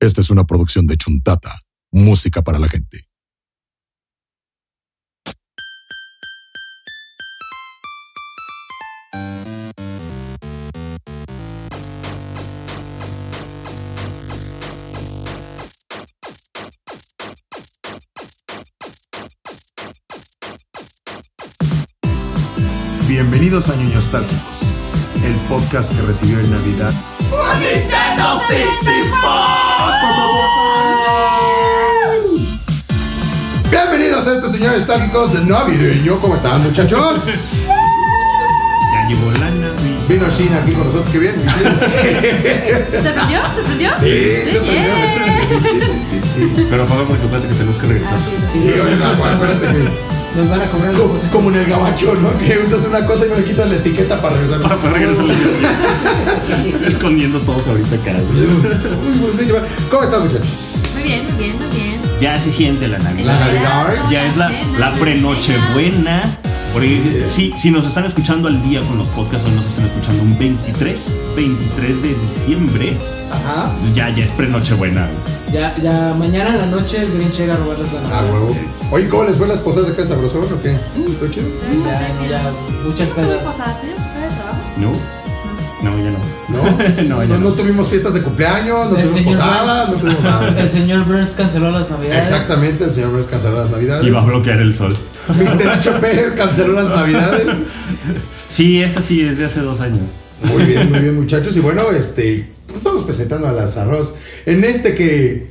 Esta es una producción de Chuntata, música para la gente. Bienvenidos a Ñoños Nostálgicos, el podcast que recibió en Navidad. ¡Un Nintendo 64! Bienvenidos a este señor Nostálgicos navideño. ¿Cómo están, muchachos? Ya llegó la Navidad. Vino Shina aquí con nosotros, qué bien. ¿Se prendió? ¿Se prendió? Sí, se prendió. Pero apágame tu plata que tenemos que regresar. Sí, oye, no, acuérdate que- Nos van a cobrar como, como en el gabacho, ¿no? Que usas una cosa y no le quitas la etiqueta para regresar. Para poder regresar la Navidad. Escondiendo todos ahorita acá. Uy, uy, uy, chaval. ¿Cómo están, muchachos? Muy bien, muy bien, muy bien. Ya se siente la Navidad. La Navidad. Ya es la, la prenochebuena. Porque sí, si nos están escuchando al día con los podcasts, hoy nos están escuchando un 23, 23 de diciembre. Pues Ajá. Ya, ya es prenochebuena. Ah, Ya, ya mañana en la noche el Grinch llega a robarles la Ah, Navidad. huevo. Oye, ¿cómo les fue las posadas de casa, brosón o qué? ¿Todo chido? Ya, no, ya, muchas ¿Tú tuviste pedas. posada? ¿Tuviste posada de trabajo? ¿No? No, ya no. ¿No? No, ya No, no. no tuvimos fiestas de cumpleaños, no El tuvimos señor posadas, no tuvimos nada. El señor Burns canceló las Navidades. Exactamente, el señor Burns canceló las Y va a navidades. bloquear el sol. Mr. Chopé canceló las navidades. Sí, es así, es de hace dos años. Muy bien, muy bien, muchachos. Y bueno, este, pues vamos presentando a las arroz. En este que,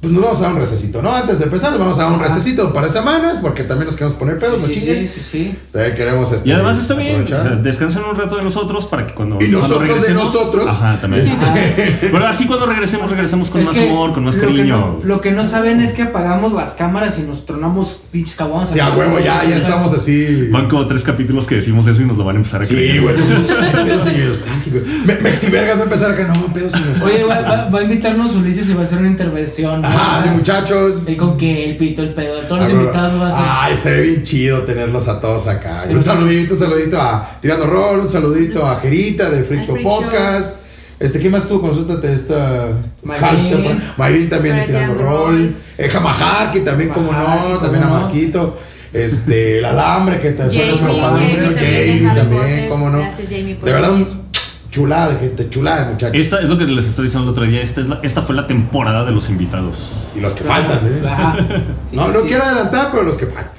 pues nos vamos a dar un recesito, ¿no? Antes de empezar, nos vamos a dar un Ajá. recesito para semanas, porque también nos queremos poner pedos, no Sí, sí, chinguen. sí, sí, sí. También queremos este, Y además está bien, o aprovechar. sea, descansan un rato de nosotros para que cuando. Y nosotros cuando de regresemos- nosotros. Ajá, también. Este- Pero así cuando regresemos, regresemos con Es más que amor, con más lo que cariño. no- lo que no saben es que apagamos las cámaras y nos tronamos pinches caguamas. Sí, a huevo, ya, ya estamos así. Van como tres capítulos que decimos eso y nos lo van a empezar a Sí, creer. güey. Pedos sin nostálgico. Me- Mexivergas va a empezar acá. No, pedos sin Oye, nostálgico. va, va- va a invitarnos Ulises y va a hacer una intervención. Ajá, sí, muchachos. Y con que el pito, el pedo, todos Ah, los güey. invitados va a ser. Ah, estaría bien chido tenerlos a todos acá. güey. Un Pero- saludito, un saludito a Tirando Roll, un saludito a Jerita de Freak Al Show Freak Show. Podcast. Este, ¿quién más tú? Consúltate esta. Mayrín. Mayrín también de Tirando Mayrín Tirando Roll. Roll. Eh, Jamaharki también, como Jamaharki, no. cómo También a no. Marquito. Este, el alambre que te fue Jamie, nuestro padrino. Jamie también de Jamie Harry también, Potter. cómo no. Gracias, Jamie, por De verdad, venir. un chulada de gente, chulada de muchachos. Esta es lo que les estoy diciendo el otro día. Esta, es la- esta fue la temporada de los invitados. Y los que faltan, ¿eh? Ajá. Sí, No, sí, no sí. quiero adelantar, pero los que faltan.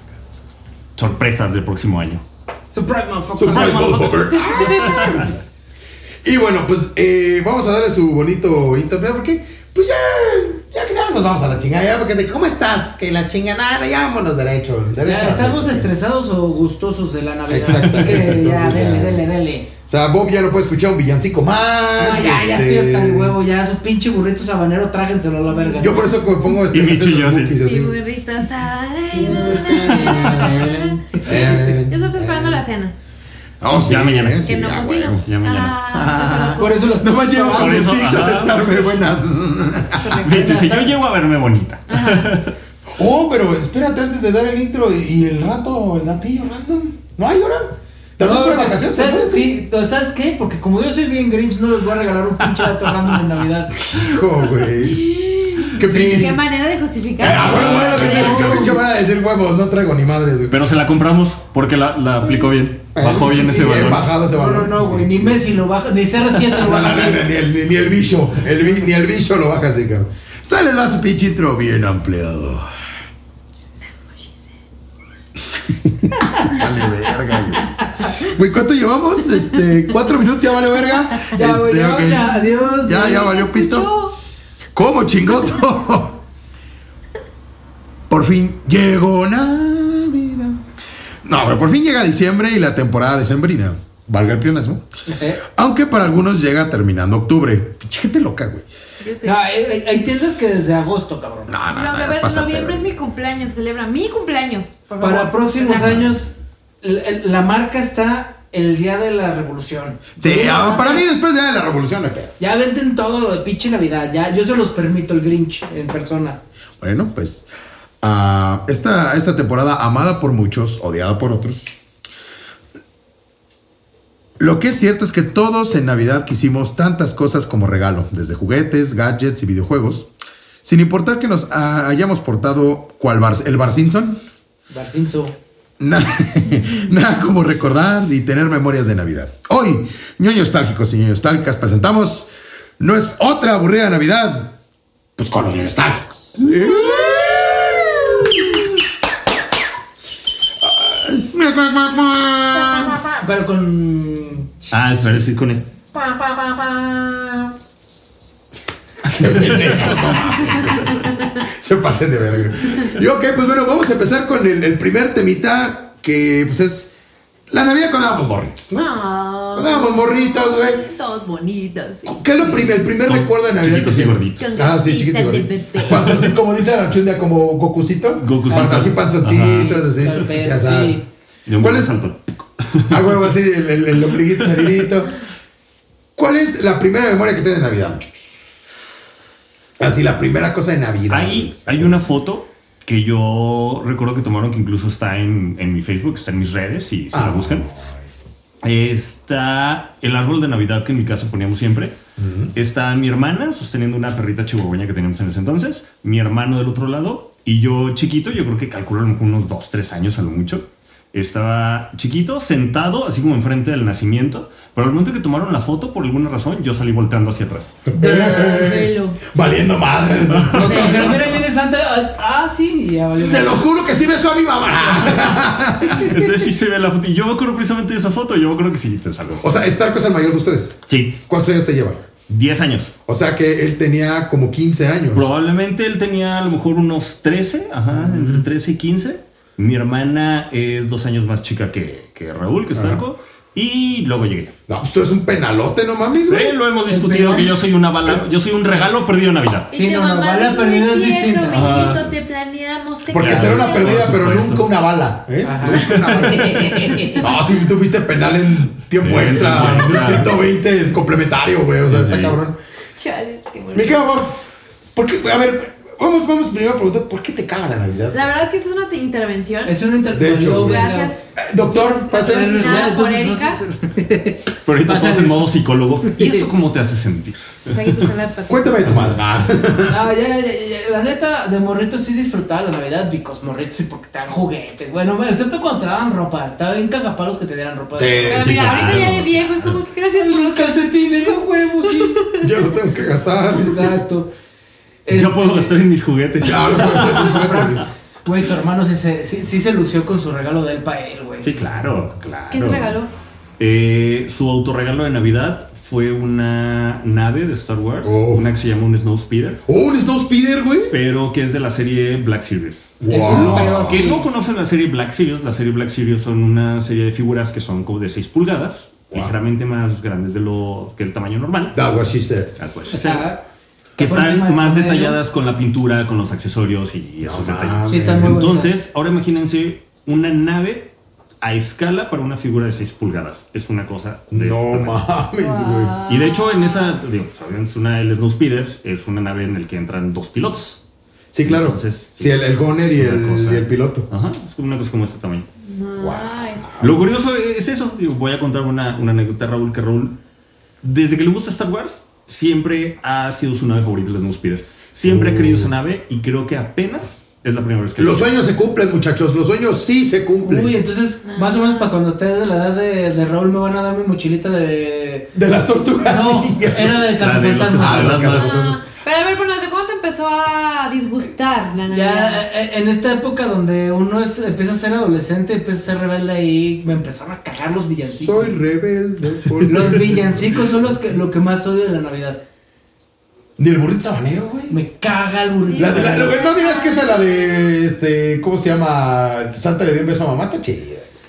Sorpresas del próximo año. Surprise, motherfucker. Surprise, motherfucker. motherfucker. Ah, y bueno, pues eh, vamos a darle su bonito intro, porque pues ya, ya que nada, nos vamos a la chingada, ya, porque de, ¿cómo estás? Que la chingada, ya vámonos derecho, derecho. Ya, estamos derecho. estresados o gustosos de la Navidad. Exactamente, Así que ya, entonces ya. dele, dele, dele. O sea, Bob ya no puede escuchar un villancico más. No, ya, ya este, estoy hasta el huevo, ya su pinche burrito sabanero, trágenselo a la verga. Yo por eso como pongo este Y Michi canción de los yo así. Bukis, Mi así. burrito sabe. Yo solo estoy esperando la cena. No, sí, Ya mañana. eh, sí, Que no ya, cocino. huevo. ya mañana. Ah, Por eso las Nomás llego Por con mis eso, six a ajá. sentarme, buenas. Dicho, si yo llego a verme bonita. Oh, pero espérate antes de dar el intro y- y el rato, el datillo random. ¿No hay hora? ¿Te vas para vacaciones? ¿Sabes? acuérdate? Sí, no, ¿sabes qué? Porque como yo soy bien grinch, no les voy a regalar un pinche dato random en Navidad. Hijo, güey. Qué ¿Qué, pinche. manera de Eh, a justificar? huevo, era lo que te- qué pinche van a decir huevos, no traigo ni madres, güey. Pero se la compramos porque la, la aplicó bien. Bajó Eh, bien sí, ese sí, bien balón. bajado ese No, no, balón. no, güey, ni Messi lo baja, ni CR7 No, lo no, baja. no, no, Ah, ni, el, ni, ni el bicho, el bi- ni el bicho lo baja así, cabrón. Entonces les va su pinche intro bien ampliado. Vale verga, güey. Güey, ¿cuánto llevamos? Este, cuatro minutos ya vale verga. Ya, güey, Este, ya, ok. ya, adiós. Ya, ya valió pito. ¿Cómo chingoso? por fin llegó Navidad. No, pero por fin llega diciembre y la temporada decembrina. Valga el pionazo. Eh, Aunque para algunos llega terminando octubre. Pinche gente loca, güey. Yo sé. no, hay, hay- hay tiendas que desde agosto, cabrón. No, Sí, no, no, aunque, a Ah, es ver, pasarte, noviembre es güey. mi cumpleaños, celebra mi cumpleaños. por favor. Para próximos Gracias. años, la, la marca está el día de la revolución. Sí, Ya, ah, para mí después de la revolución, no hay pedo. Ya venden todo lo de pinche Navidad, ya. Yo se los permito el Grinch en persona. Bueno, pues ah, esta, esta temporada amada por muchos, odiada por otros. Lo que es cierto es que todos en Navidad quisimos tantas cosas como regalo, desde juguetes, gadgets y videojuegos, Sin importar que nos ah, hayamos portado cual Bar- el Bar Simpson, Barcinzo. Nada, nada como recordar y tener memorias de Navidad. Hoy, ñoños nostálgicos y ñoños nostálgicas, presentamos No es otra aburrida Navidad, pues con los ñoños nostálgicos. Pero con. Ah, espera, estoy con esto. Ah. Se pasen de verga. Y ok, pues bueno, vamos a empezar con el, el primer temita que pues es la Navidad cuando éramos morritos. Cuando éramos morritos, güey. Todos bonitos. sí. ¿Qué es lo primer, el primer recuerdo de Navidad? Chiquitos que y tiene? gorditos. Con Ah, sí, chiquitos cositas y de gorditos. bebé. Panzoncito, como dice la chunda, como Gokucito. Gokucito. Panzoncito, panzoncito, Ajá. así. Tal vez, Ya sabes. sí. De un ¿Cuál huevo es? santo. Ah, huevo, así, el, el, el ombliguito salidito. ¿Cuál es la primera memoria que tiene de Navidad, muchachos? Así, la primera cosa de Navidad. Hay, hay una foto que yo recuerdo que tomaron que incluso está en, en mi Facebook, está en mis redes, si, si la buscan. Está el árbol de Navidad que en mi casa poníamos siempre. Está mi hermana sosteniendo una perrita chihuahueña que teníamos en ese entonces, mi hermano del otro lado y yo chiquito, yo creo que calculo a lo mejor unos 2, 3 años a lo mucho. Estaba chiquito, sentado, así como enfrente del nacimiento, pero al momento que tomaron la foto, por alguna razón, yo salí volteando hacia atrás. Ah, Velo. Valiendo madres. Nos trajeron, mira, ahí viene Santa. Ah, ah, sí, ya valió. Te lo juro que sí besó a mi mamá. Entonces sí se ve la foto. Y yo me acuerdo precisamente de esa foto. Yo me acuerdo que sí, te salgo. O sea, Starco es el mayor de ustedes. Sí, ¿Cuántos años te lleva? 10 años. O sea que él tenía como 15 años. Probablemente él tenía a lo mejor unos 13, ajá, entre 13 y 15. Mi hermana es dos años más chica que, que Raúl, que es Franco. Y luego llegué. No, pues tú eres un penalote, no mames, güey. Eh, lo hemos El discutido peor. que yo soy una bala, yo soy un regalo perdido en Navidad. Sí, Y tu no, no, mamá bala dijo, perdida "No es cierto, distinta". mijito, te planeamos. te Porque Claro, será una queríamos. perdida, por pero supuesto. nunca una bala. ¿eh? Ajá. Nunca una bala. No, si tú fuiste penal en tiempo Sí, extra, tiempo extra. 120 es complementario, güey. O sea, está Sí. cabrón. Chales, qué bueno. Mi querido, ¿por qué? A ver, vamos, vamos primero a preguntar, ¿por qué te caga la Navidad? La verdad es que es una te- intervención. Es un De hecho, intercambio. güey. Gracias. Eh, Doctor, pase. Gracias. Nada por Pero ahorita Pásale. estamos en modo psicólogo. ¿Y eso cómo te hace sentir? Pues hay que usar la pata. Cuéntame de tu madre. Ah, ya, ya, ya, ya. La neta, de morrito sí disfrutaba la Navidad, bicos morritos, y porque te dan juguetes. Bueno, excepto cuando te daban ropa. Estaba bien cagapalos que te dieran ropa. Sí. Pero sí, mira, claro. ahorita ya de viejo es como que gracias por Los calcetines, esos huevos, sí. Yo no tengo que gastar. Exacto. Este, Yo puedo gastar en mis juguetes. Claro, pues, pues, bueno, güey. Güey, tu hermano sí, se- sí, sí se lució con su regalo del pa' él, güey. Sí, claro, claro. ¿Qué se regaló? Eh, su autorregalo de Navidad fue una nave de Star Wars, Oh. una que se llama un Snow Speeder, Oh, un Snow Speeder, güey. pero que es de la serie Black Series. Es Wow. un pedo Que así. no conocen la serie Black Series, la serie Black Series son una serie de figuras que son como de 6 pulgadas, ligeramente más grandes de lo que el tamaño normal. That's what she said. Ah, pues, O sea, que por encima están del más promedio. detalladas con la pintura, con los accesorios y esos detalles. Sí, están muy Entonces, bonitas. ahora imagínense una nave a escala para una figura de 6 pulgadas. Es una cosa de este No tamaño. mames, güey. Y de hecho, en esa, digo, saben, es una, el Snow Speeder es una nave en la que entran dos pilotos. Sí, claro. Entonces, sí, el, el goner y es una el, cosa. y el piloto. Ajá, es como una cosa como este tamaño. Ah. Nice. Lo curioso es eso, digo, voy a contar una, una anécdota a Raúl, que Raúl, desde que le gusta Star Wars, siempre ha sido su nave favorita, el Snow Speeder. Siempre ha querido esa nave y creo que apenas es la primera vez que lo Los sueños se cumplen, muchachos. Los sueños sí se cumplen. Uy, entonces, más o menos para cuando esté de la edad de, de Raúl, me van a dar mi mochilita de. de las tortugas. No, ninja. era de Ah, Cazafantasmas. las casas. Ah, pero a ver, bueno, ¿desde cuándo te empezó a disgustar la Ya Navidad? eh, en esta época donde uno es, empieza a ser adolescente, empieza a ser rebelde y me empezaron a cagar los villancicos. Soy rebelde. por- Los villancicos son los que, lo que más odio de la Navidad. Ni el burrito sabanero, güey. Me caga el burrito. La- la- lo que no digas que esa es la de este, ¿cómo se llama? Santa le dio un beso a mamá, está chida.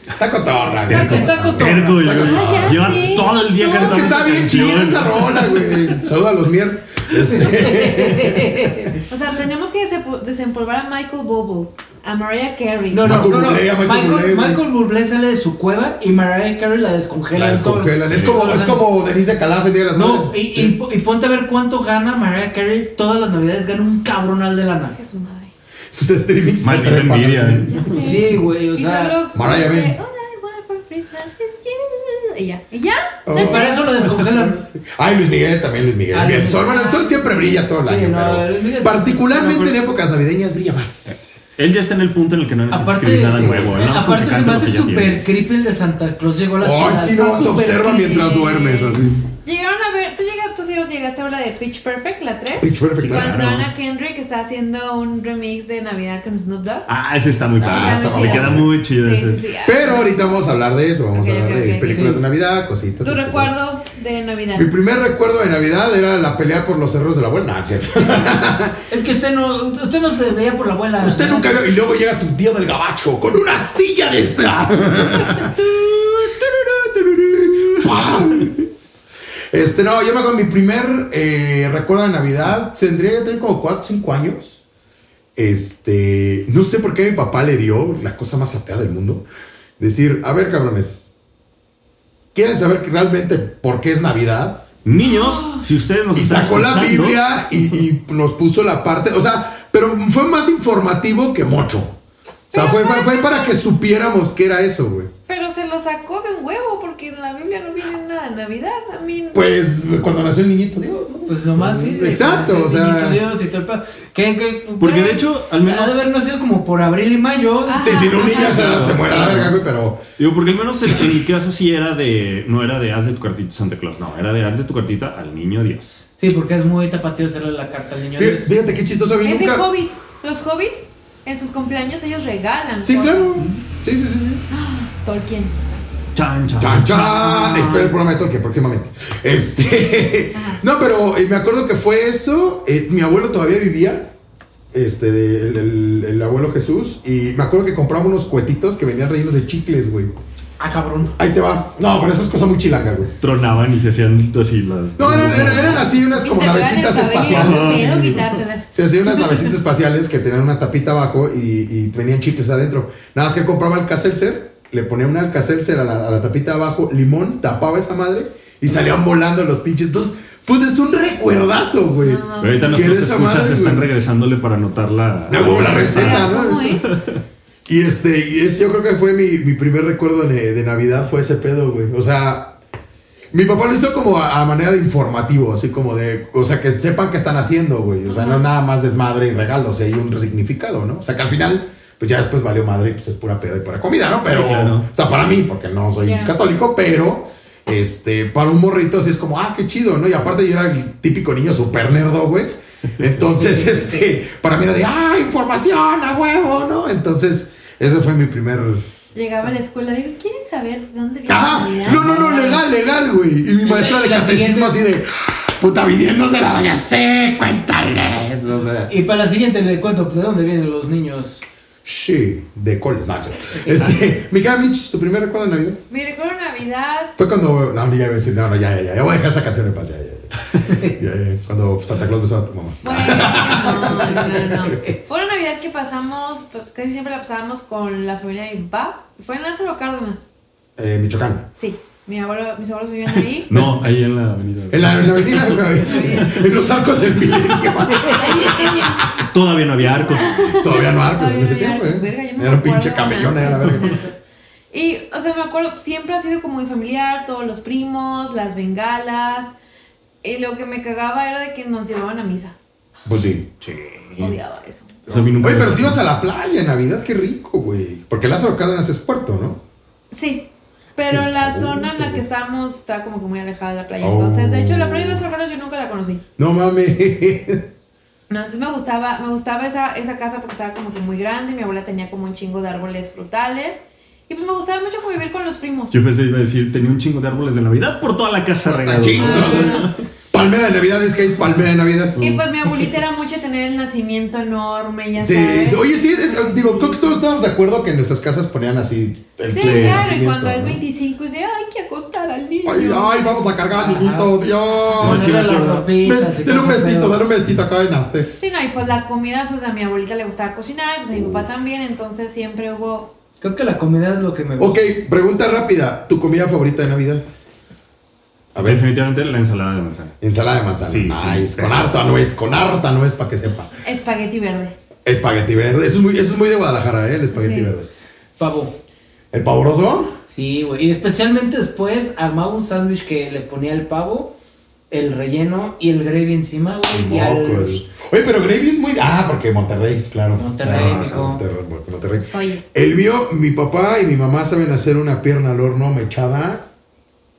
Está cotorra, güey. Está- está cotorra. Terco, Está güey. cotorra. Ah, ya Llevan sé. todo el día No, Es cantando que está bien canción. chida esa rola, güey. Saluda a los mier. Este, O sea, tenemos que desepo- desempolvar a Michael Bobo, a Mariah Carey. No, no, Michael no, no. Bublé, a Michael Michael, Bublé, güey. Michael Bublé sale de su cueva y Mariah Carey la descongela. la descongelan. Es como, es como Denise de Calaf el día de las No, y, Madres. y- y ponte a ver cuánto gana Mariah Carey. Todas las navidades gana un cabronal de lana. Que su madre. Sus streamings. se Maldita trepan. envidia, eh. Ya sé. Sí, güey, o Y este, sea, solo Mariah, dice, ven. "All I want for Christmas is you". y ya. ¿Y ya? Oh. That's it. Para eso lo descongelan. Ay, Luis Miguel, también Luis Miguel. Ah, el, Luis sol, Miguel. bueno, el sol siempre brilla todo el Sí, año, no, Luis pero Miguel- particularmente No, en pero- épocas navideñas brilla más. Él ya está en el punto en el que no necesita Aparte, escribir nada sí, nuevo. eh, nada más con aparte que se cante me lo hace que ya súper tienes. creepy el de Santa Claus llegó a la ciudad. Ay, si está no, te súper observa creepy. mientras duermes, así. Llegaron a ver, tú llegaste, tú sí los llegaste a ver la de Pitch Perfect, la 3. Pitch Perfect, Cuando claro. Ana Kendrick está haciendo un remix de Navidad con Snoop Dogg. Ah, ese está muy padre. está muy chido. me queda muy chido sí, ese. sí, sí. Ah, Pero ahorita vamos a hablar de eso, vamos Ok, a hablar ok, de ok. películas de Navidad, cositas. Tu así. recuerdo de Navidad. Mi primer recuerdo de Navidad era la pelea por los cerros de la abuela. Nah, es cierto. Es que usted no, usted no se veía por la abuela. Usted nunca vio. Y luego llega tu tío del gabacho con una astilla de ¡Ah! esta. ¡Pam! Este, no, yo me acuerdo mi primer eh, recuerdo de Navidad. Tendría que tener como 4 o 5 años. Este, no sé por qué mi papá le dio la cosa más atea del mundo. Decir, a ver, cabrones, ¿quieren saber que realmente por qué es Navidad? Niños, si ustedes nos Y están sacó la escuchando, Biblia y, y nos puso la parte, o sea, pero fue más informativo que mocho. O sea, fue, fue, fue para que supiéramos qué era eso, güey. Pero se lo sacó de un huevo porque en la Biblia no viene nada de Navidad. A mí Pues cuando nació el niñito, digo, ¿no? Pues nomás sí. de- Exacto, de- o sea. niñito Dios y todo el pedo. ¿Qué- qué- Porque de qué? hecho, al Ha de menos. haber nacido como por abril y mayo. Ah. Sí, si no, un niño a esa edad se muere a la verga, güey, pero. Digo, porque al menos en, en mi caso sí era de. No era de hazle tu cartita a Santa Claus, no, era de hazle tu cartita al niño Dios. Sí, porque es muy tapatío hacerle la carta al niño. Fí- Dios. Fíjate qué chistoso, a mí es de nunca. hobbit. Los hobbits en sus cumpleaños ellos regalan. Sí, cosas. claro. Sí, sí, sí, sí. Tolkien. Chan, chan. Chan, chan. Espera el programa de Tolkien próximamente. Este. No, pero eh, me acuerdo que fue eso. eh, mi abuelo todavía vivía. Este, el, el- el abuelo Jesús. Y me acuerdo que compraba unos cuetitos que venían rellenos de chicles, güey. Ah, cabrón. Ahí te va. No, pero eso es cosa muy chilanga, güey. Tronaban y se hacían así las. No, eran, eran- eran así unas Y como te regalan el navecitas cabello, espaciales. Puedo quitártelas. Se hacían unas navecitas espaciales que tenían una tapita abajo y, y tenían chicles adentro. Nada más que compraba alcacelser, le ponía un alcacelser a la, a la tapita abajo, limón, tapaba esa madre y salían volando los pinches. Entonces, pues es un recuerdazo, güey. Pero Ahorita ¿Quieres nuestros esa escuchas madre, están güey? regresándole para anotar la. Me huevo la receta, Pero, ¿no? ¿Cómo es? Y este, y es, yo creo que fue mi, mi primer recuerdo de, de Navidad, fue ese pedo, güey. O sea, mi papá lo hizo como a, a manera de informativo, así como de, o sea, que sepan qué están haciendo, güey. O sea, no nada más desmadre y regalos, hay un significado, ¿no? O sea, que al final, pues ya después valió madre, y pues es pura peda y pura comida, ¿no? Pero, Sí, claro. o sea, para mí, porque no soy Ya. católico, pero, este, para un morrito así es como, ah, qué chido, ¿no? Y aparte yo era el típico niño súper nerdo, güey. Entonces, este, para mí era de, ah, información, a huevo, ¿no? Entonces, ese fue mi primer... Llegaba a la escuela y digo, ¿quieren saber dónde viene Ah, Navidad? no, no, no, legal, legal, güey. Y mi maestra de Y la catecismo así siguiente- de, puta, viniéndose la doña, sí, cuéntales, o sea... Y para la siguiente le cuento pues, de dónde vienen los niños. Sí, de coles, no, sí. Este, Mica Mitch, ¿tu primer recuerdo de Navidad? Mi recuerdo de Navidad. Fue cuando. No, ya iba a decir, no, no, ya, ya, ya, ya voy a dejar esa canción en paz, ya, ya. ya. Ya, ya, Cuando Santa Claus besó a tu mamá. Bueno, no, no, no. Fue una Navidad que pasamos, pues casi siempre la pasábamos con la familia de mi papá. Fue en Lázaro Cárdenas. Eh, Michoacán. Sí, mi abuelo, mis abuelos vivían ahí. No, ahí en la avenida. En la, en la avenida, güey, en los arcos del milenio. Ah, Todavía no había arcos. Todavía Pues no arcos en Todavía ese no había tiempo, arcos, pues verga, ¿eh? yo no me Era un acuerdo pinche de camellón, nada. era la verga. Y, o sea, me acuerdo, siempre ha sido como muy familiar, todos los primos, las bengalas. Y lo que me cagaba era de que nos llevaban a misa. Pues sí. Odiaba eso. O sea, a mí nunca Oye, me pero te pasó. ibas a la playa en Navidad, qué rico, güey. Porque Lázaro Cárdenas es puerto, ¿no? Sí, pero Qué la sabroso, zona en la que güey. estábamos está como que muy alejada de la playa. Oh. Entonces, de hecho, la playa de los horrores yo nunca la conocí. No mames. No, entonces me gustaba, me gustaba esa, esa casa porque estaba como que muy grande, mi abuela tenía como un chingo de árboles frutales. Y pues me gustaba mucho convivir con los primos. Yo pensé iba a decir, tenía un chingo de árboles de Navidad por toda la casa Está regados. Ah, chingo, güey. Palmera de Navidad, es que es palmera de Navidad. Y pues mi abuelita era mucho tener el nacimiento enorme, ya Mm. Sí, sabes. sí, oye, sí, es- digo, creo que todos estábamos de acuerdo que en nuestras casas ponían así el Sí, tubo de claro, y nacimiento, cuando es ¿no? 25, dice, ay, hay que acostar al niño. Ay, ay, vamos a cargar al niñito, No, Dios. sí me Ponerle acuerdo. las ropitas y Dale un cosas, besito, pero- dale un besito, acaba de nacer. Sí, no, y pues la comida, pues a mi abuelita le gustaba cocinar, pues a mi papá también, entonces siempre hubo... Creo que la comida es lo que me gusta. Ok, pregunta rápida. ¿Tu comida favorita de Navidad? A ver, Definitivamente la ensalada de manzana. ensalada de manzana. Sí, sí. Ay, es con harta nuez, con harta nuez para que sepa. Espagueti verde. Espagueti verde. Eso es muy, eso es muy de Guadalajara, ¿eh? El espagueti Sí. verde. Pavo. ¿El pavoroso? Sí, güey. Y especialmente después armaba un sándwich que le ponía el pavo, el relleno y el gravy encima, güey. Y al- Mocos. Oye, pero Gravy es muy. Ah, porque Monterrey, claro. Monterrey, Claro, mijo. Monterrey, porque Monterrey. Oye. El mío, mi papá y mi mamá saben hacer una pierna al horno mechada.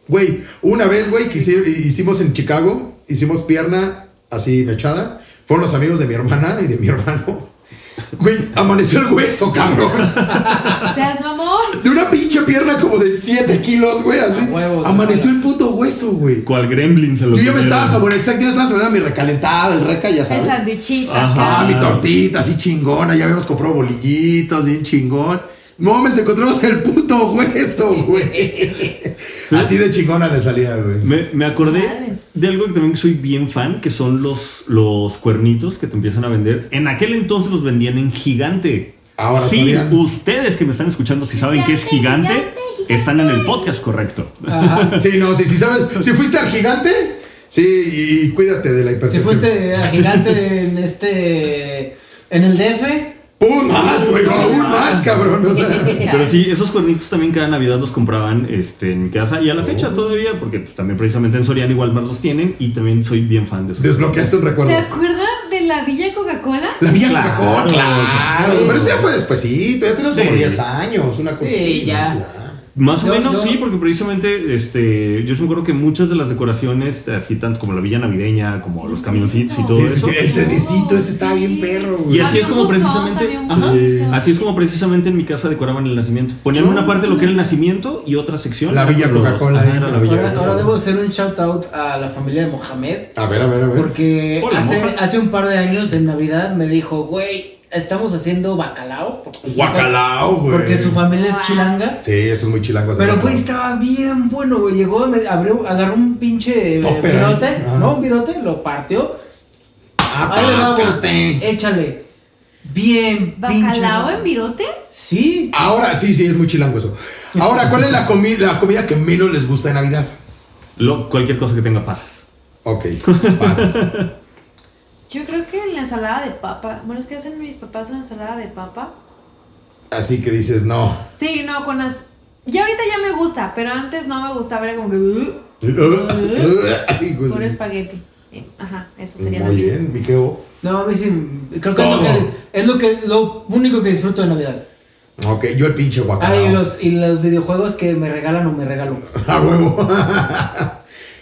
Güey, una vez, güey, que hici- hicimos en Chicago, hicimos pierna así mechada. Fueron los amigos de mi hermana y de mi hermano. Güey, amaneció el hueso, cabrón. Seas mamón. De una pinche pierna como de 7 kilos, güey, así. A huevos, amaneció a el puto hueso, güey. Cual gremlin se lo Yo ya me comieron. estaba saboreando, exacto, yo estaba saboreando mi recalentada, el reca, ya sabes. El sandwichito. Ajá. Ah, mi cabrón. tortita, así chingona. Ya habíamos comprado bolillitos, bien chingón. No, me encontramos el puto hueso, güey. Así de chingona le salía, güey. Me, me acordé Chales. de algo que también soy bien fan, que son los, los cuernitos que te empiezan a vender. En aquel entonces los vendían en gigante. Ahora sí, sabían. ustedes que me están escuchando, si saben que es Gigante, gigante, gigante, están en el podcast correcto. Ajá. Sí, no, sí, sí, sabes. Si fuiste al gigante, sí, y, y cuídate de la Si hipertensión. fuiste a gigante en este. en el DF. ¡Pum! Más, güey, no, aún más, cabrón. o sea. Pero sí, esos cuernitos también cada Navidad los compraban este, en mi casa y a la Oh. fecha todavía, porque pues, también precisamente en Soriana igual más los tienen y también soy bien fan de esos. Desbloqueaste un ¿Se recuerdo. acuerdan de la Villa Coca-Cola? La Villa Claro, Coca-Cola, claro. claro. Pero ese ya fue despuesito, ya tenemos como Sí. 10 años, una cosa. Sí, así, ¿no? ya. Más o Yo- menos yo- sí, porque precisamente este, yo sí me acuerdo que muchas de las decoraciones, así tanto como la villa navideña, como los camioncitos y todo Sí, sí, eso. sí, el trenecito, ese estaba bien perro, güey. Y así es como Había un buzón, precisamente, había un ajá, buzón. así es como precisamente en mi casa decoraban el nacimiento. Ponían una parte lo que era el nacimiento y otra sección. La era Villa los- Coca-Cola, ajá, ahí, era la la Villa. Villa. Ahora, ahora debo hacer un shout out a la familia de Mohamed. A ver, a ver, a ver. Porque Hola, hace, Mohamed. hace un par de años en Navidad me dijo, güey, estamos haciendo bacalao. porque- Pues, Guacalao, güey. Pues, Porque su familia es Guau. chilanga. Sí, eso es muy chilango. hacer Pero, guacamole. güey, estaba bien bueno, güey. Llegó, me abrió, agarró un pinche eh, Topper ahí. virote, Ajá. Ah, ¿no? Un virote, lo partió. Ahí le va, güey. Atáscate. Échale. Bien, pinche. ¿Bacalao en virote? Sí. Ahora, sí, sí, es muy chilango eso. Ahora, ¿cuál es la, comi- la comida que menos les gusta en Navidad? Lo- cualquier cosa que tenga pasas. Ok, pasas. Yo creo que la ensalada de papa. Bueno, es que hacen mis papás una ensalada de papa. Así que dices, no. Sí, no, con las. Ya ahorita ya me gusta, pero antes no me gustaba, era como que. "Ugh", Ay, güey. puro espagueti. Eh, Ajá, eso sería Pues Muy la- bien, mi queo. No, a mí sí. Creo que, es lo, Todo. que es lo que lo único que disfruto de Navidad. Ok, yo el pinche Ah, guacamole. y los, y los videojuegos que me regalan o me regalo. A huevo.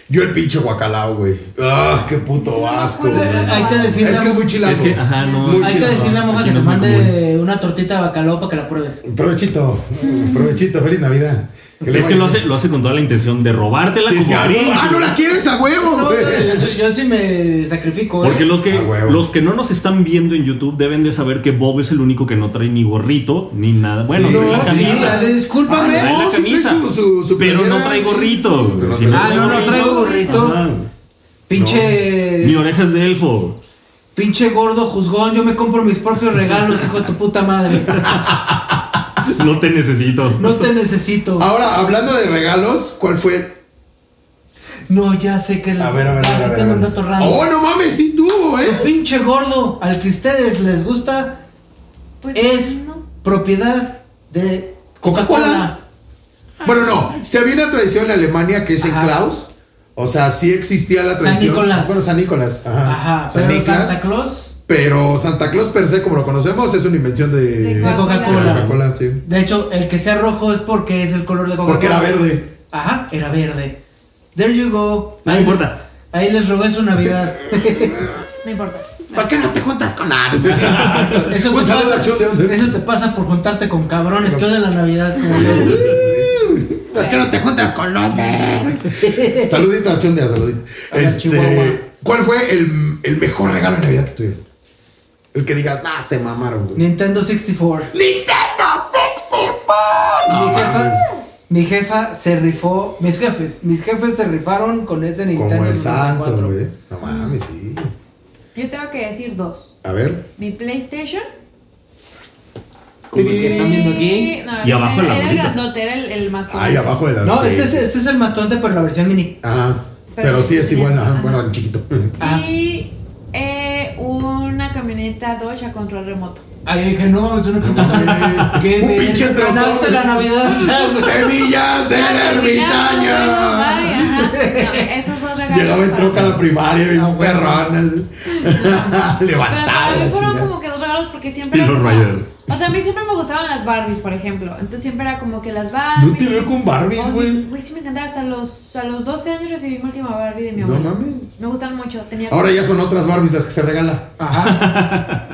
Yo el pinche guacalao, güey. Ah, qué puto Sí, no me asco, acuerdo. güey. Hay que decirle, Es que es muy chilango. Es que, ajá, no. Muy hay que chilango. decirle a Moja Aquí que no nos es muy mande una tortita de bacalao para que la pruebes. Provechito, mm, provechito, feliz Navidad. le Es que vaya lo hace, bien. lo hace con toda la intención de robártela Sí, como sí, a Grinch. huevo. ah, no la quieres a huevo, No, güey. yo, yo- yo sí me sacrifico, ¿eh? Porque los que, A huevo. los que no nos están viendo en YouTube deben de saber que Bob es el único que no trae ni gorrito ni nada. Bueno, Sí, trae no, la sí, camisa. o sea, discúlpame. Trae Ah, la no, sí trae camisa. su- su- su pero playera, no trae sí, gorrito. sí, pero no Si trae- Ah, no, no, traigo gorrito. Ajá. Pinche. Eh. Ni orejas de elfo. Pinche gordo juzgón, yo me compro mis propios regalos, hijo de tu puta madre. No te necesito. No te necesito. Ahora, hablando de regalos, ¿cuál fue? No, ya sé que A ver, a ver, Ah, a ver, sí a ver, tengo a un ver. dato random. Oh, no mames, sí tuvo, Su eh. pinche gordo, al que ustedes les gusta, Pues es no. propiedad de Coca-Cola. Coca-Cola. Bueno, no, se había una tradición en Alemania que es en Ajá. Klaus. O sea, sí existía la tradición. Nicolás. Bueno, San Nicolás. Ajá. Ajá, Ah. San pero Nicolás. Santa Claus. Pero Santa Claus per se, como lo conocemos, es una invención de, De De de Coca-Cola. Coca-Cola, sí. De hecho, el que sea rojo es porque es el color de Coca-Cola. Porque era verde. Ajá, era verde. There you go. No Ahí importa. les- ahí les robé su Navidad. No importa. ¿Por qué no te juntas con Ares? Eso te, Un saludo a pasa, Chun de Once. eso te pasa por juntarte con cabrones que odian la Navidad como yo. ¿Por qué no te juntas con los verdes? Saludito a Chundia, saludito. A la Chihuahua. Este, ¿Cuál fue el, el mejor regalo de Navidad que tuvieron? El que digas, ah, se mamaron, güey. Nintendo 64. ¡Nintendo 64! mi, jefa, mi jefa se rifó. Mis jefes, mis jefes se rifaron con ese Nintendo Como el santo, 64. güey. No mames, sí. Yo tengo que decir dos. A ver. Mi PlayStation. Como el que están viendo aquí. No, Y abajo era, la era el bolita. grandote, era el, el más Ahí abajo de la No, sí, este es, sí. este es el mastodonte, pero la versión mini. Ajá. Pero, sí es igual, ajá, bueno, en chiquito. Y eh, una camioneta camioneta Dodge a control remoto. Ay, yo dije, no, yo no quiero ¿Qué Un verga, pinche trocón. Ganaste la Navidad, Charles. ¡Semillas del Bueno, ermitaño! vale, ajá. No, esos dos regalos. Llegaba en para- troca a la primaria, bien perrón. Pero para mí Levantado. fueron chingada. como que dos regalos porque siempre. Y era los como- Ryder. O sea, a mí siempre me gustaban las Barbies, por ejemplo. Entonces siempre era como que las Barbies. No te veo con Barbies, Barbies, güey. Güey, sí me encantaba. Hasta los, a los 12 años recibí mi última Barbie de mi No abuelo. mames. Me gustan mucho. Tenía Ahora ya son otras Barbies las que se regala. Ajá.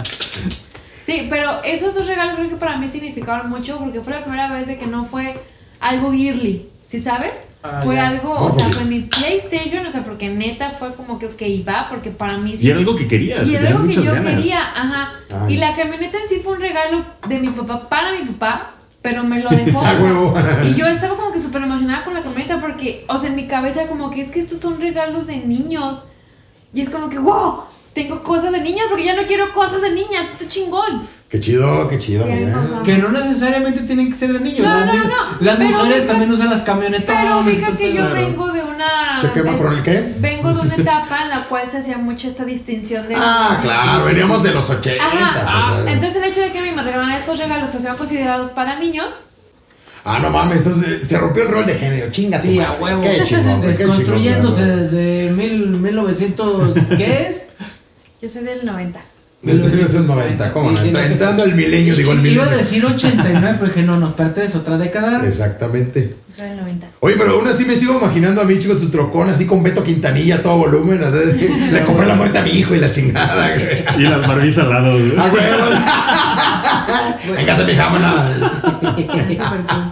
Sí, pero esos dos regalos creo que para mí significaron mucho porque fue la primera vez de que no fue algo girly, ¿sí sabes? Ah, fue ya. algo, o pues sea, fue mi PlayStation, o sea, porque neta fue como que, ok, va, porque para mí sí. Y era algo que querías. Y que era tenías algo que muchas yo ganas. quería, ajá. Ay. Y la camioneta en sí fue un regalo de mi papá para mi papá, pero me lo dejó. o sea, huevo. y yo estaba como que súper emocionada con la camioneta porque, o sea, en mi cabeza como que es que estos son regalos de niños. Y es como que, wow, tengo cosas de niños porque ya no quiero cosas de niñas, está chingón. Qué chido, qué chido. Sí, a mí me mira. gustaba. Que no necesariamente tienen que ser de niños. No, las no, ni- no, Las pero mujeres ubica- también usan las camionetones. Pero ubica este que yo pedo. vengo de una... ¿Se quema por el qué? Vengo de una etapa en la cual se hacía mucho esta distinción de... Ah, claro, veníamos de los Ajá, ochentas. ah, o sea. entonces el hecho de que me mandaran esos regalos que sean considerados para niños, Ah, no mames, entonces se rompió el rol de género, chinga. tu Sí, a madre. huevo. Qué chingón, güey, qué chingón. Desconstruyéndose desde mil, 1900. ¿Qué es? yo soy del 90. Desde 1990, ¿cómo no? Sí, tiene que- Entrando el milenio, digo el Iba milenio. a decir 89, pero dije, no, nos pertenece otra década. Exactamente. Yo soy del 90. Oye, pero aún así me sigo imaginando a Michi con su trocón, así con Beto Quintanilla, a todo volumen. o sea, le compré la muerte a mi hijo y la chingada, güey. Ah, Y las Barbies al lado. güey. A huevo. Venga, se me jamona. Es súper cool.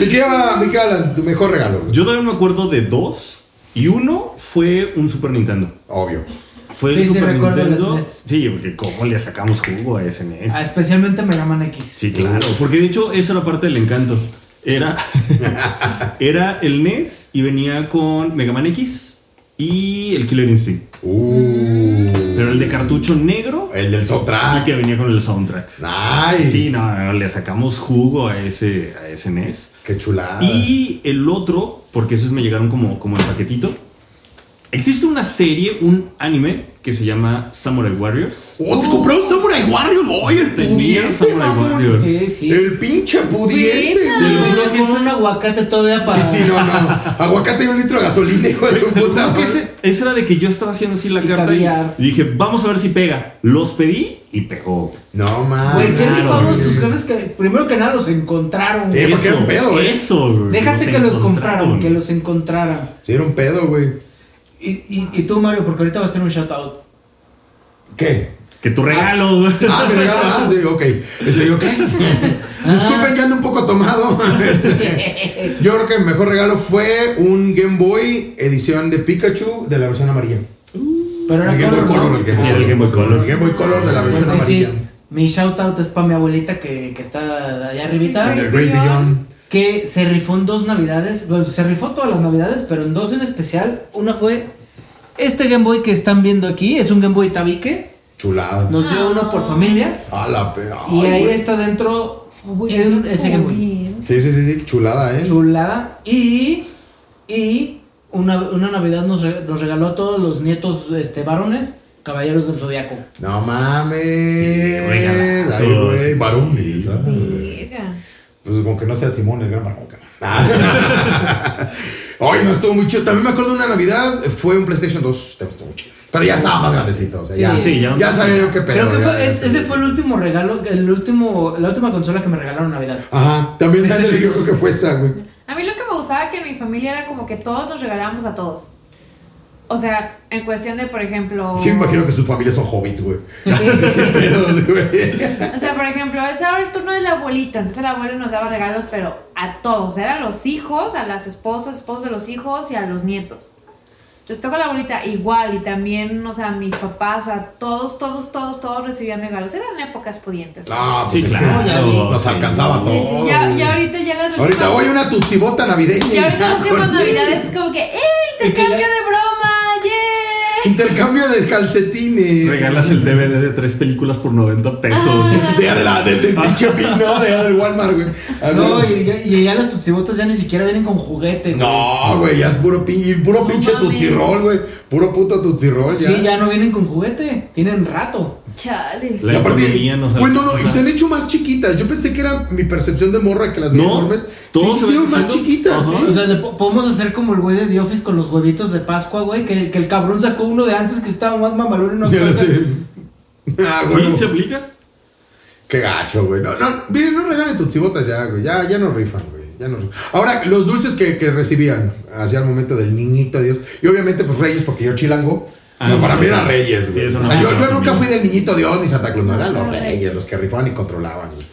Mi querida, mi querida Alan, tu mejor regalo, güey. Yo todavía me acuerdo de dos. Y uno fue un Super Nintendo. Obvio. Fue Sí, el sí, Super recuerdo el Nintendo. SNES. Sí, porque cómo le sacamos jugo a ese NES. Ah, especialmente Mega Man X. Sí, claro, porque de hecho esa era parte del encanto. Era, era el NES y venía con Mega Man X y el Killer Instinct. Uh, Pero el de cartucho negro el del y soundtrack. que venía con el soundtrack. Nice. Sí, no, le sacamos jugo a ese, a ese NES. Qué chulada. Y el otro, porque esos me llegaron como, como en paquetito. Existe una serie, un anime que se llama Samurai Warriors. Oh, te compré un Samurai Warrior, oye, el Tenía pudiente, Samurai mamón. Warriors. Sí, sí. El pinche pudiente. Fresa. Te lo Pero juro que con es un aguacate todavía para. Sí, sí, no, no. Aguacate y un litro de gasolina, hijo de su Te puta. juro que madre. ese, esa era de que yo estaba haciendo así la Y carta y, caviar. y dije, vamos a ver si pega. Los pedí y pegó. No Güey, mames. qué Claro, rifados güey. tus jefes que primero que nada los encontraron. Sí. Eh, porque era un pedo, eh. Eso, güey. Déjate que los compraron, encontraron. que los encontraran. Sí, era un pedo, güey. Y, y, y tú, Mario, porque ahorita va a ser un shoutout. ¿Qué? Que tu regalo, güey. Ah, me regalo. Ah, sí, ok. Este, yo, ¿qué? Disculpen que ando un poco tomado. Este, yo creo que mi mejor regalo fue un Game Boy edición de Pikachu de la versión amarilla. Pero El era Game Boy Color, el que Sí, el Game Boy Color. El Game Boy Color de la versión Bueno, sí, amarilla. mi shoutout es para mi abuelita que, que está allá arribita. En el Great Beyond. que se rifó en dos navidades, bueno, se rifó todas las navidades, pero en dos en especial. Una fue este Game Boy que están viendo aquí, es un Game Boy Tabique, Chulada. nos dio uno por familia A la pe- y ay, ahí güey. está dentro Uy, el- qué ese Game Boy. cool. Sí, sí, sí, sí, chulada, ¿eh? Chulada y y una, una navidad nos, re- nos regaló a todos los nietos este varones caballeros del zodiaco. No mames. Sí, regalazos. Ay, güey, varones. ah. Verga. Pues como que no sea Simón el gran varón. cabrón. Oye, no estuvo muy chido. También me acuerdo de una Navidad, fue un PlayStation 2, te gustó mucho. Pero ya estaba más grandecito, o sea, Sí. ya, Sí, ya. ya sabía yo qué pedo. Creo que ya, fue- ya es- sabía. ese fue el último regalo, el último la última consola que me regalaron en navidad. Ajá, también Este Daniel, sí. yo creo que fue esa, güey. A mí lo que me gustaba que en mi familia era como que todos nos regalábamos a todos. O sea, en cuestión de, por ejemplo... Sí, me imagino que sus familias son hobbits, güey. Sí, sin pedos, güey. O sea, por ejemplo, ese era el turno de la abuelita. Entonces el abuelo nos daba regalos, pero a todos. Eran los hijos, a las esposas, esposos de los hijos y a los nietos. Entonces toca la abuelita igual y también, o sea, mis papás, o sea, todos, todos, todos, todos recibían regalos. Eran épocas pudientes. No, pues Sí, es que claro. ya vi. nos alcanzaba todo. Sí, sí, ya, güey. ya ahorita ya las Ahorita voy a una tupsibota navideña. Y ahorita las últimas Con- navidades es como que, ¡Ey, Y te que ya- cambio de broma! ¡Yeah! Intercambio de calcetines. Regalas el DVD de tres películas por 90 pesos. De Adela, del, del pinche pin, ¿no? De Adela del Walmart, güey. Ah, Ah. No, güey. y ya, y ya las tutsibotas ya ni siquiera vienen con juguete. güey. No, güey, ya es puro, pin- y puro pinche mames. Tootsie Roll, güey. Puro puto Tootsie Roll, ya. Sí, ya no vienen con juguete. Tienen rato. Chales. La Y aparte, economía nos güey, no, no, alcanza. y se han hecho más chiquitas. Yo pensé que era mi percepción de morra que las vi No, enormes. Sí, todos sí, se se van hicieron más creciendo. chiquitas, Ajá. O ¿Ah, ¿sí? sea, le po- podemos hacer como el güey de The Office con los huevitos de Pascua, güey. Que, que el cabrón sacó uno de antes que estaba más mamalón y no Ya lo sé. Ah, güey. Sí, se aplica. Qué gacho, güey. No, no, miren, no regalen tutsibotas ya, güey. Ya, ya no rifan, güey. Ya no rifan. Ahora, los dulces que, que recibían hacia el momento del niñito Dios. Y obviamente, pues Reyes, porque yo chilango. Ah, sino sí, para sí, mí sí. era Reyes, güey. Sí, eso o no sea, me yo, yo acuerdo nunca bien. fui del niñito Dios ni Santa Claus. No eran los No, Reyes los que rifaban y controlaban, güey.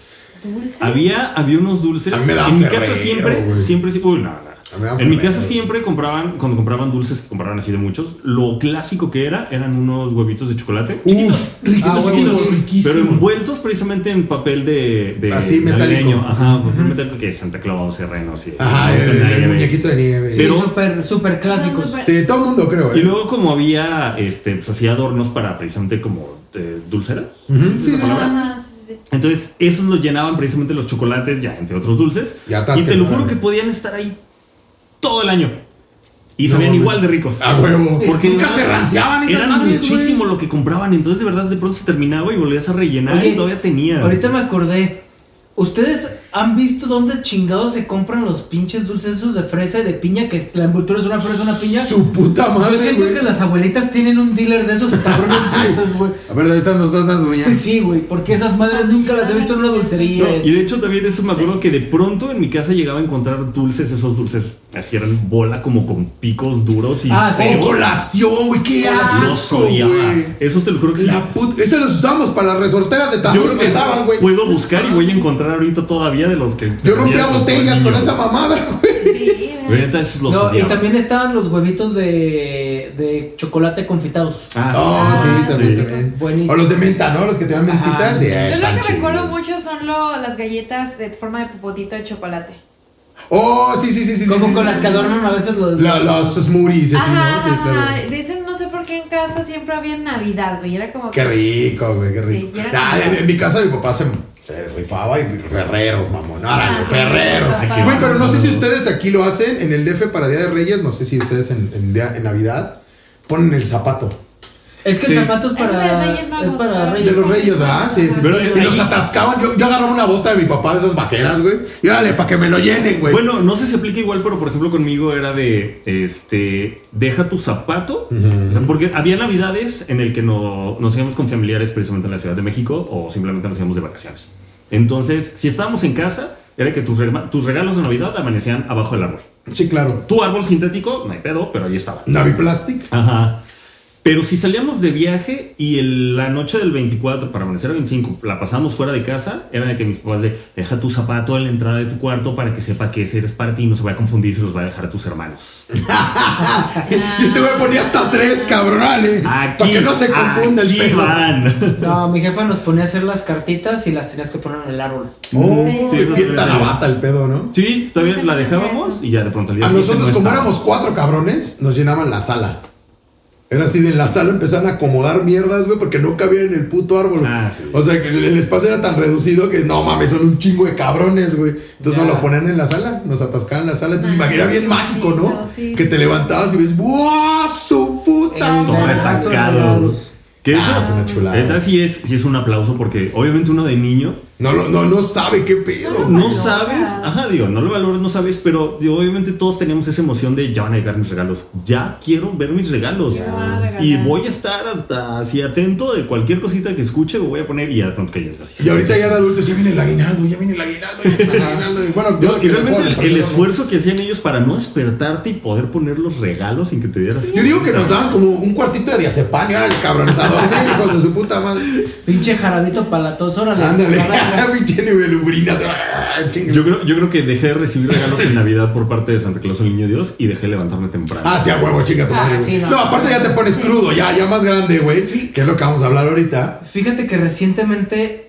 Dulces. Había, había unos dulces. A mí me daba en mi Ferrero, casa siempre, güey. siempre sí. uy, no, no. mí me daba En mi Ferrero. casa siempre compraban, cuando compraban dulces, que compraban así de muchos, lo clásico que era, eran unos huevitos de chocolate. chiquitos. Ah, riquísimos. bueno, Chiquitos, riquísimo. Pero envueltos precisamente en papel de. de Así, metálico. navideño. Ajá, papel metálico que es Santa Claus, serreno, así. Ajá, el, el Ahí, ahí. muñequito de nieve. Sí. Sí, Pero- súper, súper clásicos. Son súper- Sí, todo el mundo creo, ¿eh? Y güey. luego, como había, este, pues hacía adornos para precisamente como eh, dulceras. ¿es la palabra? Ajá, sí, sí, sí. Entonces, esos los llenaban precisamente los chocolates, ya entre otros dulces. Y atasques, Y te lo juro claro. que podían estar ahí todo el año. Y No sabían mames. igual de ricos. A huevo. Porque nunca era- se ranciaban esas Era madres, güey. muchísimo lo que compraban. Entonces, de verdad, de pronto se terminaba y volvías a rellenar Oye, y todavía tenías. Ahorita me acordé. ¿Ustedes han visto dónde chingados se compran los pinches dulces esos de fresa y de piña? Que la envoltura es una fresa, una piña. Su puta madre. Yo siento güey. que las abuelitas tienen un dealer de esos cabrones fresas, güey. A ver, ahí están los dos, las doña. Sí, güey, porque esas madres nunca las he visto en una dulcería. No, es- y de hecho también eso me acuerdo que de pronto en mi casa llegaba a encontrar dulces, esos dulces, así eran bola como con picos duros y Ah, sí. O feos. colación, güey. Qué Los asco, odiaba. güey. Esos te lo juro que sí. La puta. Esos los usamos para las resorteras de Yo tambor creo que que pues, daban, güey. puedo buscar y voy a encontrar ahorita todavía de los que. Yo rompía pues, botellas con esa mamá. mamada, güey. Esos los No, y odiaba. también estaban los huevitos de, de chocolate confitados. Ah, Oh, sí, Ah, también, sí. también. Buenísimo. O los de menta, ¿no? Los que tenían mentitas. Ajá. sí, Yo están lo que chidos. recuerdo mucho son lo- las galletas de forma de popotito de chocolate. Oh, sí, sí, sí, sí. Como sí, con sí, las sí. que adornan a veces los. La- Los smoothies, así, Ajá, ¿no? Sí, claro. ajá. Dicen, no sé por qué en casa siempre había en Navidad, güey. Era como Qué que. rico, güey, qué rico. Sí, ya era Ah, como- en, en mi casa mi papá se, se rifaba y ferreros, mamón. Ahora, Ah, sí, ferrero. mi papá. Güey, pero no sé si ustedes aquí lo hacen en el DF para Día de Reyes, no sé si ustedes en, en día- en Navidad ponen el zapato. Es que Sí. el zapato es Es para. de Reyes Magos, es para ¿no? Reyes. De los Reyes, ¿verdad? Sí, sí. Pero- y los atascaban. Yo, yo agarraba una bota de mi papá de esas vaqueras, güey. Y órale, para que me lo llenen, güey. Bueno, no sé si se aplica igual, pero por ejemplo conmigo era de, este, deja tu zapato, O sea, porque había navidades en el que no, nos íbamos con familiares precisamente en la Ciudad de México o simplemente nos íbamos de vacaciones. Entonces, si estábamos en casa, era que tus, rega- tus regalos de Navidad amanecían abajo del árbol. Sí, claro. Tu árbol sintético, no hay pedo, pero ahí estaba. Naviplastic. Ajá. Pero si salíamos de viaje y el- la noche del 24 para amanecer el 25 la pasamos fuera de casa, era de que mis papás de deja tu zapato en la entrada de tu cuarto para que sepa que ese eres parte y no se va a confundir se los va a dejar a tus hermanos. Ah. Y este güey ponía hasta tres, cabronales. Para que no se confunda el aquí tema. van. No, mi jefa nos ponía a hacer las cartitas y las tenías que poner en el árbol. Oh, Sí. qué Sí, sí, bien sí, tan sí. abata el pedo, ¿no? Sí, Sí, también también la hacía dejábamos eso. y ya de pronto al día A siguiente nosotros, no como estaba. éramos cuatro cabrones, nos llenaban la sala. Era así, de en la sala empezaban a acomodar mierdas, güey, porque no cabían en el puto árbol. Ah, sí. O sea, que el, el espacio era tan reducido que no mames, son un chingo de cabrones, güey. Entonces Ya. nos lo ponían en la sala, nos atascaban en la sala. Entonces, Ah, imagina bien sí, mágico, ¿no? sí, sí. Que te levantabas y ves, ¡buah, su puta! El Todo madre! vergazo. atacado. Que de hecho, Ah, es una chulada. neta, sí es, sí es un aplauso porque obviamente uno de niño No, lo- no, no sabe qué pedo. güey. No valoras. sabes, ah. ajá, digo, no lo valoras, no sabes, pero digo, obviamente todos teníamos esa emoción de ya van a llegar mis regalos, ya quiero ver mis regalos. Ya van a regalar. Y voy a estar hasta- así atento de cualquier cosita que escuche, me voy a poner y ya de pronto que ya es así. Y ahorita ya de adultos, ya viene el aguinaldo, ya viene el aguinaldo, ya viene el aguinaldo. Y bueno, yo, Y realmente yo- el, el esfuerzo que hacían ellos para no despertarte y poder poner los regalos sin que te dieras. Yo digo que nos daban como un cuartito de diazepam y ahora el cabronzador, hijos de su puta madre. Pinche jarabito palatoso, órale. Ándale, Ahora pinche nivelubrina. Yo creo, yo creo que dejé de recibir regalos en Navidad por parte de Santa Claus el Niño Dios y dejé levantarme temprano. Ah, sí, a huevo, chinga tu Ah, madre. güey. sí, no. no. aparte ya te pones crudo, ya, ya más grande, güey. Que es lo que vamos a hablar ahorita. ya- Fíjate que recientemente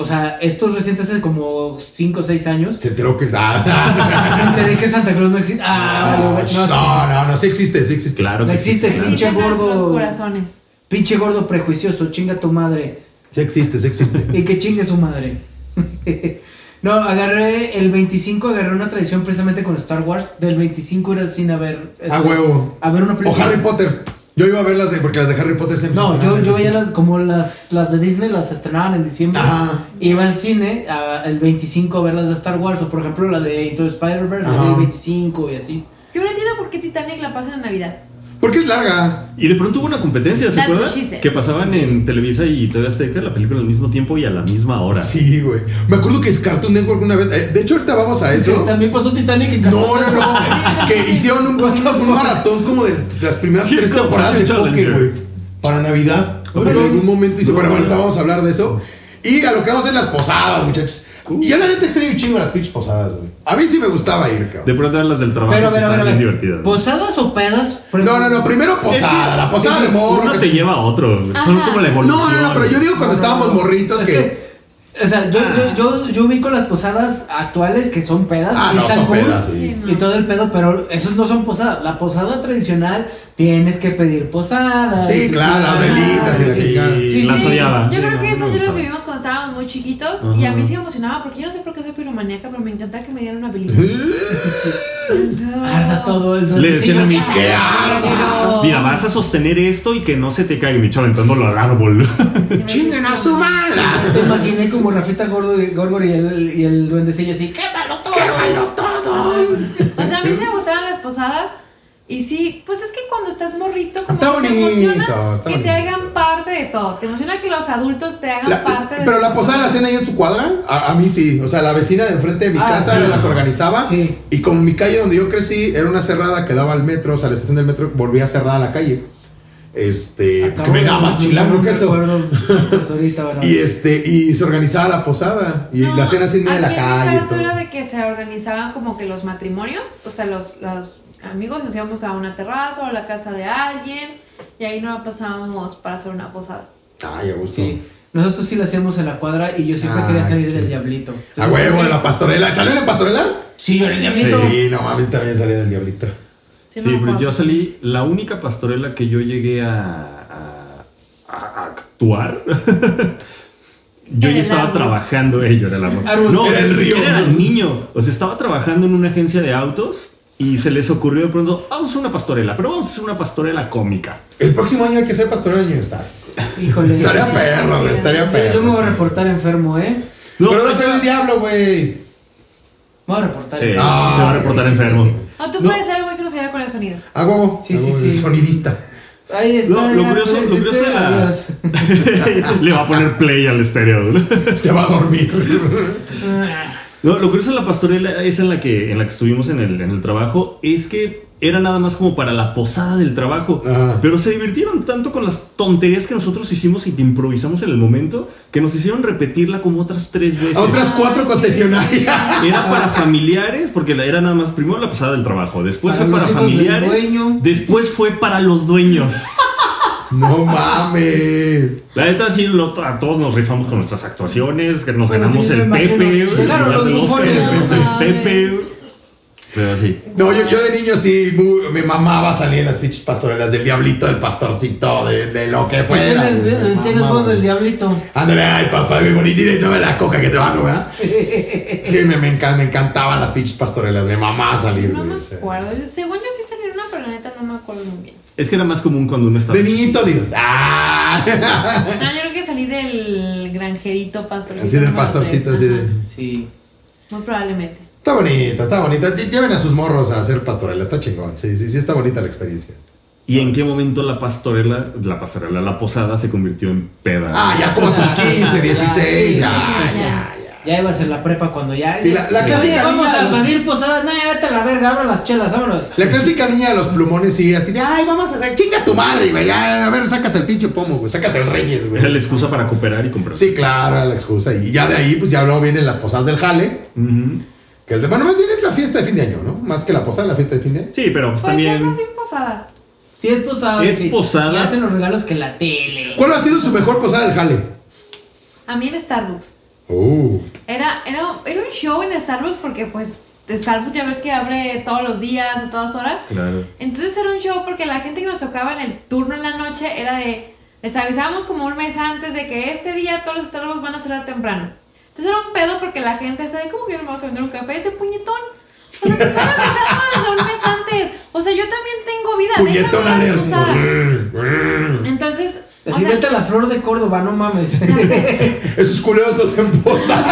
O sea, estos recientes hace como 5 o 6 años. Se enteró que. Ah, Me enteré que Santa Claus no existe. Ah, no, bueno, no, no, no, no, sí existe, sí existe. Claro que No existe, claro. pinche Existen nuestros gordo. corazones. Pinche gordo prejuicioso, chinga tu madre. Sí existe, sí existe. Y que chingue su madre. no, agarré el 25, agarré una tradición precisamente con Star Wars. Del 25 ir al cine a ver. este, A huevo. A ver una O película. Harry Potter. Yo iba a verlas de- porque las de Harry Potter siempre. se No, yo, estrenaban yo en Pues, ah, el veía las, como las, las de Disney, las estrenaban en diciembre. Ajá. Iba al cine a- el 25 a ver las de Star Wars, o por ejemplo la de Into the Spider-Verse, la Ajá. del 25 y así. Yo no entiendo por qué Titanic la pasan en Navidad. cine. Porque es larga. Y de pronto hubo una competencia, ¿se That's acuerdan? what she said. Que pasaban en Televisa y TV Azteca la película al mismo tiempo y a la misma Ah. hora. Sí, güey. Me acuerdo que es Cartoon Network una vez. eh, de hecho, ahorita vamos a eso. También pasó Titanic en No, no, no. que hicieron un, un- un maratón como de las primeras ¿Qué tres cosa, temporadas de Poké, Challenger? güey. Para Navidad. Órale. En algún momento hice. No, Bueno, no, ahorita no. vamos a hablar de eso. Y a lo que vamos a hacer las posadas, muchachos. Y yo la neta extraño un chingo las pinches posadas, güey. A mí sí me gustaba ir, cabrón. De pronto eran las del trabajo Pero, que pero, estaban pero, bien Pues, pero, divertidas. ¿Posadas o pedas? No, no, no. Primero posada. La posada de morro. Uno que- te lleva a otro. Son Ajá. como la No, evolución. no, no, pero yo digo cuando estábamos morritos Es que, que, O sea, yo, Ah. yo, yo, yo ubico las posadas actuales que son pedas. Ah, y no, están son cool, pedas, sí. Sí, no. Y todo el pedo, pero esos no son posadas. La posada tradicional tienes que pedir posada. Sí, y- claro, las ah, velitas y la sí. chingada. Sí, las odiaba. Yo creo que no, eso yo no me lo gustaba. vivimos cuando estábamos muy chiquitos y Ajá. a mí sí me emocionaba porque yo no sé por qué soy piromaníaca, pero me encantaba que me dieran una velita. Arda todo eso. Le decían a mi Mitch que "Ah, mira, vas a sostener esto y que no se te caiga. Y Mitch aventándolo al árbol. ¡Chinguen a su madre! Te imaginé como Rafita Gordo, Gorgor y el, y el duendecillo así. ¡Quémalo todo! ¡Quémalo todo! O sea, a mí sí me gustaban las posadas. Y sí, pues es que cuando estás morrito, Está como que te bonito, emociona está que bonito. te hagan parte de todo. Te emociona que los adultos te hagan La- parte de pero la posada la cena ahí en su cuadra, a, a mí sí. O sea, la vecina de enfrente de mi Ah, casa sí. era la que organizaba. Sí. Y como mi calle donde yo crecí era una cerrada que daba al metro, o sea, la estación del metro volvía cerrada la calle. Este, que me daba más chilango que eso. ahorita, bueno. Y este, y se organizaba la posada. Y No, la cena así en medio de la aquí en mi calle. casa todo. era de que se organizaban como que los matrimonios, o sea, los, los amigos nos íbamos a una terraza o a la casa de alguien y ahí nos la pasábamos para hacer una posada. Ay, a gusto. Sí. Nosotros sí la hacíamos en la cuadra y yo siempre Ah, quería salir sí. del diablito. Entonces, A huevo de la pastorela. ¿Salió de pastorelas? Sí, yo era el Sí, diablito. no mames, también salí del diablito. Sí, Sí, no me pero acuerdo. yo salí, la única pastorela que yo llegué a, a- a actuar. Yo Era ya el estaba árbol. trabajando, eh, yo era el árbol. Árbol. No, Era el ni río. siquiera Era niño. O sea, estaba trabajando en una agencia de autos y se les ocurrió de pronto, vamos a hacer una pastorela, pero vamos a hacer una pastorela cómica. El próximo año hay que ser pastorela y está. Híjole. Estaría perro, güey, estaría Yo, yo me voy perro. a reportar enfermo, ¿eh? No, Pero no esa- ser el diablo, güey. Me voy a reportar. Eh, enfermo. Ah, se va a reportar enfermo. O tú No. puedes ser el güey que no sabía cuál es el sonido. A huevo. Sí, a sí, huevo, sí. Ah, el Sonidista. Ahí está. No, lo ya, curioso, lo sí, curioso sí, de la... adiós. Le va a poner play al estéreo. Se va a dormir. No, lo curioso de la pastorela es en la que, en la que estuvimos en el, en el trabajo, es que era nada más como para la posada del trabajo. Ah. Pero se divirtieron tanto con las tonterías que nosotros hicimos y que improvisamos en el momento, que nos hicieron repetirla como otras tres veces. A otras cuatro concesionarias. Era para familiares, porque la- era nada más primero la posada del trabajo, después Para fue los para hijos del familiares, dueño. después fue para los dueños. No mames. La neta, sí, lo- a todos nos rifamos con nuestras actuaciones, que nos Pues ganamos sí, me el imagino. Pepe, el Llegaron los bufones. No el Pepe. mames. Pero sí. No, yo, yo de niño sí muy- me mamaba salir en las pinches pastorelas del diablito, del pastorcito, de, de lo que fuera. Tienes, eh, tienes Mamaba, voz del güey. diablito. Ándale, ay, papá, mi bonito, y toma la coca que te van, ¿verdad? Sí, me, me, encan- me encantaban las pinches pastorelas. Me mamaba salir, No güey, me o sea. acuerdo. Yo- Según yo sí salí en una, pero la neta no me acuerdo muy bien. Es que era más común cuando uno estaba. De niñito, Dios. ¡Ah! No, yo creo que salí del granjerito pastorcito. Así del número tres. pastorcito, así de- Ajá. Sí. Muy probablemente. Está bonito, está bonito. Lle- Lleven a sus morros a hacer pastorela, está chingón. Sí, sí, sí, está bonita la experiencia. ¿Y en qué momento la pastorela, la pastorela, la posada se convirtió en peda? Ah, ya como a tus 15, 16, ya, sí, ya, ya. Ya ibas en la prepa cuando ya. Sí, la- la Oye, clásica vamos niña de a los- pedir posadas. No, ya vete a la verga, abran las chelas, vámonos. La clásica niña de los plumones sigue así de, ay, vamos a hacer, chinga tu madre, güey, ya, a ver, sácate el pinche pomo, güey, sácate el reyes, Era la güey. excusa para cooperar y comprar. Sí, claro, era la excusa. Y ya de ahí, pues ya luego vienen las posadas del jale, Ujú. que es de, bueno, más bien es la fiesta de fin de año, ¿no? Más que la posada, la fiesta de fin de año. Sí, pero pues Puede ser también. más bien posada. Sí, es posada. Es sí. posada. Y hacen los regalos que la tele. ¿Cuál ha sido su mejor posada del jale? A mí en Starbucks. Uh, Era, era, era un show en Starbucks porque pues Starbucks ya ves que abre todos los días, a todas horas. claro. Entonces era un show porque la gente que nos tocaba en el turno en la noche era de. Les avisábamos como un mes antes de que este día todos los Starbucks van a cerrar temprano. Entonces era un pedo porque la gente estaba de, ¿cómo que no vamos a vender un café? Este puñetón. O sea, te estaba avisando desde un mes antes. O sea, yo también tengo vida. Puñetón déjame descansar. alerta. Entonces. o Así sea, vete a la flor de Córdoba, no mames. Esos culeros no se emposan.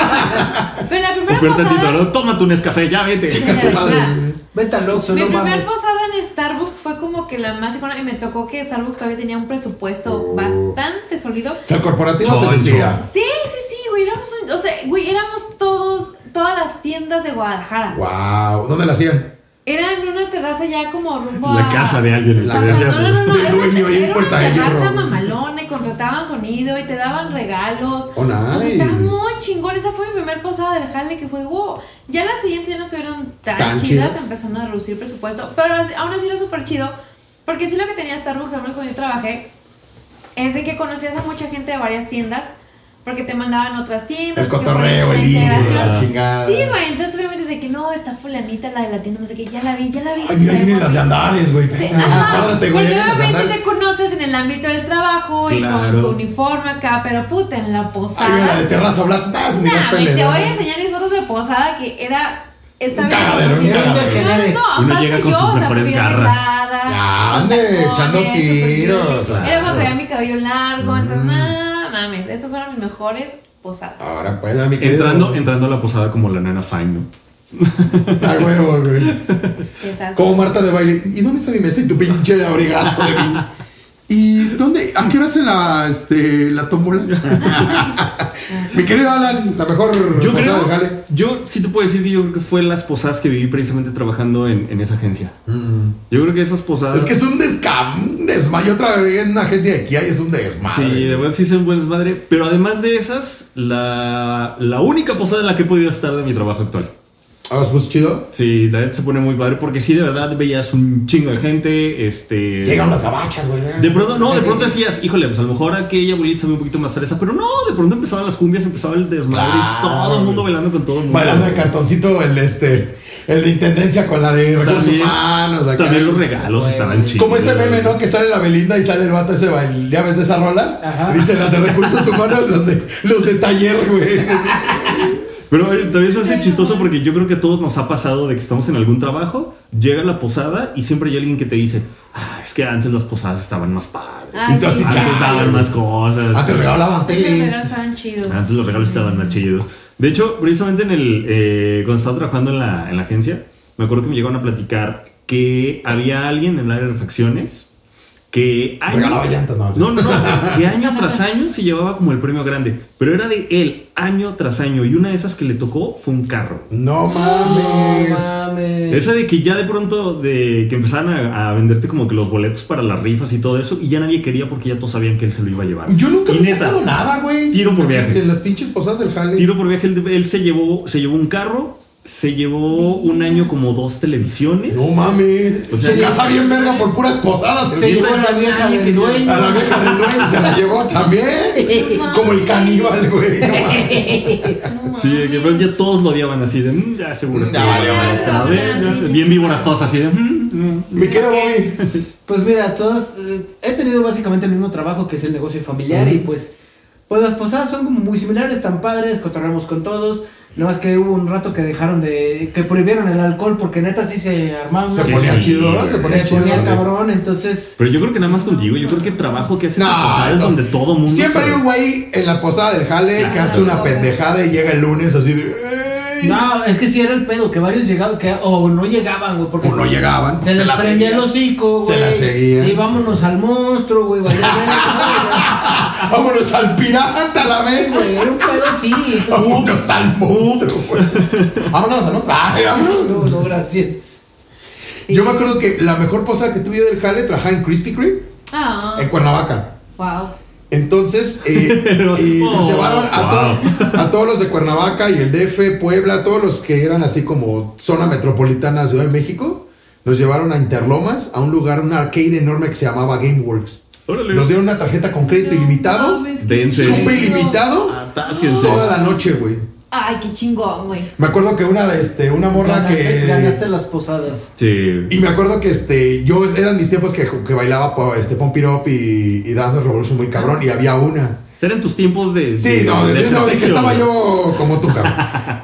pero la primera Espera tantito, posada. ¿no? Toma tu Nescafé, ya vete. Mira, tu madre. mira, vete al Oxxo, Mi no primer mames. posada en Starbucks fue como que la más económica. Y me tocó que Starbucks todavía tenía un presupuesto Oh. bastante sólido. O sea, el corporativo Choncho. se decía. Sí, sí, sí, güey. Éramos un- o sea, güey, éramos todos, todas las tiendas de Guadalajara. Wow. ¿Dónde la hacían? Era en una terraza ya como rumbo La a- casa de alguien. el La que casa- decía, no, no, no, no, del era, una- dueño ahí en era Puerta de una terraza Hierro. mamalona y contrataban sonido y te daban regalos. Oh, O sea, nice. está muy chingón. Esa fue mi primer posada de Halle que fue wow. Ya las siguientes ya no estuvieron tan, Tan chidas, chidas. empezaron a reducir presupuesto. Pero as- aún así era súper chido. Porque sí lo que tenía Starbucks, al menos cuando yo trabajé, es de que conocías a mucha gente de varias tiendas. Porque te mandaban a otras tiendas. El porque cotorreo, la el libro, integración. la chingada. Sí, güey. Entonces obviamente es de que no, está fulanita la de la tienda, no sé qué, ya la vi, ya la vi. Ay, mira, está vienen las de guapísima. andares, güey. Sí, Ah, ajá, cuádrate, güey. porque vienen las de obviamente andares. te conoces en el ámbito del trabajo y Claro. con tu uniforme acá, pero puta, en la Ay, viene la de posada. terrazo, Blas. Nah, ni las Nah, güey, peles, te ¿no? voy a enseñar mis fotos de posada que era. Estaba Un cagadero, un cagadero. No, Uno aparte llega con yo, sus o sea, mejores bien garras. arreglada, Ya, con ande, tacones, echando súper bien. tiros, Mm. Era claro. cuando traía mi cabello largo, entonces, nah, mames, esas fueron mis mejores posadas. Ahora pues, a mi querido. Entrando, entrando a la posada como la nana Fine, ¿no? A Ah, huevo, güey. Sí, estás- Como Marta de baile. ¿Y dónde está mi mesa y tu pinche abrigazo de mí? ¿Y dónde? ¿A qué hora se la, este, la tómbola? Mi querido Alan, la mejor Yo posada creo, de Jale. yo sí te puedo decir que yo creo que fue las posadas que viví precisamente trabajando en, en esa agencia. Yo creo que esas posadas. Mm. Es que es un descam, un desmayo otra vez en una agencia de Kia y es un Sí, desmadre. de verdad sí es un buen desmadre. Pero además de esas, la, la única posada en la que he podido estar de mi trabajo actual. Ah, pues chido. Sí, la neta se pone muy padre porque sí, de verdad veías un chingo de gente. Este. Llegan las gabachas, güey. De pronto, no, de pronto decías, híjole, pues a lo mejor aquella abuelita se ve un poquito más fresa, pero no, de pronto empezaban las cumbias, empezaba el desmadre y Claro. todo el mundo bailando con todo el mundo. Bailando de cartoncito el este. El de intendencia con la de recursos También- humanos. acá. También los regalos estaban chidos. Como ese meme, ¿no? Que sale la Belinda y sale el vato ese baile. ¿Ya ves de esa rola? Ajá. Dice las de recursos humanos, los de, los de taller, güey. Pero eh, también se hace chistoso porque yo creo que a todos nos ha pasado de que estamos en algún trabajo, llega la posada y siempre hay alguien que te dice, ah, es que antes las posadas estaban más padres. Ay, Y tú así, sí. chale. Antes daban más cosas. Ah, te regalaban Los tenis. regalos estaban chidos. Antes Ah, los regalos estaban más chidos. De hecho, precisamente en el, eh, cuando estaba trabajando en la, en la agencia, me acuerdo que me llegaron a platicar que había alguien en el área de refacciones que año, Regalaba llantas, no. no, no, no, que año tras año se llevaba como el premio grande, pero era de él año tras año y una de esas que le tocó fue un carro. No No mames. mames. Esa de que ya de pronto de que empezaban a, a venderte como que los boletos para las rifas y todo eso y ya nadie quería porque ya todos sabían que él se lo iba a llevar. Yo nunca Y me he neta, sacado nada, güey. Tiro por viaje. En las pinches posadas del jale. Tiro por viaje, él, él se llevó, se llevó un carro, se llevó un año como dos televisiones. No mames. O sea, se sí. casa bien verga por puras posadas. Se el llevó a güey. la vieja del dueño. a la vieja del dueño se la llevó también. Como el caníbal, güey. No mames. No Sí, de que pues, ya todos lo odiaban así de, "Mm, ya seguro es que Ya va a valió llevar madre. otra vez", Sí, ya, sí, Bien sí. víboras todos así de, "Mm, mm". Mi querido Bobby. Pues mira, todas. eh, he tenido básicamente el mismo trabajo que es el negocio familiar y pues. Pues las posadas son como muy similares, tan padres, cotorreamos con todos. No es que hubo un rato que dejaron de. que prohibieron el alcohol porque neta sí se armaron. Se una- ponía sí, chido, ¿no? Se se ponía chido. ponía güey. cabrón, entonces. Pero yo creo que nada más contigo, yo creo que el trabajo que haces en No, posadas es no. donde todo mundo... Siempre se- hay un güey en la posada del jale que Claro. hace una pendejada y llega el lunes así de. "Ey". No, es que sí era el pedo, que varios llegaban, que, o no llegaban, güey, porque... O no llegaban, Se, se les la prendía el seguían. hocico, Se güey. la seguían. Y vámonos al monstruo, güey, vaya, verga, Vámonos al pirata a la vez, güey, güey. Era un pedo así. Vámonos al monstruo, güey. Vámonos al monstruo. Ay, vámonos. No, no, gracias. Yo me acuerdo que la mejor posada que tuve yo del jale trabajaba en Krispy Kreme, Ah, en Cuernavaca. wow. Entonces, eh, eh, nos Oh, llevaron a, to- a todos los de Cuernavaca y el DF, Puebla, todos los que eran así como zona metropolitana Ciudad de México, nos llevaron a Interlomas, a un lugar, un arcade enorme que se llamaba Gameworks. Órale. Nos dieron una tarjeta con crédito ilimitado, Dense. chupe Ah, ilimitado, Atásquense. toda la noche, güey. Ay, qué chingón, güey. Me acuerdo que una, este, una morra Ganaste, ganaste que... las posadas. Sí. Y me acuerdo que este, yo eran mis tiempos que, que bailaba po- este, Pump It Up y, y Dance Revolution muy cabrón y había una. Serán tus tiempos de. Sí, no, de, de- no, de que ejercicio, estaba güey. yo como tú, cabrón.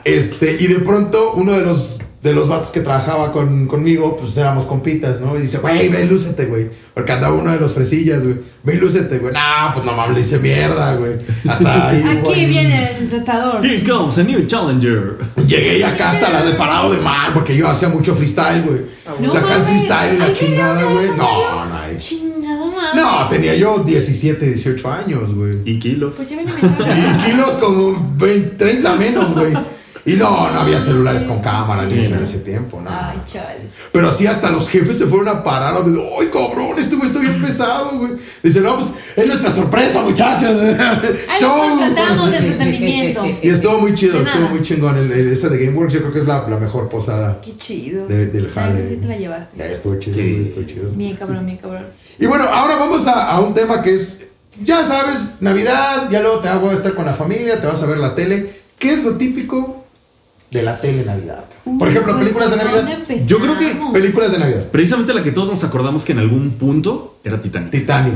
Este, y de pronto uno de los de los vatos que trabajaba con, conmigo, pues éramos compitas, ¿no? Y dice, güey, ve, lúcete, güey. Porque andaba uno de los fresillas, güey. Ve, lúcete, güey. Nah, pues no mames, le hice mierda, güey. Hasta ahí. Aquí güey. viene el retador. Here comes a new challenger. Llegué y acá hasta la de parado de mal, porque yo hacía mucho freestyle, güey. No o sea, acá el mames, freestyle, ¿hay la videos chingada, de güey. eso, No, Mario? no hay. Chingado madre. No, tenía yo 17, 18 años, güey. Y kilos. Pues ya me inventaron. Y kilos como 20, 30 menos, güey. Y no, no había celulares con cámara ni eso en ese tiempo, no. Ay, chavales. Pero así hasta los jefes se fueron a parar. güey. Ay, cabrón, este güey está bien pesado, güey. Dice, no, pues es nuestra sorpresa, muchachos. Ahí Show. nos tratamos de entretenimiento. Y estuvo muy chido, De estuvo nada. muy chingón. El, el- esa de Gameworks yo creo que es la, la mejor posada. Qué chido. De- del jale. Ay, pues sí te la Ya, llevaste. estuvo chido, Sí. güey, estuvo chido. Bien cabrón, bien cabrón. Y bueno, ahora vamos a, a un tema que es, ya sabes, Navidad, ya luego te vas a estar con la familia, te vas a ver la tele. ¿Qué es lo típico de la tele en Navidad? Por ejemplo, Uy, pues, películas de ¿por Navidad. dónde empezamos? Yo creo que Películas de Navidad. Precisamente la que todos nos acordamos que en algún punto era Titanic. Titanic.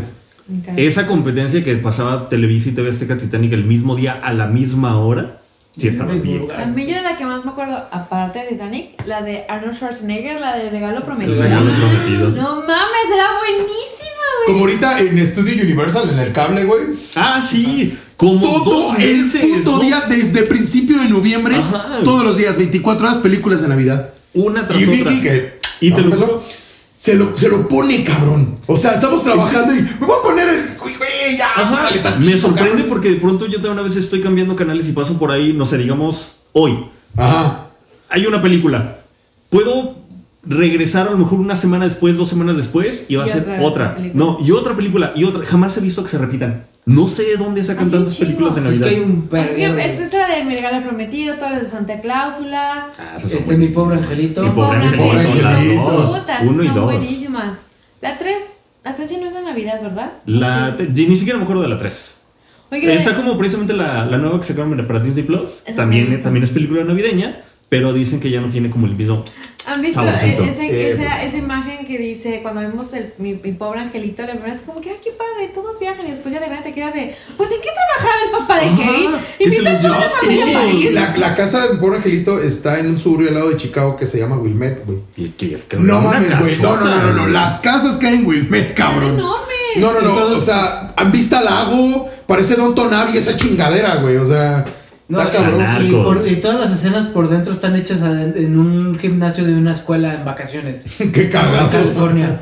Me encanta. Esa competencia que pasaba Televisa y TV Azteca Titanic el mismo día a la misma hora. Sí, estaba Del mismo bien. lugar. A mí yo de la que más me acuerdo, aparte de Titanic, la de Arnold Schwarzenegger, la de Regalo Prometido. El regalo prometido. No mames, era buenísima, güey. Como ahorita en Studio Universal, en el cable, güey. Ah, sí. Como Todo dos el meses. puto ¿no? día, desde principio de noviembre, Ajá. todos los días, 24 horas, películas de Navidad. Una tras Y otra. Vicky, que. y te no, lo empezó, juro, Se lo, se lo pone, cabrón. O sea, estamos trabajando y. Me voy a poner el. Güey, güey, ya. Ajá, párale tantito, me sorprende cabrón. porque de pronto yo también a veces estoy cambiando canales y paso por ahí, no sé, digamos, hoy. Ajá. Hay una película. Puedo regresar a lo mejor una semana después, dos semanas después y va Y a ser otra vez la otra. película. No, y otra película, y otra. Jamás he visto que se repitan. No sé de dónde sacan Hay un tantas chingo. películas de Es Navidad. que hay un Así que perro. es esa de Mi Regalo Prometido, todas las de Santa Cláusula. Ah, esas son Este, mi buenísimas. pobre angelito. Mi pobre Pobre angelito. angelito, las dos. Puta, Uno y son dos. buenísimas. La 3, la 3 ya no es de Navidad, ¿verdad? La Sí. te- ni siquiera me acuerdo de la 3. Oiga, Está como precisamente la, la nueva que sacaron para Disney Plus. Esa no También, me es- gusta. también es película navideña, pero dicen que ya no tiene como el mismo. ¿Han visto Saborcito. eh, ese- Eh, esa, esa imagen que dice cuando vemos el, mi, mi pobre angelito? La primera es como que, ay, qué padre, todos viajan y después ya de grande te quedas de, pues ¿en qué trabajará el papá de Ajá, Kate? que Invita se a toda los la familia lleva. a Y París. la, la casa de Pobre Angelito está en un suburbio al lado de Chicago que se llama Wilmette, güey. Y que es que No una mames, güey. No, no, casota. no, no, no. Las casas que hay en Wilmette, cabrón. Son enormes. No, no, no. Entonces- o sea, han visto al lago. Parece Don Tonavi esa chingadera, güey. O sea, No, está cabrón. y, Narcos. por- y todas las escenas por dentro están hechas aden- en un gimnasio de una escuela en vacaciones. Qué En cagado. California.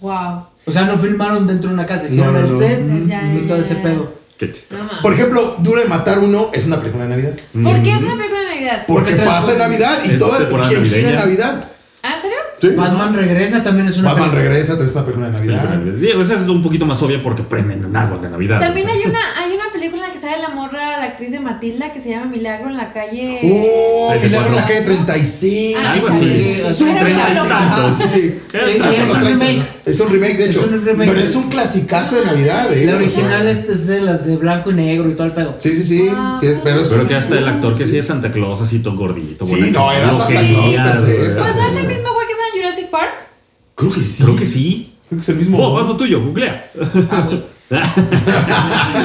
Wow. O sea, no filmaron dentro de una casa, hicieron No, no, el no. set Mm, ya, y ya, todo ese ya. pedo. Qué chistoso. No mames. Por ejemplo, Dura de Matar Uno es una película de Navidad. ¿Por qué es una película de Navidad? Porque Porque pasa en Navidad y es todo temporada gira- gira en navideña. Navidad. ¿Ah, en serio? Batman regresa también es una Batman película. regresa, también es una película de Película Navidad. navideña. Digo, esa es un poquito más obvia porque prenden un árbol de Navidad. También o sea. hay una, hay una película en la que sale la morra, la actriz de Matilda, que se llama Milagro en la calle. Oh, Milagro en la calle Ah, 35. Algo esa así. sí. Es un Pero clásico. bueno, Ajá, sí, sí. Eh, y es un remake. Es un remake, de Es hecho. un remake. Pero es un clasicazo de Navidad, eh. La original es, es de las de blanco y negro y todo el pedo. Sí, sí, sí. sí es, pero es Pero que hasta el actor que sí es Santa Claus, así todo gordito. Sí, bonachón, no, era lo Santa querías, Claus, pensé, güey. Pues no es el mismo güey que sale en Jurassic Park. Creo que sí. Creo que sí. Oh, Creo que es el mismo. Vos, haz lo tuyo, googlea. Ah, güey.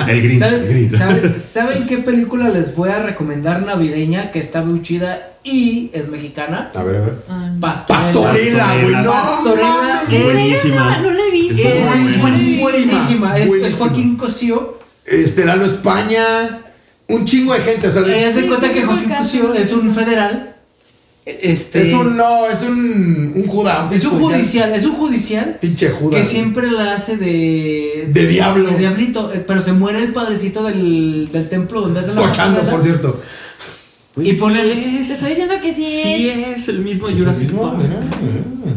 El Grinch, el ¿Saben, Grinch. saben- saben qué película les voy a recomendar navideña que está muy chida y es mexicana? A ver, a ver. Pastorela. Ah. Pastorela, güey. No. Pastorela mames. es, Buenísima. No la he visto. es buenísima. buenísima. Es, es Buenísima. Joaquín Cosío. Este, Lalo España. Un chingo de gente. O sea, Eh, de- Haz de Sí, cuenta sí, que me Joaquín acuerdo. Cosío es un federal. Este, es un. No, es un. Un Judá. es un judicial. Es un judicial Pinche Judá. que siempre la hace de. De diablo. de diablito. eh, Pero se muere el padrecito del, del templo donde hacen la Cochando, pastorela. por cierto. Y ponen- Te estoy diciendo que sí, Pues Sí es. es el mismo Jurassic Park.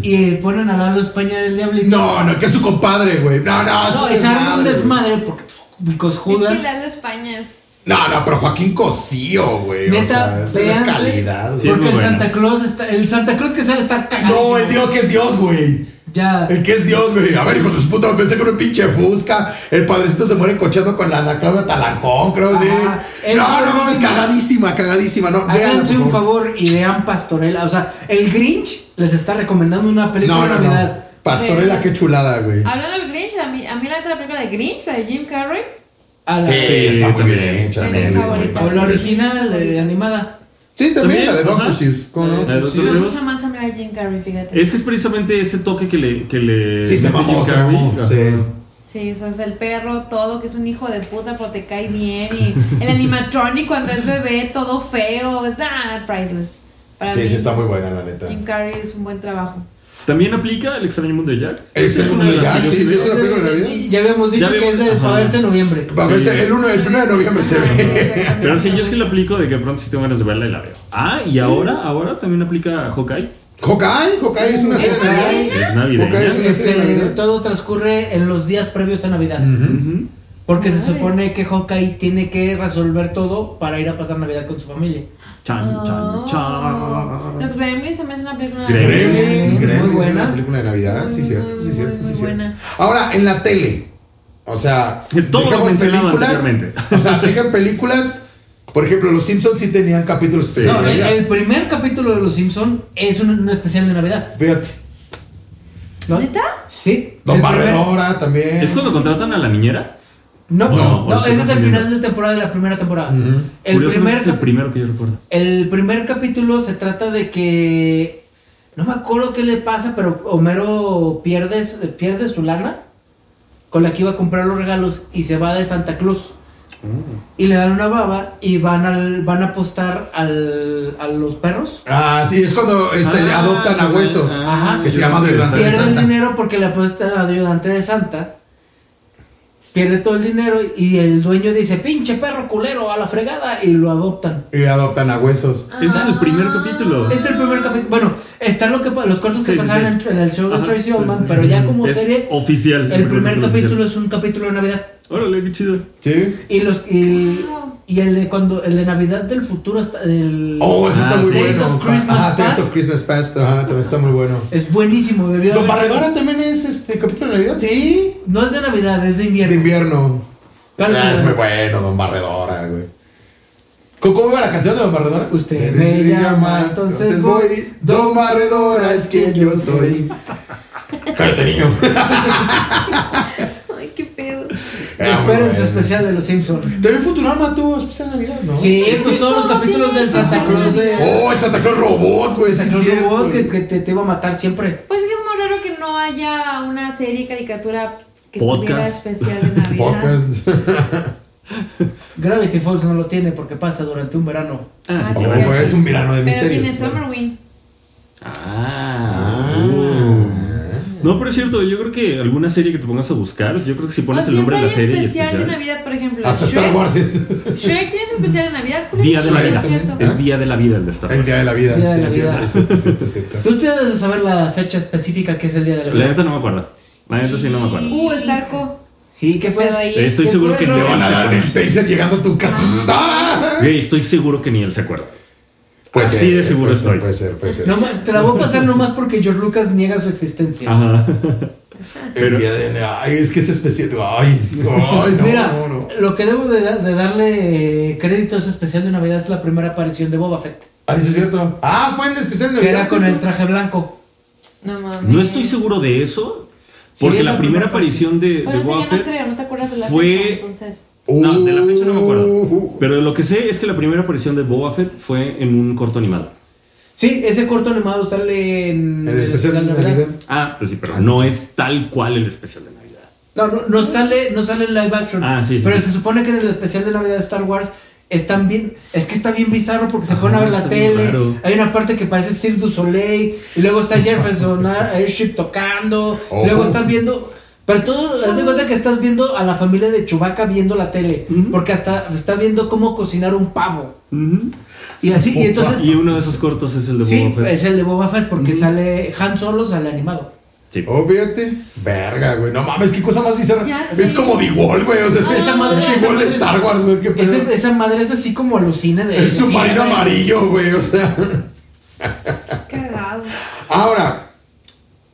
Y eh, ponen a Lalo España del diablito. eh. No, no, que es su compadre, güey. No, no, es No, un es arma un güey. desmadre porque pues, Es Cosjuda. que Lalo España es. No, no, pero Joaquín Cosío, güey. O sea, esa no Neta, es véanse, calidad, güey. Sí, es Porque muy el buena. Santa Claus está. El Santa Claus que sale está cagado. No, el dios que es Dios, güey. ya. El que es Dios, güey. A ver, hijos de su puta, pensé que era un pinche fusca. El padrecito se muere cocheando con la Ana Claudia Talancón, creo, sí. Ajá. Es No, no, buenísima. mames, cagadísima, cagadísima. No, véanla, Háganse por un favor. favor y vean Pastorela. O sea, el Grinch les está recomendando una película No, de no, Navidad. no. Pastorela, qué chulada, güey. Hablando del Grinch, a mí, a mí la otra película de Grinch, la de Jim Carrey, A la, está muy también. bien hecha, También güey. es favorita. o la original de animada. Sí, también También, la de ajá. DocuSeries. ¿cómo no? La de Dr. me Seuss. gusta más a mí la de Jim Carrey, fíjate. Es que es precisamente ese toque que le. Que le Sí, se mete mamó, Jim se Carrey. mamó. Ajá. Sí. Sí, o sea, es el perro, todo, que es un hijo de puta, pero te cae bien. Y el animatronic cuando es bebé, todo feo. Es ah, priceless. Para Sí, mí, sí, está muy buena, la neta. Jim Carrey es un buen trabajo. También aplica el extraño mundo de Jack. El Esa es extraño una mundo de las Jack, que yo sí, sí, veo. es una película de Navidad. Y Ya habíamos dicho Ya que es vimos, de ajá. para verse en noviembre. Va a Sí. verse el 1 el primero de noviembre se ve. Pero sí, yo es que la aplico de que pronto si tengo ganas de verla y la veo. Ah, y ahora, ahora también aplica Hawkeye. Hawkeye, Hawkeye es una serie de Navidad. Es navideña. Hawkeye es una Este, serie de Navidad. todo transcurre en los días previos a Navidad. Ujú. Porque se Madres. supone que Hawkeye tiene que resolver todo para ir a pasar Navidad con su familia. Chan, chan, Oh. chan. Ah. Los Gremlins también es una película. Gremlins. Gremlins, Muy Gremlins, es buena. una película de Navidad, sí, Muy, cierto, sí, muy, cierto, sí, muy cierto. buena. Ahora, en la tele, o sea, Todo lo dejamos mencionado películas, anteriormente. o sea, dejan películas, por ejemplo, los Simpsons sí tenían capítulos No, especiales de el, Navidad. el primer capítulo de Los Simpson es un, un especial de Navidad. Fíjate, ¿no? ¿Neta? Sí. Don El primer- Barredora también. ¿Es cuando contratan a la niñera? No, No, no, ahora ese sí es el estamos final viendo. de temporada de la primera temporada. el, Curiosamente primer, es el primero que yo recuerdo. el primer capítulo se trata de que. No me acuerdo qué le pasa, pero Homero pierde, su- pierde su lana con la que iba a comprar los regalos y se va de Santa Cruz. Mm. Y le dan una baba y van, al, van a apostar al, a los perros. Ah, sí, es cuando este, Ah, adoptan a ah, huesos, ah, que se llama sí, Ayudante de pierde el Santa. dinero porque le apuestan al ayudante de Santa. Pierde todo el dinero y el dueño dice, pinche perro culero, a la fregada, y lo adoptan. Y adoptan a huesos. Ese es el primer capítulo. Es el primer capítulo. Bueno, están lo que, pa- los cortos Sí, que sí, pasaron sí. En, en el show Ajá, de Tracy sí, Ullman, sí. pero ya como Es serie, oficial. el primer capítulo oficial. es un capítulo de Navidad. Órale, qué chido. Sí. Y los y, Wow. y el de cuando el de Navidad del futuro está- el- Oh, ese está Ah, muy sí. bueno. Days of Christmas ah, Days Past. of Christmas Past, ajá, también está muy bueno. es buenísimo, debió Don haber sido- Barredora también es este capítulo de Navidad. Sí. No es de Navidad, es de De invierno. invierno. Claro. Ah, es muy bueno, Don Barredora, güey. ¿Cómo, cómo iba la canción de Don Barredora? Usted me llama, entonces voy. Don Barredora es quien yo soy. Cállate, niño. Ay, qué pedo. Era muy Esperen su Ah, bueno. especial de los Simpsons. También Futurama tuvo especial Navidad, ¿no? Sí, estos todos los capítulos del Santa Claus de Oh, el Santa Claus Robot, güey. sí, Santa Claus cierto. Robot que, que te, te iba a matar siempre. Pues es que es muy raro que no haya una serie, caricatura que Podcast. tuviera especial de Navidad. Podcast. Gravity Falls no lo tiene porque pasa durante un verano. Ah, sí, Ah, Oh, sí, claro. güey, es un verano de Pero misterios. tiene güey. Summerwind. Ah. No, pero es cierto, yo creo que alguna serie que te pongas a buscar, yo creo que si O Ah, pones el siempre nombre de hay la serie. y especial de especial. Navidad, por ejemplo. Hasta Shrek. Star Wars. es- Shrek tiene su especial de Navidad. ¿cuál es? Día de la Shrek, vida. es cierto. Es día de la vida el de Star El Wars. día de la vida. Día de sí, la es cierto, vida. es cierto, es cierto, es cierto. Tú tienes de saber la fecha específica que es el día de la La Navidad. neta no me acuerdo. La neta sí no me acuerdo. Uh, Starco. Sí, qué pedo ahí. Estoy ¿Qué seguro que pedo? te Te van a dar el taser llegando a tu casa. ¡Ah! Güey, estoy seguro que ni él se acuerda. Puede Así ser, de seguro puede ser, estoy. Puede ser, puede ser. No ma- te la voy a pasar nomás porque George Lucas niega su existencia. Ajá. El día de- Ay, es que es especial. Ay, ay, no, Pues Mira, no, no. lo que debo de, da- de darle eh, crédito a ese especial de Navidad es la primera aparición de Boba Fett, Ay, sí es cierto. Ah, fue en el especial de que Navidad, era con ¿no? el traje blanco. No mames. No estoy seguro de eso, Sí, porque es la la primera primera aparición de, de Bueno, eso Boba ya no Fett creo, no te acuerdas de la fue- fecha, entonces. No, de la fecha no me acuerdo. Uh. Pero lo que sé es que la primera aparición de Boba Fett fue en un corto animado. Sí, ese corto animado sale en En el especial de Navidad. Ah, pues sí, pero no es tal cual el especial de Navidad. No, no, no sale, no sale en live action. Ah, sí, sí, pero sí. se supone que en el especial de Navidad de Star Wars están bien, es que está bien bizarro porque se ponen a ver la está bien tele. raro. Hay una parte que parece Cirque du Soleil y luego está Jefferson ah, Airship tocando. Oh. Luego están viendo, pero todo, haz de cuenta que estás viendo a la familia de Chewbacca viendo la tele, porque hasta está viendo cómo cocinar un pavo Ujú. y así. Y entonces, Y uno de esos cortos es el de sí, Boba Fett. es el de Boba Fett porque sale Han Solo sale animado. Sí. Oh, fíjate. Verga, güey. No mames, qué cosa más bizarra. Ya Es sé. como D-Wall, güey. O sea, Ah, Esa madre, es D-Wall esa de madre es- Star Wars, güey. Qué pedo. Ese- esa madre es así como alucina de. El submarino de- amarillo, güey. O sea. Cagado. Ahora,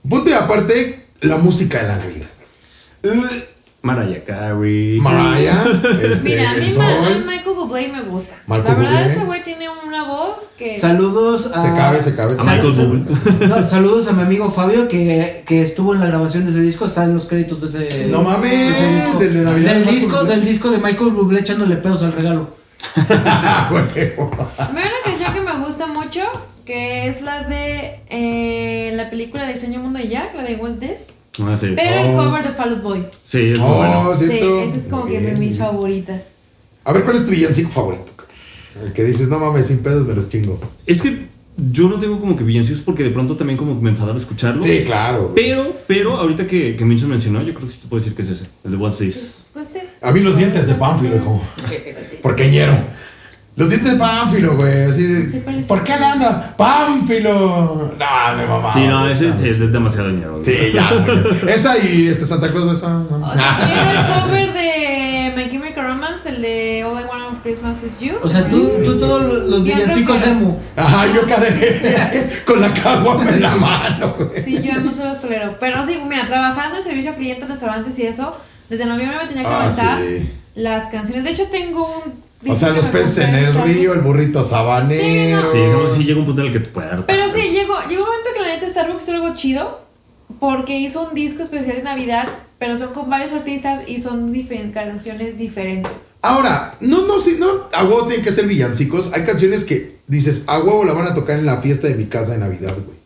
Ponte aparte la música de la Navidad. Mariah Carey. Mariah. este, Mira, a el mí sol. Ma- a Michael Bublé me gusta. Michael la verdad, Bublé. ese güey tiene una voz que. Saludos a. Se cabe, se cabe. A Michael Bublé. No, saludos a mi amigo Fabio que, que estuvo en la grabación de ese disco, están los créditos de ese No mames, de ese disco. del de Navidad de del Michael disco, Bublé. del disco de Michael Bublé echándole pedos al regalo. Ah, huevo. A mí hay una canción que me gusta mucho, que es la de eh, la película de Extraño Mundo de Jack, la de What's This. Ah, sí. Pero el cover de Fall Out Boy. Sí, es muy Oh, bueno. Sí, ¿cierto? esa es como Muy que de bien. mis favoritas. A ver, ¿cuál es tu villancico favorito? cabrón? El que dices, no mames, sin pedos me los chingo. Es que yo no tengo como que villancicos porque de pronto también como que me enfadaba escucharlo. Sí, claro. güey. Pero, pero, ahorita que, que Mitchell mencionó, yo creo que sí te puedo decir que es ese, el de What's This. What's This? A mí los dientes de Pánfilo, como. Porqueñero. Los dientes de Pánfilo, güey. Así Sí, de. parece ¿Por qué así. le anda? ¡Pánfilo! No, me mamá. sí, no, ese sí, es demasiado ñero. Sí, ya, güey. Esa y este Santa Claus besa. O Ah. también el cover de My Chemical Romance, el de All I Want for Christmas Is You. O sea, tú, tú todos los- los Y el villancicos rocker. emo. Ajá, yo cadé con la caguama en la mano, güey. Sí, yo no solo los tolero. Pero sí, mira, trabajando en servicio a clientes, restaurantes y eso, desde noviembre me tenía que Ah, aventar sí. las canciones. De hecho, tengo un. O sea, disco los que me peces en compré este el esta- río, el burrito sabanero. Sí, eso sí llega un punto en el que te puede dar. Pero sí, llegó, llegó un momento que la neta Starbucks hizo algo chido porque hizo un disco especial de Navidad, pero son con varios artistas y son dife- canciones diferentes. Ahora, no, no, sí, no, a huevo tienen que ser villancicos. Hay canciones que dices, a huevo la van a tocar en la fiesta de mi casa de Navidad, güey.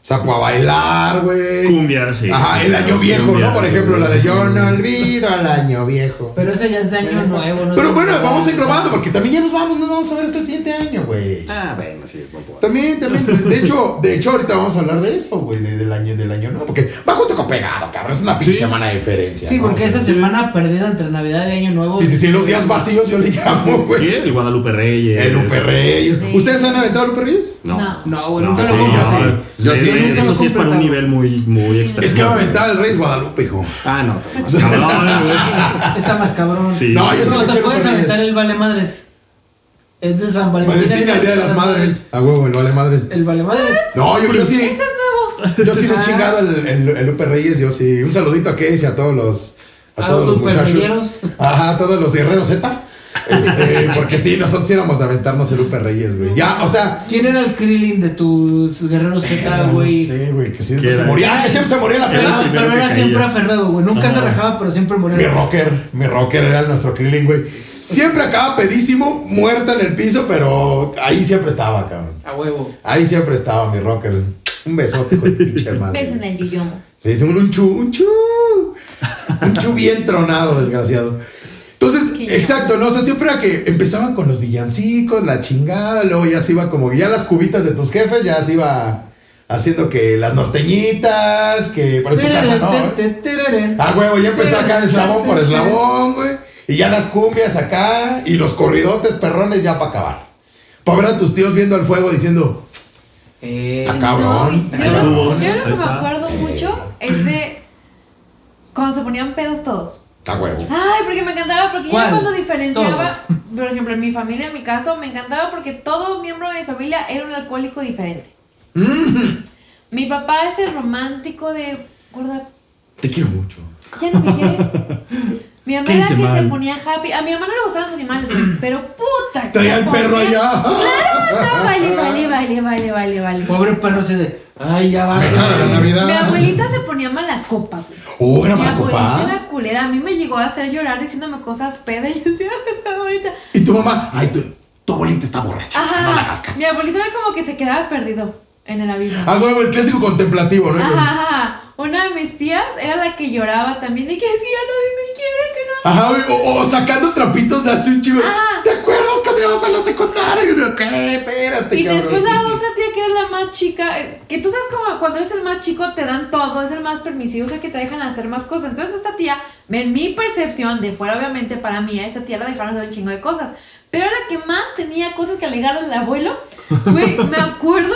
O sea, para bailar, güey. Cumbia, sí. Ajá, Sí, el claro, año viejo, cumbia. ¿no? Por ejemplo, la de Yo no olvido al año viejo. Pero ese ya es de año nuevo, ¿no? Pero bueno, vamos englobando, porque también ya nos vamos, no nos vamos a ver hasta el siguiente año, güey. Ah, bueno, sí, es buen punto. También, también. De hecho, de hecho, ahorita vamos a hablar de eso, güey, de- del año, del año nuevo. Porque va junto con pegado, cabrón. Es una pinche Sí. semana de diferencia. Sí, ¿no? porque esa semana perdida entre Navidad y Año Nuevo. Sí, sí, sí, los días vacíos yo le llamo, güey. ¿Qué? El Guadalupe Reyes. Pues, El Lupe Reyes. Sí. ¿Ustedes han aventado Lupe Reyes? No. No, güey, nunca sí, lo no, compré. sí. Yo sí, eh, nunca Eso lo sí es para un completado. nivel muy, muy extremo. Es que me aventaba el Reyes Guadalupe, hijo. Ah, no, está más cabrón, güey. Está más cabrón. Sí. No, yo No, se lo te eché puedes Lupe aventar Reyes. el Vale Madres. Es de San Valentín. Valentina, el día de las madres. A huevo, el vale madres. El Vale Madres. No, yo, yo sí. Eso es nuevo. Yo sí le he chingado el, el, el Lupe Reyes, yo sí. Un saludito a Case y a todos los. A, A todos los los muchachos. luperreyeros. Ajá, a todos los guerreros Z. Este, porque sí, nosotros sí éramos de aventarnos el Lupe Reyes, güey. Ya, o sea. ¿Quién era el Krillin de tus guerreros ya Z, no güey? sé, güey, que siempre ¿Qué se era? moría. Que siempre se moría la Era el peda. Pero, primero pero que era caía. siempre aferrado, güey. Nunca se Ajá. rajaba, pero siempre Mi moría. rocker, mi rocker era nuestro Krillin, güey. Siempre acaba pedísimo, muerta en el piso, pero ahí siempre estaba, cabrón. A huevo. Ahí siempre estaba mi rocker. Un besote, hijo de pinche madre. Beso en el yoyomo. Se dice un, un chu, un chu. Un chu bien tronado, desgraciado. Entonces, Qué exacto, ¿no? O sea, siempre era que empezaban con los villancicos, la chingada, luego ya se iba como, ya las cubitas de tus jefes, ya se iba haciendo que las norteñitas, que por tu casa no. ¿eh? Ah, huevo, ya empezó acá de eslabón por eslabón, güey. Y ya las cumbias acá y los corridotes perrones ya para acabar. Para ver a tus tíos viendo al fuego diciendo, Eh, está Ah, No, cabrón. Eh. yo, está lo, cabrón, yo lo Ahí que me está. acuerdo mucho es de cuando se ponían pedos todos. Está huevo. Ay, porque me encantaba, porque ¿Cuál? yo cuando diferenciaba, Todos. por ejemplo, en mi familia, en mi caso, me encantaba porque todo miembro de mi familia era un alcohólico diferente. Mm. Mi papá es el romántico de, gorda, Te quiero mucho. ya no me quieres. Mi mamá ¿Qué era hice que mal? se ponía happy. A mi mamá no le gustaban los animales, güey, pero puta. que Traía el ponía- perro allá. Claro, estaba vale, vale, vale, vale, vale, vale. Pobre perro se de. Ay, ya va. Me cago en la Navidad. Mi abuelita se ponía mala copa, güey. Oh, era Mi mala abuelita copa. era culera, a mí me llegó a hacer llorar diciéndome cosas pedas y yo decía, ahorita. Y tu mamá, ay, tu, tu abuelita está borracha. Ajá. No la hagas caso. Mi abuelito era como que se quedaba perdido en el abismo. Ah, huevo, el clásico contemplativo, ¿no? Ajá, ajá. Una de mis tías era la que lloraba también de que es que ya nadie me quiere, que no. Ajá, güey, o, o sacando trapitos de hace un chivo. Ajá. ¿Te acuerdas cuando íbamos a la secundaria? Y uno, ¿qué? Espérate, Y cabrón. después la otra tía que era la más chica, eh, que tú sabes como cuando eres el más chico te dan todo, es el más permisivo, o sea que te dejan hacer más cosas. Entonces esta tía, en mi percepción de fuera obviamente para mí, a esa tía la dejaron hacer un chingo de cosas, pero era la que más tenía cosas que alegar al abuelo, güey, me acuerdo,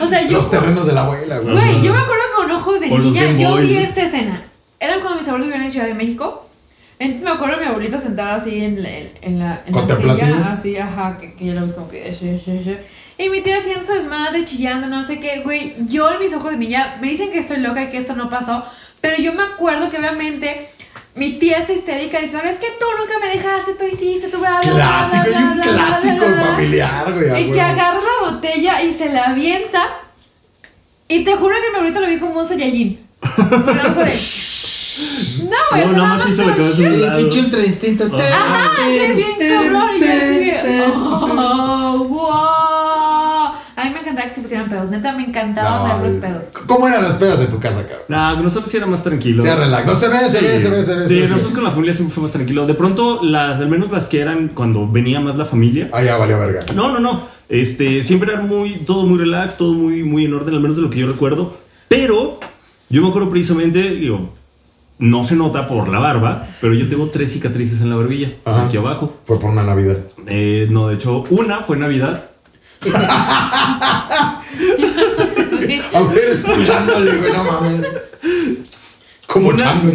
o sea, yo... Los terrenos de la abuela, güey. Güey, yo me acuerdo con ojos de O los niña, Game yo Boy. vi esta escena. Eran cuando mis abuelos vivían en Ciudad de México. Entonces me acuerdo de mi abuelito sentada así en la, en la, en la Contemplativo. silla, así, ajá, que, que yo la busco como que... "Sh, sh, sh". Y mi tía haciendo su desmadre, chillando, no sé qué, güey. Yo en mis ojos de niña, me dicen que estoy loca y que esto no pasó, pero yo me acuerdo que obviamente mi tía está histérica diciendo, es que tú nunca me dejaste, tú hiciste, tú bla, bla, bla, bla, Clásico, bla, hay un bla, bla, bla, clásico bla, bla". familiar, güey. a Y que huevo. agarra la botella y se la avienta. Y te juro que mi abuelito lo vi como un Saiyajin. Pero no fue de. No, güey, No, o sea, nada más hizo la cabeza de shit. un El lado. pinche ultra instinto. Ajá, sí, bien cabrón. Y yo así de. Oh, wow. A mí me encantaba que se pusieran pedos. Neta, me encantaba No, ver los güey. pedos. ¿Cómo eran las pedas de tu casa, cabrón? Nah, pero nosotros sí era más tranquilo. Se relax. No se ve, se ve, se ve, se ve. Sí, se ve. nosotros con la familia siempre fuimos tranquilos. De pronto, las, al menos las que eran cuando venía más la familia. Ah, ya valió verga. No, no, no. Este, siempre era muy, todo muy relax, todo muy, muy en orden, al menos de lo que yo recuerdo. Pero yo me acuerdo precisamente, digo, no se nota por la barba, pero yo tengo tres cicatrices en la barbilla, Ajá. aquí abajo. Fue por una Navidad. Eh, no, de hecho, una fue en Navidad. A ver, explicándole, güey, no mames. Como Una- chango.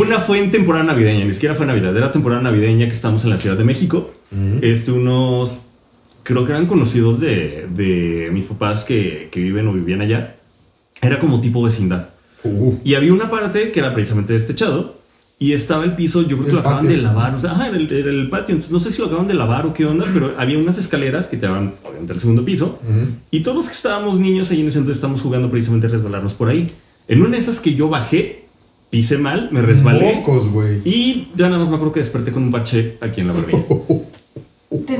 Una fue en temporada navideña, ni siquiera fue Navidad, era temporada navideña que estábamos en la Ciudad de México. Este, unos, creo que eran conocidos de, de mis papás que, que viven o vivían allá. Era como tipo vecindad. Uh, Y había una parte que era precisamente destechado y estaba el piso, yo creo que El lo acaban patio. de lavar, o sea, ajá, era el, era el patio, entonces no sé si lo acaban de lavar o qué onda, pero había unas escaleras que te daban obviamente al segundo piso y todos los que estábamos niños ahí en ese entonces estábamos jugando precisamente a resbalarnos por ahí. En una de esas que yo bajé, pisé mal, me resbalé Mocos, güey. y ya nada más me acuerdo que desperté con un parche aquí en la barbilla. Te Como te Ah,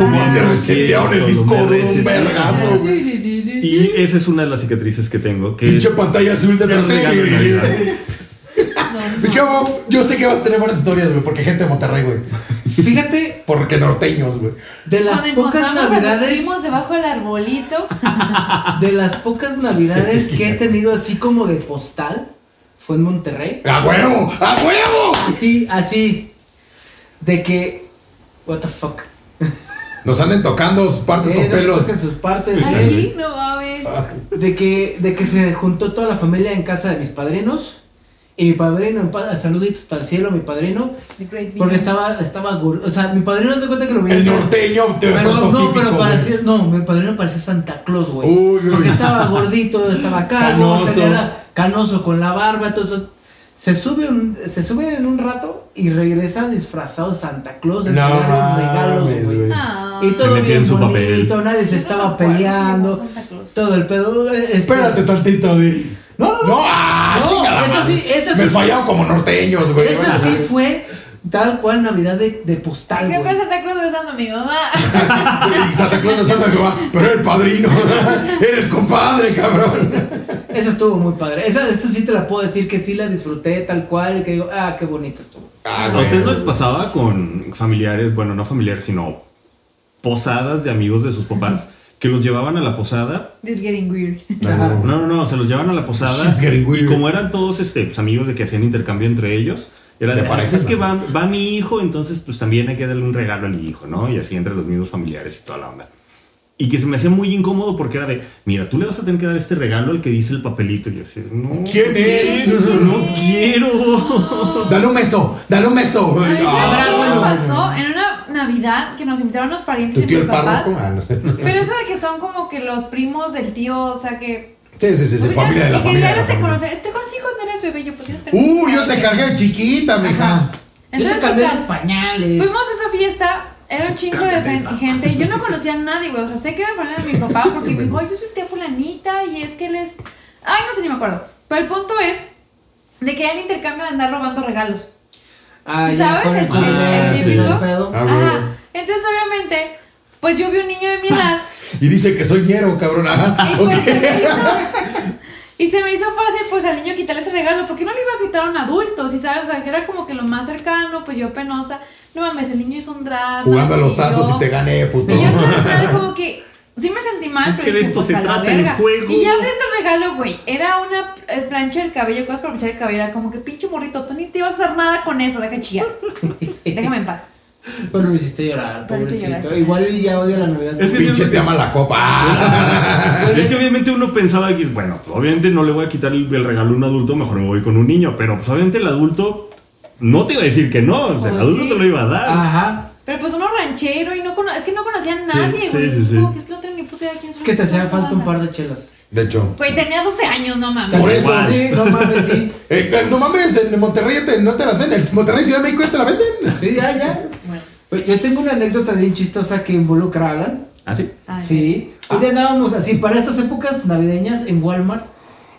noquearon. resetearon sí, el disco solo me duro, un resetearon. vergazo, güey. Y esa es una de las cicatrices que tengo, que Pinche pantalla azul de es el regalo de Navidad. Santiago. Mi cabo, yo sé que vas a tener buenas historias, güey, porque gente de Monterrey, güey. Fíjate, Porque norteños, güey. de las Cuando pocas encontramos a los navidades. primos debajo del arbolito. De las pocas navidades que he tenido así como de postal. Fue en Monterrey. ¡A huevo! ¡A huevo! Así, así. De que. What the fuck. Nos anden tocando sus partes Eh, con no se pelos. toquen sus partes. eh. Aquí no mames. De que, de que se juntó toda la familia en casa de mis padrinos. Y mi padrino, en paz, saluditos hasta el cielo, mi padrino. The Great Beyond. Porque estaba, estaba gur- O sea, mi padrino se da cuenta que lo veía. El norteño, te Pero, prototípico, no, pero güey. parecía, no, mi padrino parecía Santa Claus, güey. Uy, uy. Porque estaba gordito, estaba calvo, Canoso. tenía la- canoso con la barba, entonces se sube un, se sube en un rato y regresa disfrazado de Santa Claus, No entregar los mames, regalos, güey. güey. Ah. Y todo metió en bien su bonito, papel. nadie Yo no se me estaba acuerdo si peleando, llegó Santa Claus. todo el pedo. eh, este- Espérate tantito, di. No, no, no. No, ah, No, chingada esa madre. sí, esa Me sí. fallaron como norteños, güey. Esa Bueno, sí güey. fue tal cual Navidad de, de postal, ¿Qué fue güey. Santa Claus besando a mi mamá? Y Santa Claus de Santa Jehová, pero era el padrino. Era el compadre, cabrón. Esa estuvo muy padre. Esa, esa sí te la puedo decir que sí la disfruté tal cual. Que digo, ah, qué bonita estuvo. Ah, ¿A güey. ustedes no les pasaba con familiares, bueno, no familiares, sino posadas de amigos de sus papás que los llevaban a la posada? This getting weird. Ajá. No, no, no, se los llevaban a la posada She's getting y weird. como eran todos este, pues, amigos de que hacían intercambio entre ellos, era De de, "Ah, parejas, es que ¿no? va, va mi hijo, entonces pues también hay que darle un regalo al hijo, ¿no? Y así entre los mismos familiares y toda la onda. Y que se me hacía muy incómodo porque era de, mira, tú le vas a tener que dar este regalo al que dice el papelito. Y yo así, no. ¿Quién es? No quiero. Dale un beso, dale un beso. Ay, Ah, ¿Sabes qué me abrázalo. pasó? En una Navidad que nos invitaron los parientes ¿Tu y tío mis el papás. párroco? Ah, no. Pero eso de que son como que los primos del tío, o sea que. Sí, sí, sí, sí, Oigan, familia de la y que familia. de ya la no te familia. conoces. Te conocí cuando eras bebé, yo pues yo te Uh, yo te cargué de chiquita, mija. Yo te Entonces, cambié total, los pañales. Fuimos a esa fiesta, era un chingo de fe- gente, y yo no conocía a nadie, güey. O sea, sé que era familia de mi papá, porque me dijo, "Ay, yo soy tía fulanita, y es que él es... Ay, no sé, ni me acuerdo. Pero el punto es de que era el intercambio de andar robando regalos. Ah, ¿Sí ya, sabes? con el El- el culero, típico. el pedo. Ah, bueno. Ajá. Entonces, obviamente, pues yo vi un niño de mi edad, Y dice que soy ñero, cabrón. Ah, Ajá. y pues se me hizo... Y se me hizo fácil, pues, al niño quitarle ese regalo, porque no le iba a quitar a un adulto, ¿sí sabes? O sea, que era como que lo más cercano, pues yo penosa. No mames, el niño hizo un drama. Jugando a los chilló. tazos y te gané, puto. Y yo estaba como que. Sí me sentí mal, Es pero que de dije, esto pues, se a la trata el verga. juego. Y ya abriendo el regalo, güey. Era una eh, plancha del cabello, cosas para planchar el cabello. Era como que pinche morrito, tú ni te ibas a hacer nada con eso, deja chillar. Déjame en paz. Pero lo hiciste llorar, Pero hice pobrecito. llorar. Igual y ya odio la Navidad. Ah. Pues, Es que Pinche te ama la copa. Ah. Es que obviamente uno pensaba que, bueno, pues, obviamente no le voy a quitar el, el regalo a un adulto, mejor me voy con un niño, pero pues obviamente el adulto no te iba a decir que no, o sea, Pues el adulto sí. te lo iba a dar. Ajá. Pero pues uno ranchero y no cono- es que no conocía a nadie, sí, güey. sí, sí. No, que es que no tenía ni puta idea quién Es que te hacía falta un par de chelas. De hecho. Güey, tenía 12 años, no mames. Por eso. Sí, no mames, sí. Eh, eh, no mames, en Monterrey te- no te las venden. En Monterrey Ciudad de México ya te la venden. Sí, ya, ya. Bueno, Oye, Yo tengo una anécdota bien chistosa que involucra a Alan. ¿Ah, sí? ay, Sí. Ah. Un día andábamos así para estas épocas navideñas en Walmart.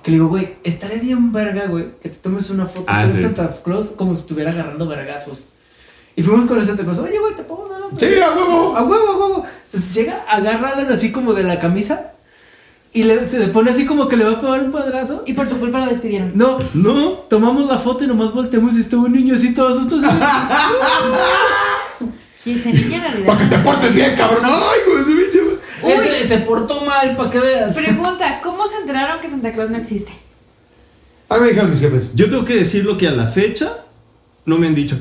Que le digo, güey, estaré bien verga, güey, que te tomes una foto Ah, con sí. Santa Claus como si estuviera agarrando vergazos. Y fuimos con el Santa Claus, oye, güey, te pongo una lana?" Sí, a huevo. A huevo, a huevo. Entonces llega, agarra a Alan así como de la camisa y le, se le pone así como que le va a pegar un padrazo. Y por tu culpa lo despidieron. No, No. tomamos la foto y nomás volteamos y estuvo un niño así todo asustado. así. Y ese niño era Para que de te portes bien, cabrón. Ay, güey, ese pinche. Ese se portó mal, para que veas. Pregunta, ¿cómo se enteraron que Santa Claus no existe? A mí me dijeron mis jefes. Yo tengo que decir lo que a la fecha no me han dicho.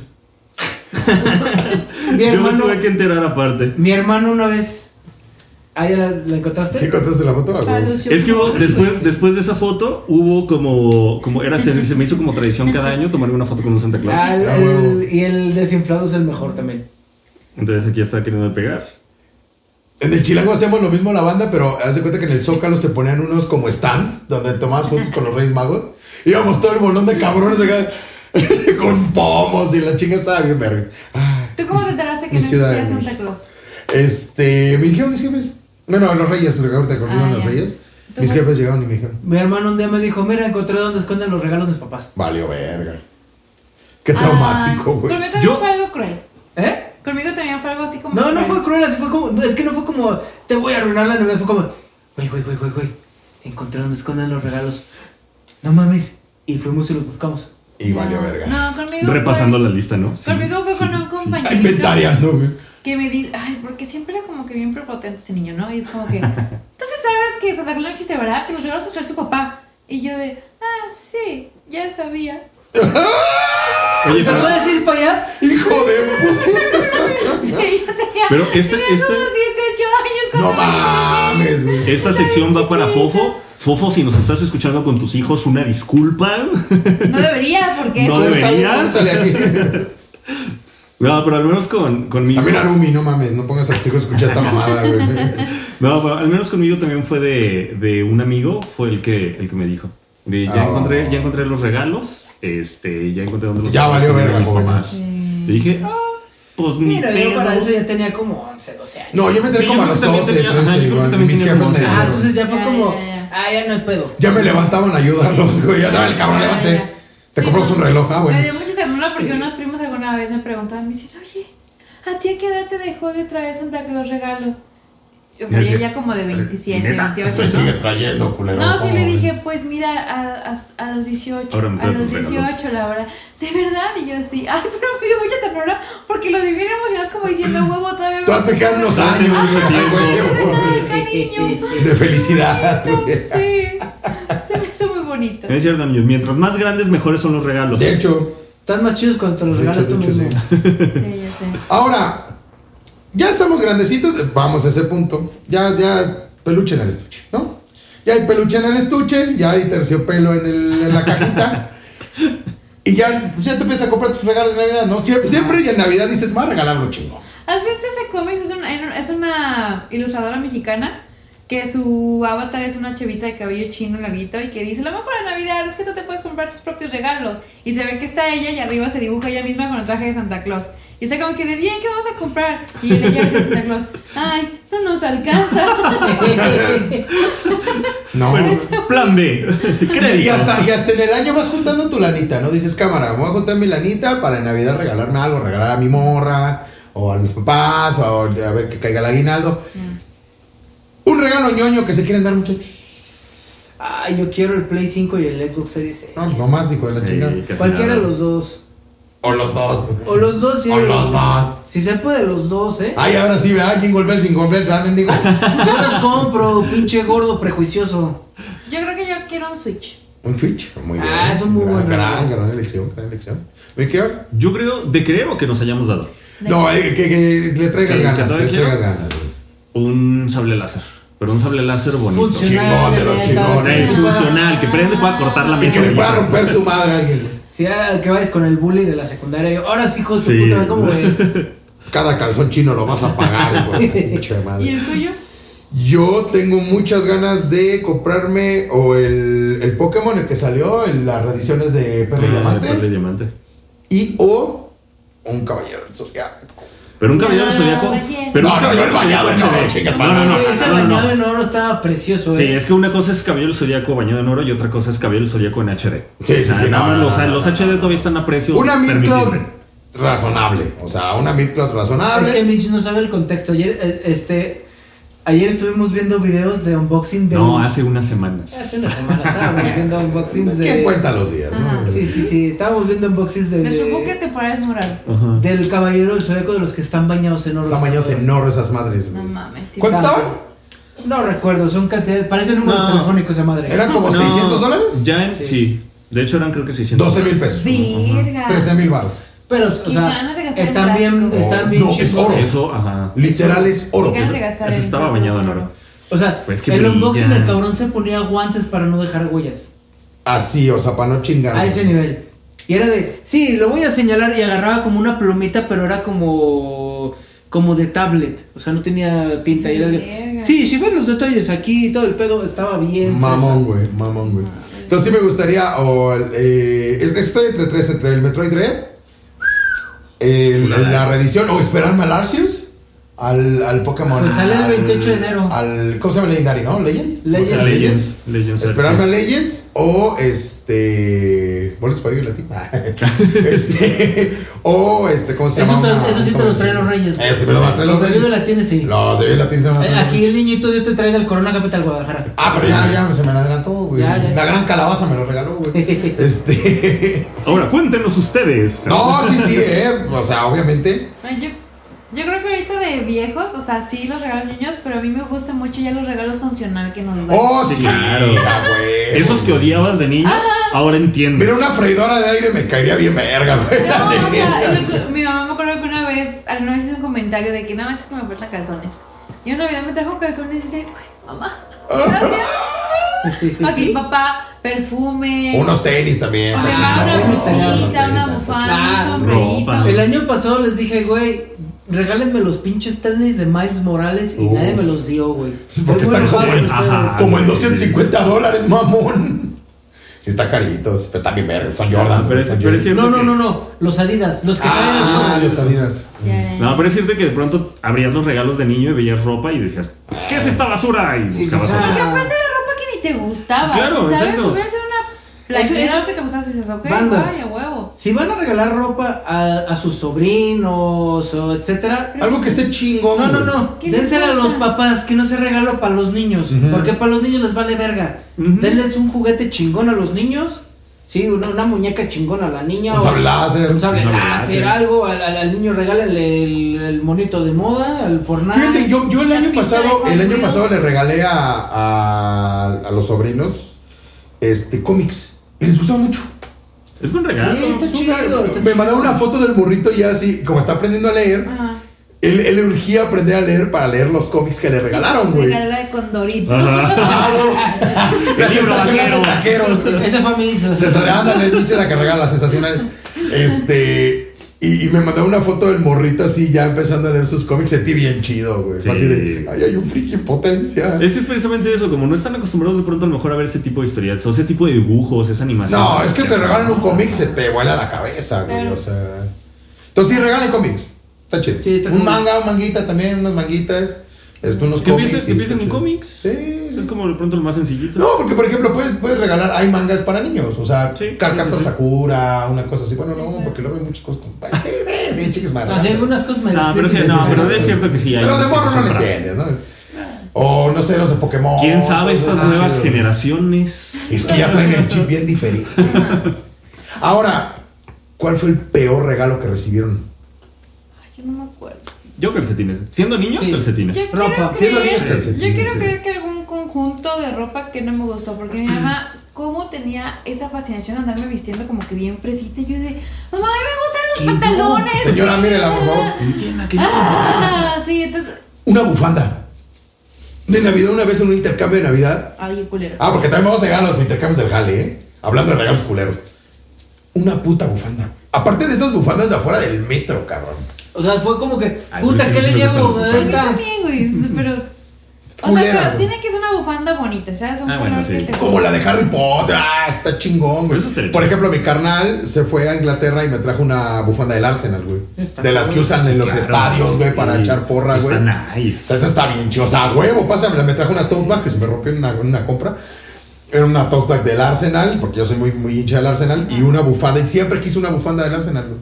Yo Mi me hermano, tuve que enterar aparte. mi hermano una vez. ¿Ah, ya la, la encontraste? ¿Sí encontraste la foto? A huevo. Es que hubo- después, después de esa foto hubo como, como era, se, se me hizo como tradición cada año tomarme una foto con un Santa Claus. Ah, el- Ah, huevo. el- y el desinflado es el mejor también. Entonces aquí está queriendo pegar. En el Chilango hacemos lo mismo la banda, pero haz de cuenta que en el Zócalo se ponían unos como stands donde tomabas fotos con los Reyes Magos. Íbamos todo el bolón de cabrones acá con pomos y la chica estaba bien verga. Ah, ¿Tú cómo te enteraste que mi no ciudad de existía Santa México. Claus? Este, me dijeron mis jefes. Bueno, los Reyes, ahorita que Ah, olvidaron los ya. Reyes. ¿Tú Mis cuál? jefes llegaron y me dijeron, Mi hermano un día me dijo, mira, encontré donde esconden los regalos mis papás. valió verga. Qué Ah, traumático, Ay, güey. Conmigo también Yo- fue algo cruel. ¿Eh? Conmigo también fue algo así como. No, no fue cruel, así fue como. no, es que no fue como. Te voy a arruinar la Navidad. Fue como. Güey, güey, güey, güey, güey. Encontré donde esconden los regalos. No mames. Y fuimos y los buscamos. Y valió No, verga. No, conmigo. Repasando fue, la lista, ¿no? Sí. Conmigo fue con un Ah, compañero. Inventariando, güey. que me dice, ay, porque siempre era como que bien prepotente ese niño, ¿no? Y es como que, entonces sabes que Santa Claus no existe, ¿verdad? Que los regalos los trae su papá. Y yo de, ah, sí, ya sabía. Oye, ¿Te pero, puedes ir para allá? Hijo de Sí, yo tenía, Pero este- tenía como 7, este- 8 años cuando No me dijo, mames, güey. esta sección va para Fofo. Fofo, si nos estás escuchando con tus hijos, una disculpa. No debería, porque No. es deberías. Córtale aquí. No, pero al menos con, conmigo. También Arumi, no mames, no pongas a tus hijos a escuchar esta mamada, güey. No, pero al menos conmigo también fue de, de un amigo, fue el que, el que me dijo. De, ya, Ah. encontré, ya encontré los regalos, este, ya encontré dónde los Ya regalos valió que me verga, dieron mis joven. papás. Y dije, ah, pues ni Mira, yo pedo. para eso ya tenía como 11, 12 años. No, yo me enteré Sí, yo como a creo los que también 12, tenía- ajá, 13, yo creo que igual. también Mis tenía jefes me como once. Ah, ayudaron. entonces ya fue Ya, como. ya, ya. Ah, ya no hay pedo. Ya me levantaban a ayudarlos, güey. Ya sabes, el cabrón, levántate. Te Sí, compramos no, un reloj, ah, Me bueno. dio mucha ternura porque unos primos alguna vez me preguntaban, me dicen, oye, ¿a ti a qué edad te dejó de traer Santa Claus regalos? Yo sea, Y así- ya como de 27, ¿Neta? 28. Te ¿no? "Pues, sigue trayendo, culero. No, sí ¿cómo? le dije, pues mira, a, a- a los 18. Ahora me a traes los tus 18, regalos. la verdad. ¿De verdad? Y yo sí. Ay, pero me dio mucha ternura porque los viví emocionados como diciendo, huevo, todavía me. Todavía me ah, quedan unos años, mucho tiempo. güey. Ay, cariño. De felicidad, güey. Sí. Se me hizo muy bonito. Es cierto, amigos, mientras más grandes, mejores son los regalos. De hecho, Están más chidos cuando te los de regalas hecho, tú de hecho, mismo. sí. Sí, yo sé. Ahora, ya estamos grandecitos, eh, vamos a ese punto. Ya, ya, peluche en el estuche, ¿no? Ya hay peluche en el estuche, ya hay terciopelo en, el- en la cajita. y ya, pues ya te empiezas a comprar tus regalos de Navidad, ¿no? Siempre, siempre y en Navidad dices, me va a regalar algo chingón. ¿Has visto ese cómic? Es una, es una ilustradora mexicana que su avatar es una chavita de cabello chino larguito y que dice, lo mejor de Navidad es que tú te puedes comprar tus propios regalos. Y se ve que está ella y arriba se dibuja ella misma con el traje de Santa Claus. Y está como que de bien, ¿qué vas a comprar? Y ella ya dice a Santa Claus, ay, no nos alcanza. No. Bueno, plan B. y, Crédito. hasta, y hasta en el año vas juntando tu lanita, ¿no? Dices, cámara, me voy a juntar mi lanita para en Navidad regalarme algo, regalar a mi morra, o a mis papás, o a ver que caiga el aguinaldo. Un regalo ñoño que se quieren dar muchachos. Ah, yo quiero el Play 5 y el Xbox Series X. No, nomás, hijo de la chica. Sí, casi Cualquiera de nada. los dos. O los dos. O los dos, sí. O los dos. Si se puede, los dos, ¿eh? Ay, ahora sí, ¿verdad? Jingle Bell, Jingle Bell, ¿verdad, Ah, mendigo? Yo los compro, pinche gordo prejuicioso. Yo creo que yo quiero un Switch. Un Twitch. Muy bien. Ah, es un muy gran, buen Gran, regalo. gran elección, gran elección. ¿Me quedo? Yo creo, de creer o que nos hayamos dado, No, eh, que, que le traigas Que- que ganas, que todavía le traigas quiero. ganas. güey. un sable láser. Pero un sable láser bonito. Chingón de los neta, chingones. Eh, que pueda- funcional, que prende pueda cortar la Y que mesa. le pueda ahorita. romper su madre a alguien. güey. Si ah, que vayas con el bully de la secundaria, ahora sí, hijo de su Sí. puta, ¿cómo ves? Cada calzón chino lo vas a pagar, hijo de tu pinche madre. ¿Y el tuyo? Yo tengo muchas ganas de comprarme o el, el Pokémon, el que salió en las reediciones de Perla y Diamante, Ah, Perla y diamante. y o un Caballero del Zodiaco. Pero un caballero No, zodiaco. relleno. Pero No, no, un no, caballero el bañado, zodiaco, no, chévere. chinga, no, no, no, Ese no, no, no. bañado en oro estaba precioso, Sí, eh. es que una cosa es cabello del zodiaco bañado en oro y otra cosa es cabello del zodiaco en HD. Sí, sí, sí, no, Nada más no, los, no, no, los no, HD todavía están a precios. Una Midcloud permitibles. razonable, o sea, una Midcloud Es que razonable. Mitch no sabe el contexto. Ayer, eh, este, ayer estuvimos viendo videos de unboxing de. No, un- hace unas semanas. hace una semana estábamos viendo unboxings de. ¿Quién cuenta los días? no? Ajá. Sí, sí, sí. Estábamos viendo unboxings de. Me supongo que temporada es moral. Ajá. Del caballero del zodiaco de los que están bañados en oro. Está mañana en oro esas madres. No güey. mames. sí. ¿Cuánto está. estaban? No recuerdo, son cantidades. Parece número No. telefónico esa madre. ¿Eran como No, 600 dólares? Ya en, sí. Sí. De hecho eran creo que 600. 12 mil pesos. Verga. 13 mil baros. Pero, o sea, ganas de gastar en están bien, plástico. están bien. No, es chicos. oro. Eso, ajá. Literal es oro. Qué ganas de gastar Eso en estaba plástico. bañado en oro. O sea, Pues que el brillan. unboxing del cabrón se ponía guantes para no dejar huellas. Así, o sea, para no chingar. A ese nivel. Y era de, sí, lo voy a señalar y agarraba como una plumita, pero era como como de tablet, o sea, no tenía tinta. Y era de, Verga. sí, si ven los detalles aquí y todo el pedo estaba bien. pues. Mamón, güey, mamón, güey. Entonces sí me gustaría, o el, eh, es que estoy entre tres, entre el Metroid Dread, el- Chulada. eh. la reedición, o esperarme al Arceus, al, al Pokémon. Pues sale el al- 28 de enero. Al, ¿Cómo se llama Legendary, no? ¿Legend? Legends. Pokémon Legends. Legends Esperarme a Arceus. Legends o este. Boletos para vivir Latino. este. O este, ¿cómo se Esos llama? tra- Una- esos sí te ¿cómo los se traen llama? los Reyes, güey. Eso me lo van a traer los Los de Reyes. Vive Latino, sí. Los de Vive Latino se van a Eh, traer los Aquí el niñito Dios te trae del Corona Capital Guadalajara. Ah, pero ya, ya se me la adelantó, güey. Ya, ya. La gran calabaza me lo regaló, güey. este. Ahora, cuéntenos ustedes. No, sí, sí, eh. O sea, obviamente. Ay, Yo, yo creo que ahorita de viejos, o sea, sí los regalos niños, pero a mí me gustan mucho ya los regalos funcional que nos dan. Oh, sí. Sí, claro. ah, güey. Esos que odiabas de niño, Ah. ahora entiendes. Mira, una freidora de aire me caería bien verga, güey. la No, o sea, neta. yo- mi mamá me acuerdo que una vez, alguna vez hizo un comentario de que nada más es que me faltan calzones. Y una Navidad me trajo calzones y dice, "Ay, mamá, gracias. ok, papá, perfume. Unos tenis también. Me está va chingón. una Unos tenis, unos blusita, una tenis, está bufanda, un Claro. sombrerito. Ropa. El año pasado les dije, güey, regálenme los pinches tenis de Miles Morales y Uf. nadie me los dio, güey. Porque están Yo me los como hago en- ustedes. ajá. Como en 250 dólares, mamón. Sí, está caritos. Pues está bien verga. Son Jordan. Ah, pero es- son pero es Jordan. cierto No, no, que- no, no, los Adidas, los que Ah, traen el- los Adidas. Ya, ya, ya. No, pero es cierto que de pronto abrías los regalos de niño y veías ropa y decías, ¿qué es esta basura? Y Sí, buscabas sí, sí. Porque otra. aparte la ropa que ni te gustaba, Claro, ¿sabes? exacto. Hubiera sido una Eso playera es- que te gustaba y dices, ok, Banda. vaya huevo. Si van a regalar ropa a, a sus sobrinos o etcétera, Algo que esté chingón. no, no, güey. no, ¿Qué les dénsela a los pasa? papás, que no se regalo para los niños, porque para los niños les vale verga. Denles un juguete chingón a los niños, sí, una, una muñeca chingona a la niña. Un o- sable láser. Un sable Un sable láser, láser. algo, al, al- al niño regálenle el, el monito de moda, al Fortnite. Fíjate, yo, yo el La año pizza pasado, de el año Juan pasado le Dios. regalé a, a, a los sobrinos este cómics. Y les gustó mucho. Es buen regalo. Sí, está chido, está Me chido. mandaron una foto del morrito ya así, como está aprendiendo a leer. Ajá. Él, él le urgía aprender a leer para leer los cómics que le regalaron, güey. Regalada de Condorito. Ajá. La libro sensacional de vaquero. taqueros, güey. Esa fue mi isla. Sensacional, ándale, pinche la que regala, sensacional. Este. Y, y me mandó una foto del morrito así, ya empezando a leer sus cómics. Sentí bien chido, güey. Fue Así de, Sí. ay, hay un friki en potencia. Es que es precisamente eso, como no están acostumbrados de pronto a lo mejor a ver ese tipo de historias, o ese tipo de dibujos, esa animación. No, es que te regalan un cómic, se te vuela la cabeza, güey. Claro. O sea. Entonces sí, regalen cómics. Está chido. Sí, está un cool. manga, un manguita también, unas manguitas. Este, unos Que cómics. empiecen, sí, que empiecen está con chido. cómics. Sí, Eso sí. Es como de pronto lo más sencillito. No, porque por ejemplo puedes, puedes regalar, hay mangas para niños, o sea, Sí, Carcaptor sí, sí. Sakura, una cosa así. Bueno, no, porque luego hay muchas cosas con sí, sí, sí, chicas madre. Así algunas cosas me No, pero sí, despiertan. no, pero es cierto que sí hay. Pero de unos que morro no son le para- entiendes, ¿no? O no pues, sé, los de Pokémon. ¿Quién sabe todos estas esos nuevas chidos. generaciones? Es que ya traen el chip bien diferente. Ahora, ¿cuál fue el peor regalo que recibieron? Ay, yo no me acuerdo. Yo calcetines. Siendo niño, Sí. calcetines. Yo Ropa. quiero Siendo creer- niños, calcetines, yo quiero sí. creer que algún conjunto de ropa que no me gustó, porque mi mamá, cómo tenía esa fascinación de andarme vistiendo como que bien fresita, y yo de, mamá, a mí me gustan los pantalones. Señora, mírela, por favor. Entienda que no. Ah, sí, entonces, Una bufanda. De Navidad, una vez en un intercambio de Navidad. ay, qué culero. Ah, porque también vamos a llegar a los intercambios del jale, ¿eh? Hablando de regalos culeros. una puta bufanda. güey. Aparte de esas bufandas de afuera del metro, cabrón. O sea, fue como que, Ay, puta, güey, ¿qué sí le me gustan llevo? A los mí Ahorita- también, güey. es- Pero. O sea, Culera, pero güey. tiene que ser una bufanda bonita, ¿sabes? Un Ah, bueno, color que sí. te- Como la de Harry Potter. Ah, está chingón, güey. Eso está Por chido. ejemplo, mi carnal se fue a Inglaterra y me trajo una bufanda del Arsenal, güey. Está De las que cabrón. usan en los Claro, estadios, güey, para sí. echar porras, güey. Está O nice. sea, esa está bien chido. O sea, a huevo, pásamela. Me trajo una tote bag que se me rompió en una, en una compra. Era una tote bag del Arsenal, porque yo soy muy, muy hincha del Arsenal. Y una bufanda. Y siempre quise una bufanda del Arsenal, güey.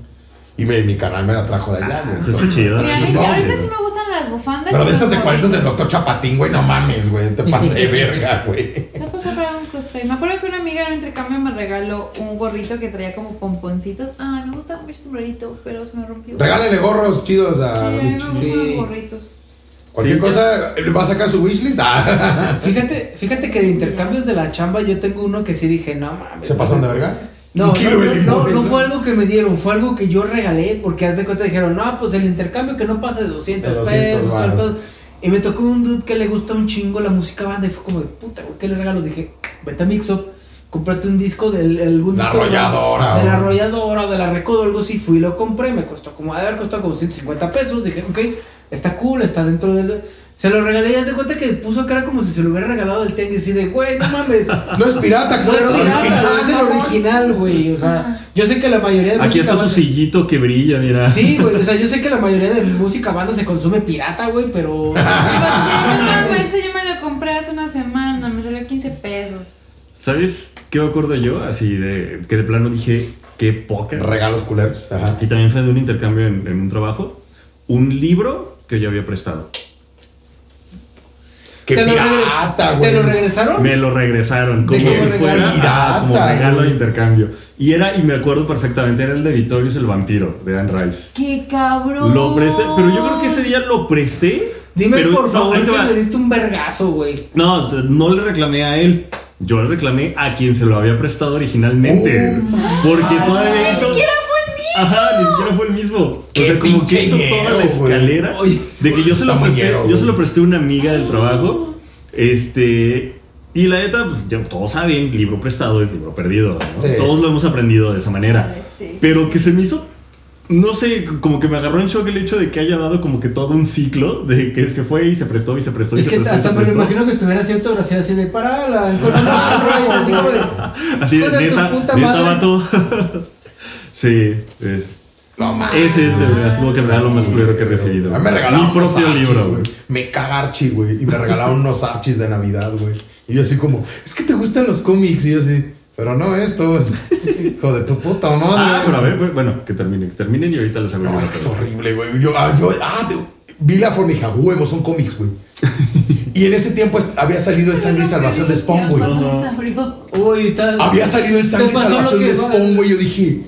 Y mi, mi canal me la trajo de allá, güey. Eso Ah, está chido. Mira, a mí sí, No, ahorita güey. sí me gustan las bufandas. Pero y de los esas de cuadritos del gorritos. doctor Chapatín, güey, no mames, güey. Te pasas de verga, güey. La cosa para un cosplay. Me acuerdo que una amiga en un intercambio me regaló un gorrito que traía como pomponcitos. Ay, me gusta mucho su sombrerito, pero se me rompió. Regálale gorros chidos Sí, a a mí me Gucci. gustan Sí. los gorritos. Cualquier Sí. cosa, ¿va a sacar su wishlist? Ah, Fíjate, fíjate que de intercambios de la chamba yo tengo uno que sí dije, no mames. ¿Se pasaron de verga? No, Un no, kilo de no, no, limones, no ¿no? fue algo que me dieron, fue algo que yo regalé porque haz de cuenta dijeron, no, pues el intercambio que no pasa de 200, De 200 pesos, tal varos. pedo". Y me tocó un dude que le gusta un chingo la música banda y fue como de puta, güey, ¿qué le regalo? Dije, vete a Mixup, cómprate un disco del algún La disco de banda, Arrolladora, de la güey. arrolladora, de la recodo, algo así, fui y lo compré, me costó como, a ver, costó como 150 pesos, dije, ok, está cool, está dentro del... Se lo regalé y haz de cuenta que puso cara como si se lo hubiera regalado el tianguis así de, güey, no mames. No es pirata, No es culero, es pirata, original, es el mamón. original, güey. O sea, yo sé que la mayoría de Aquí música está su banda- sillito que brilla, mira. Sí, güey. O sea, yo sé que la mayoría de música banda se consume pirata, güey, pero. Ah, güey, ese yo me lo compré hace una semana, me salió 15 pesos. ¿Sabes qué me acuerdo yo? Así de que de plano dije, qué poca. Regalos culeros. Ajá. Y también fue de un intercambio en, en un trabajo. Un libro que yo había prestado. ¡Qué ¿Te lo pirata, regres- güey! ¿Te lo regresaron? Me lo regresaron como ¿De si qué fuera regalo? ah, como Pirata, regalo de güey. intercambio. Y era, y me acuerdo perfectamente, era el de Vitorious el vampiro de Anne Rice. ¡Qué cabrón! Lo presté, pero yo creo que ese día lo presté. Dime pero- por no, favor ahí te que va. le diste un vergazo, güey. No, t- no le reclamé a él. Yo le reclamé a quien se lo había prestado originalmente. Oh, porque todavía hizo. ¡Ni siquiera fue el mío! Ajá, ni siquiera fue el mismo. Qué o sea, como que pinche hizo toda la ñero, güey. escalera Oye, de que yo se lo está muy presté. ñero, yo güey. Ah. se lo presté a una amiga del trabajo. Este. Y la neta, pues ya todos saben, libro prestado es libro perdido. ¿no? Sí. Todos lo hemos aprendido de esa manera. Ay, sí. Pero que se me hizo. No sé, como que me agarró en shock el hecho de que haya dado como que todo un ciclo de que se fue y se prestó y se prestó y Es se que prestó. y se hasta me lo prestó. imagino que estuviera así autografía así de para la así como de. Así de "Hijo tu neta, puta neta madre". vato. sí, es- No mames. ese es el asumo que el regalo más culero que he recibido. A mí me regalaron Mi propio unos libro, Archis, güey. Me caga Archie, güey. Y me regalaron unos Archis de Navidad, güey. Y yo así como, es que te gustan los cómics. Y yo así, pero no esto. Hijo de tu puta madre. Ah, pero a ver, güey, bueno, que terminen, que terminen y ahorita les hago No, yo es otra. que es horrible, güey. Yo, ah, yo, ah, te- vi la fornija, huevos, son cómics, güey. Y en ese tiempo est- había salido el sangre y salvación de Spawn, güey. Cuando les abrió. Uy, está. Había salido el sangre Te y pasó lo salvación que- de Spawn, güey. Yo dije,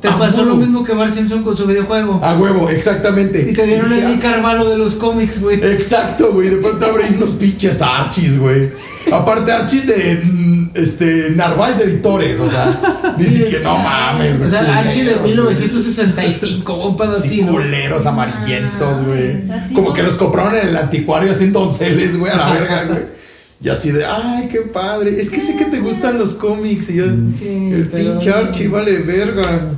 Te Ah, pasó lo huevo. mismo que Bart Simpson con su videojuego. a huevo, exactamente. Y te dieron Y el dije, "Ah, Nick Carvalho de los cómics, güey. Exacto, güey. De pronto abren unos pinches Archis, güey. Aparte, Archis de mm, este, Narváez Editores, o sea, dicen que no mames, güey. O sea, Archie de culeros, güey. 1965, un pedo Sí, así. ¿no? culeros Ah, amarillentos, güey. exacto. Como que los compraron en el anticuario así en donceles, güey, a la verga, güey. Y así de, ay, qué padre. Es que sé que te gustan los cómics. Y yo, Sí, el pero- pinche Archie, vale verga.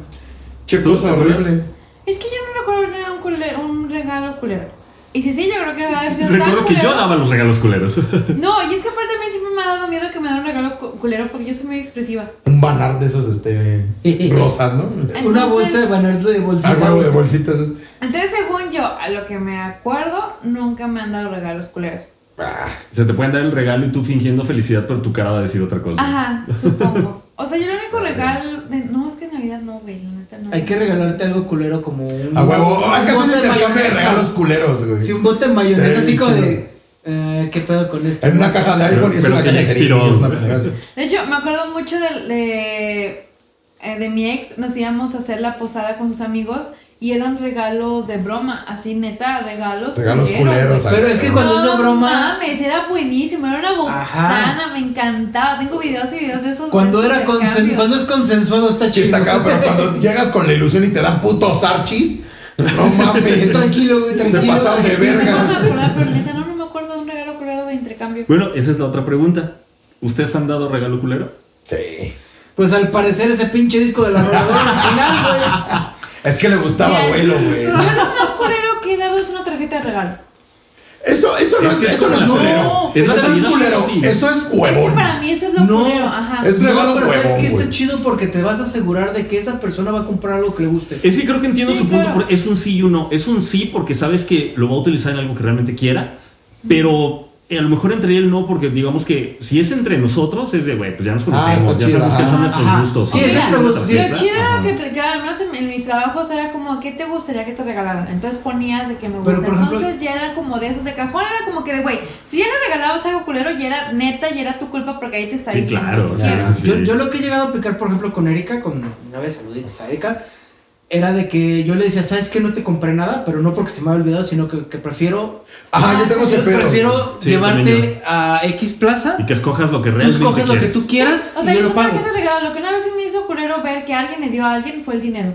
Che ¿Tú cosa te acuerdas? horrible. Es que yo no recuerdo haber tenido un, culero- un regalo culero. Y si sí, yo creo que va a haber sido Recuerdo tan que yo culero. daba los regalos culeros. No, y es que aparte a mí siempre me ha dado miedo que me den un regalo cu- culero porque yo soy muy expresiva. Un banar de esos, este, rosas, ¿no? Una Entonces- bolsa de bananas de bolsita. Ah, huevo de bolsitas. Entonces, según yo, a lo que me acuerdo, nunca me han dado regalos culeros. Ah. Se te pueden dar el regalo y tú fingiendo felicidad, pero tu cara va a decir otra cosa. Ajá, supongo. O sea, yo el único regalo de... No, es que en Navidad no, güey, la neta no. Hay que regalarte algo culero como un. A Ah, huevo, hay que hacer un bote intercambio de mayonesa. regalos culeros, güey. Sí, un bote de mayonesa, Eh, así como chido. de. eh, ¿Qué pedo con esto? En una caja de iPhone y es Pero una que ya caja de expiró, cerillos, una güey. pendeja así. De hecho, me acuerdo mucho del- de, eh, de mi ex, nos íbamos a hacer la posada con sus amigos y eran regalos de broma, así neta, regalos. Regalos culeros, güey. Pero es que cuando es de No broma. mames, era buenísimo, era una botana, me encantaba. Tengo videos y videos de esos. Cuando, de esos era consen- intercambios. cuando es consensuado, está Sí chido. está acá, pero cuando llegas con la ilusión y te dan putos archis, no mames. Tranquilo, güey, Se tranquilo, pasan de tranquilo. No me verga. acuerdo, pero neta, no, no me acuerdo de un regalo culero de intercambio. Bueno, esa es la otra pregunta. ¿Ustedes han dado regalo culero? Sí. Pues al parecer ese pinche disco de la rodadora final, güey. Es que le gustaba Mira, abuelo, güey. Yo lo más culero que he dado es una tarjeta de regalo. Eso, eso no Es es, que es eso no como es la culero. Solero. Es la Eso no es salida culero. sí. Eso es Es huevón. que para mí eso es lo No, culero. Ajá. Es regalo No, pero sabes huevón, que está güey. chido porque te vas a asegurar de que esa persona va a comprar algo que le guste. Es que creo que entiendo Sí, su punto. claro. porque es un sí y un no. Es un sí porque sabes que lo va a utilizar en algo que realmente quiera, pero a lo mejor entre él no, porque digamos que si es entre nosotros, es de, güey, pues ya nos Ah, conocemos, está ya chido, sabemos ajá. qué son nuestros Ajá. gustos. Sí, ese es Mira, lo- pues, una sí, tarjeta. Lo chido era que, que además en, en mis trabajos era como, ¿qué te gustaría que te regalaran? Entonces ponías de que me Pero, gusta. por ejemplo- Entonces ya era como de esos de cajón, era como que de, güey, si ya le regalabas algo culero, ya era neta, ya era tu culpa porque ahí te está Sí, diciendo. claro, que sí, quieres. sí, sí. Yo, yo lo que he llegado a aplicar, por ejemplo, con Erika, con una vez saluditos a Erika, era de que yo le decía, ¿sabes qué? No te compré nada, pero no porque se me había olvidado, sino que, que prefiero. Ajá, Ah, yo tengo ese yo pedo. prefiero Sí, también llevarte a X plaza, Y que escojas lo que tú realmente escoges lo que quieres. tú quieras O sea, y yo yo lo son pago. tarjetas de regalo. Lo que una vez sí me hizo culero ver que alguien le dio a alguien fue el dinero.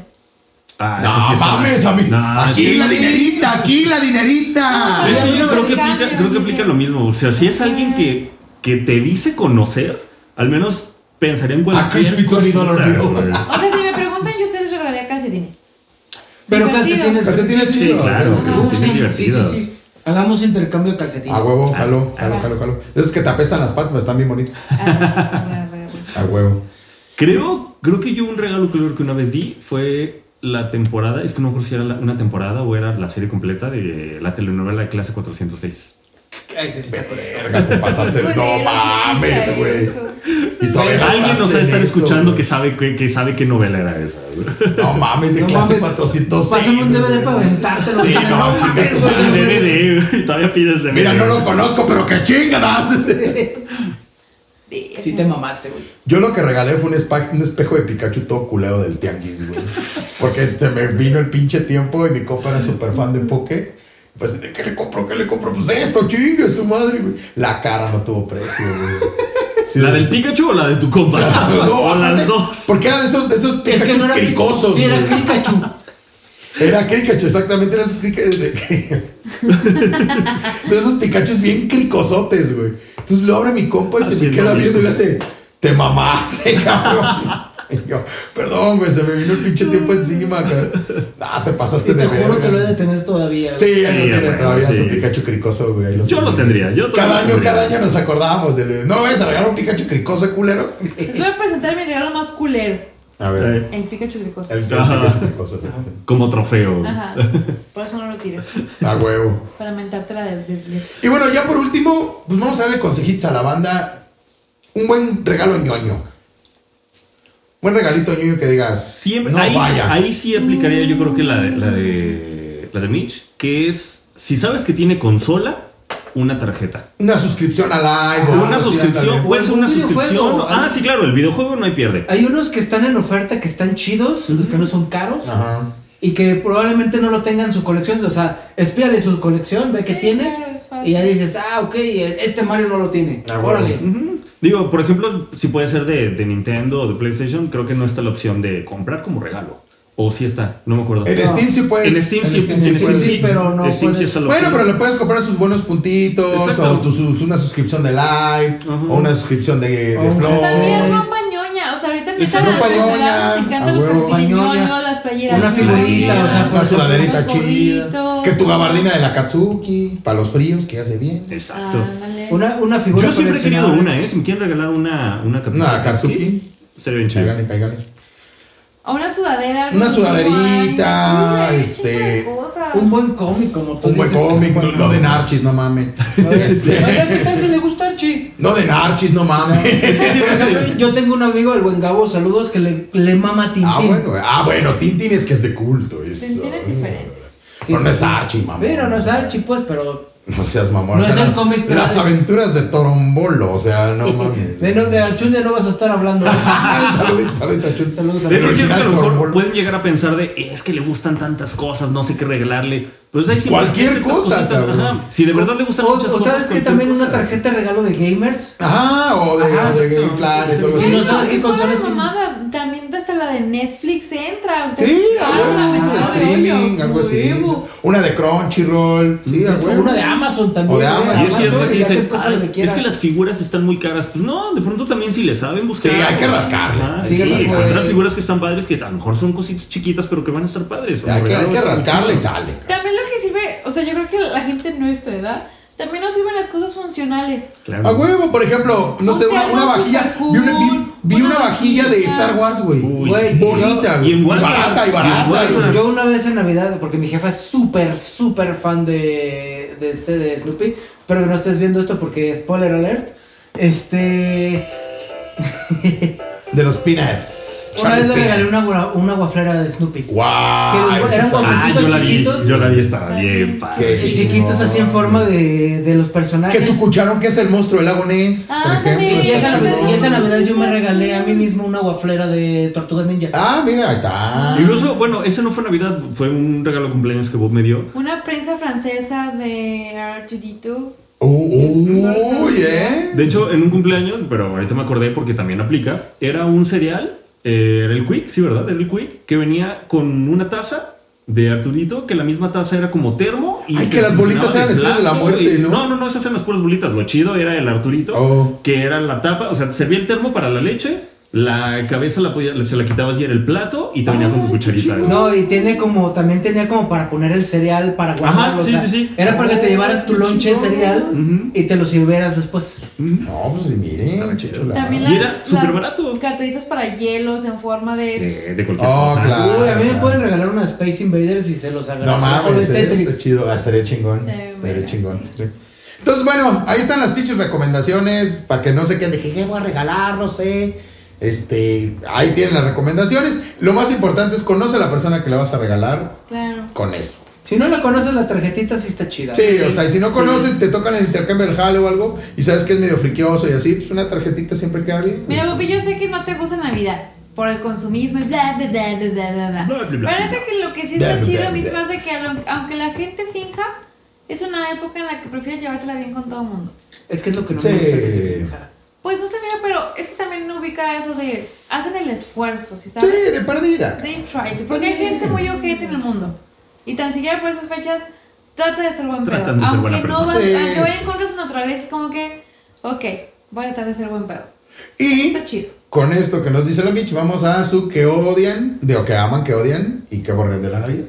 Ah, eso sí No está mal. mames, a mí. No, aquí es que- la dinerita, aquí la Ah, dinerita. Es ya que yo tuve creo que el aplica, cambio, creo que dice. aplica lo mismo. O sea, si es alguien que, que te dice conocer, al menos pensaría en A cualquier Crispy Tony no lo cosita, olvido. güey. O sea, si me preguntan, yo se les regalaría calcetines. Pero Divertido. calcetines. Calcetines sí, sí, chidos, sí, claro, sí, calcetines sí, divertidos. Sí, sí, sí. Hagamos intercambio de calcetines. A huevo, jalo, Ah, jalo, ah. jalo, jalo. Esos que te apestan las patas, pero están bien bonitos. Ah, bueno, bueno, bueno. A huevo. Creo, creo que yo un regalo culero que una vez di fue la temporada, es que no considera una temporada o era la serie completa de la telenovela de clase 406. Ay, sí, sí, está correcto. Verga, te pasaste. No Culero, mames, escucha güey. eso. Y todavía Alguien gastaste nos está en eso, escuchando güey. que sabe, que, que sabe qué novela era esa. güey. No mames, de No clase mames. 406. Pásame un DVD para aventártelo. Sí, no, chinga tu El madre. DVD, güey, todavía pides de Mira, no lo conozco, pero qué chingada. Sí, Sí, te mamaste, güey. Yo lo que regalé fue un, espa- un espejo de Pikachu todo culeo del tianguis, güey. Porque se me vino el pinche tiempo y mi copa era súper fan de Poké. Pues, ¿de qué le compro? ¿Qué le compro? Pues esto, chingue su madre, güey. La cara no tuvo precio, güey. Sí, ¿La del Pikachu o la de tu compa? No, o las aparte, dos. Porque era de esos, de esos Es Pikachu que no era cricosos, Sí, era güey. Pikachu. Era Pikachu, exactamente, era esos Pikachu de, de esos Pikachu bien cricosotes, güey. Entonces lo abre mi compa y se Así me lo queda mismo. viendo y le hace, te mamaste, cabrón. Y yo, perdón, güey, se me vino el pinche tiempo encima, cabrón. Ah, te pasaste Y de te juro que lo he de verga. tener todavía. Sí, él Sí, no tiene güey, todavía sí. su Pikachu cricoso, güey. ahí lo Yo tiene. lo tendría, yo todavía Cada lo año, tendría. cada añlo nos acordábamos de, no vayas a regalar un Pikachu cricoso, culero. Les voy a presentar mi regalo más culero. A ver, El Pikachu gricoso. el, el Ajá. Pikachu cricoso. sí. Como trofeo. Ajá. Por eso no lo tiro. A huevo. Para mentártela del del- Y bueno, ya por último, pues vamos a darle consejitos a la banda. Un buen regalo ñoño. Buen regalito ñoño que digas. Siempre, no ahí, vaya. ahí sí aplicaría yo creo que la de, la de la de Mitch, que es si sabes que tiene consola, una tarjeta. Una suscripción al live. o algo una así, suscripción, Ah, ándale. puede ser una Pues Un videojuego, suscripción. algo. Ah, sí, claro, el videojuego no hay pierde. Hay unos que están en oferta, que están chidos, los que no son caros, Ajá. y que probablemente no lo tengan en su colección. O sea, espía de su colección, ve Sí, que tiene, claro, es fácil. y ya dices, ah, ok, este Mario no lo tiene. Ah, bueno. Órale. Ujú. Digo, por ejemplo, si puede ser de, de Nintendo o de PlayStation, creo que no está la opción de comprar como regalo. O sí está, no me acuerdo. En No. Steam pues, sí puedes. en Steam sí, Steam en Steam sí, sí, pero no en Steam sí puedes- está la Bueno, opción. pero le puedes comprar sus buenos puntitos. Exacto. O tu- sus- una suscripción de live. Ajá. O una suscripción de, de O un Flow. También ropa ñoña. O sea, ahorita me Oh. ropa los ñoña, regalados. Me a encantan los huevo. calcetines Ñoña. ñoños, las playeras. Una figurita, ñoñas, o sea, Una pues, sudaderita unos chida. gorritos. Que tu gabardina de la Katsuki. Para los fríos, que hace bien. Exacto. Ah, Ah, Ándale. Una, una figura Yo siempre he querido coleccionable. una, ¿eh? Si me quieren regalar una, una Katsuki, Una Katsuki. sería bien chido. Cáigale, cáigale. O una sudadera. Una no sé, sudaderita, guay. Sí, este, güey, chingo de cosas. Un buen cómic, como tú Un buen dices. cómic, no, no de Narchis, no mames. Oye, Este, oiga, ¿qué tal si le gusta Archie? no de Narchis, no mames. Yo tengo un amigo, el buen Gabo, saludos, que le, le mama a Tintín. Ah, bueno, ah, bueno, Tintin es que es de culto. Es, Tintín es diferente. Pero Sí, no sí, es sí. Archie, mamón. Pero no es Archie, pues, pero No seas mamón. No o sea, es el las, cómic que- las aventuras de Torombolo, o sea, no mames. De, no, de Archundia no vas a estar hablando. Saludita, saludita, chun. Saludos a Eso es cierto que original a lo mejor Torombolo. pueden llegar a pensar de es que le gustan tantas cosas, no sé qué regalarle. Pues hay siempre Cualquier ciertas cosa, cositas, cabrón. ajá. Si de verdad le gustan o, muchas o cosas. sabes que cualquier también cosa. una tarjeta de regalo de gamers. Ah, Ajá, o de, Ajá, o de exacto. Game Plan y todo Sí, eso. Si no sabes y qué fuera consola de tiene. mamada, también hasta la de Netflix entra. Sí, Entonces, Ah, a habla, huevo, un me saca de streaming, hoyo. algo así. Huevo. Una de Crunchyroll. Sí, a O huevo. una de Amazon también. O de ¿eh? Amazon. Y es cierto ya que dicen, ves cosas "Ay, donde es quieras". que las figuras están muy caras. Pues no, de pronto también si le saben buscar. Sí, hay que rascarle. Ajá, Sí, sí, rascarle. encontrar figuras que están padres, que a lo mejor son cositas chiquitas, pero que van a estar padres. Hay que, hay que Regalos. rascarle y sale. cabrón. También lo que sirve, o sea, yo creo que la gente de nuestra edad también nos sirven las cosas funcionales. Claro. A huevo, por ejemplo, no Un sé, una, una termo vajilla. supercool, Vi una, vi- vi una una vajilla de vajilla. Star Wars, güey. Uy, Güey, sí. Bonita, Y güey. en Walmart. barata y Y en barata. Walmart. güey. Yo una vez en Navidad, porque mi jefa es súper, súper fan de, de este de Snoopy. Espero que no estés viendo esto porque spoiler alert. Este. De los Peanuts. Una Charlie vez le regalé Peanuts. una, gua- una guaflera de Snoopy. Guau. Que los- eso eran está guapos. mal. Ah, yo la vi, chiquitos. yo la vi, estaba bien Qué padre. Y chiquitos así en forma de, de los personajes. Que tu cucharon que es el monstruo del lago Ness, por Ándale. ejemplo. y, está esa Navidad- chingón. y esa Navidad yo me regalé a mí mismo una guaflera de Tortugas Ninja. Ah, mira, ahí está. Incluso, bueno, ese no fue Navidad, fue un regalo de cumpleaños que Bob me dio. Una prensa francesa de R2D2. Uy, uy, eh. De hecho, en un cumpleaños, pero ahorita me acordé porque también aplica, era un cereal, eh, era el Quick, sí, ¿verdad? Era el Quick, que venía con una taza de Arturito, que la misma taza era como termo. Y Ay, te que las bolitas funcionaba eran estrellas de la blanco, muerte, y- ¿no? No, no, no, esas eran las puras bolitas. Lo chido era el Arturito, Oh. que era la tapa, o sea, servía el termo para la leche, la cabeza la podía- se la quitabas y era el plato y te venía Ah, con tu cucharita. No, y tiene como, también tenía como para poner el cereal para guardarlo. sí, o sí, sea, sí. Era para que te llevaras tu lonche de cereal y te lo sirvieras después. No, pues sí, miren. chulada. También Y era las, súper las barato. cartelitas para hielos en forma de... Eh, de cualquier Oh, cosa. claro. Uy, a mí me Ah. pueden regalar una Space Invaders y se los agradezco. No O de mames, eh, Tetris. está chido. Ah, estaría chingón. Sí, Estaría mira, chingón. sí. Entonces, bueno, ahí están las pinches recomendaciones para que no se queden de que "¿Qué voy a regalar, no sé. Este, ahí tienen las recomendaciones. Lo más importante es conoce a la persona que le vas a regalar Claro. con eso. Si no la conoces, la tarjetita sí está chida. Sí, o sea, y si no conoces, te tocan el intercambio del jale o algo y sabes que es medio friquioso y así, pues una tarjetita siempre queda bien. Mira, papi, yo sé que no te gusta Navidad por el consumismo y bla, bla, bla, bla, bla, bla. bla. Bla, bla, bla. Pero neta que lo que sí Bla, está bla, chido bla, a mí se bla. me hace que a lo- aunque la gente finja, es una época en la que prefieres llevártela bien con todo el mundo. Es que es lo que no Sí. me gusta que se fija. Pues no se vea, pero es que también no ubica eso de hacen el esfuerzo, Sí, ¿sí sabes? de perdida. They try to, porque hay gente muy ojete en el mundo. Y tan siquiera por esas fechas, trata de ser buen pedo. Tratan de ser aunque buena no persona. va, Sí. aunque vaya en contra de su naturaleza, es como que, ok, voy a tratar de ser buen pedo. Y Está chido. con esto que nos dice la Mitch, vamos a su que odian, digo, que aman, que odian y que borren de la Navidad.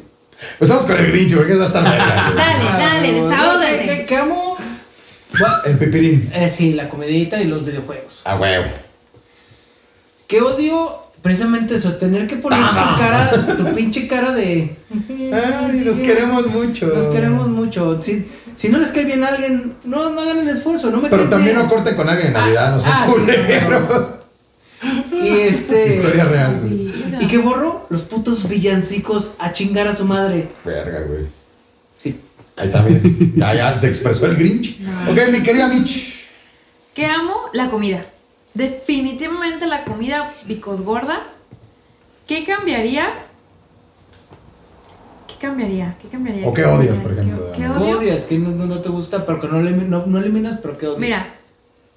Empezamos con el Grinch, porque es hasta la Dale, Ah, dale, desahógate. ¿Qué, qué amo? El pipirín. Eh, sí, la comidita y los videojuegos. A Ah, huevo. Que odio precisamente eso, tener que poner Ah, tu cara, tu pinche cara de. Ay, los queremos mucho. Los queremos mucho. Si, si no les cae bien a alguien, no, no hagan el esfuerzo. No me Pero caes también bien. no corten con alguien en Navidad, no Ah, sean sí, culeros. Y este. Historia real, güey. ¿Y que borro? Los putos villancicos a chingar a su madre. Verga, güey. Sí. Ahí también. Ya, ya se expresó el Grinch. Ok, mi querida Mitch. Que amo la comida. Definitivamente la comida picos gorda. ¿Qué cambiaría? ¿Qué cambiaría? ¿Qué cambiaría? ¿O qué cambiaría? odias, por ejemplo, ¿Qué- de qué ¿Qué odio? odias? Que no, no- no te gusta, pero que no, elimi- no, no eliminas, pero que odias. Mira,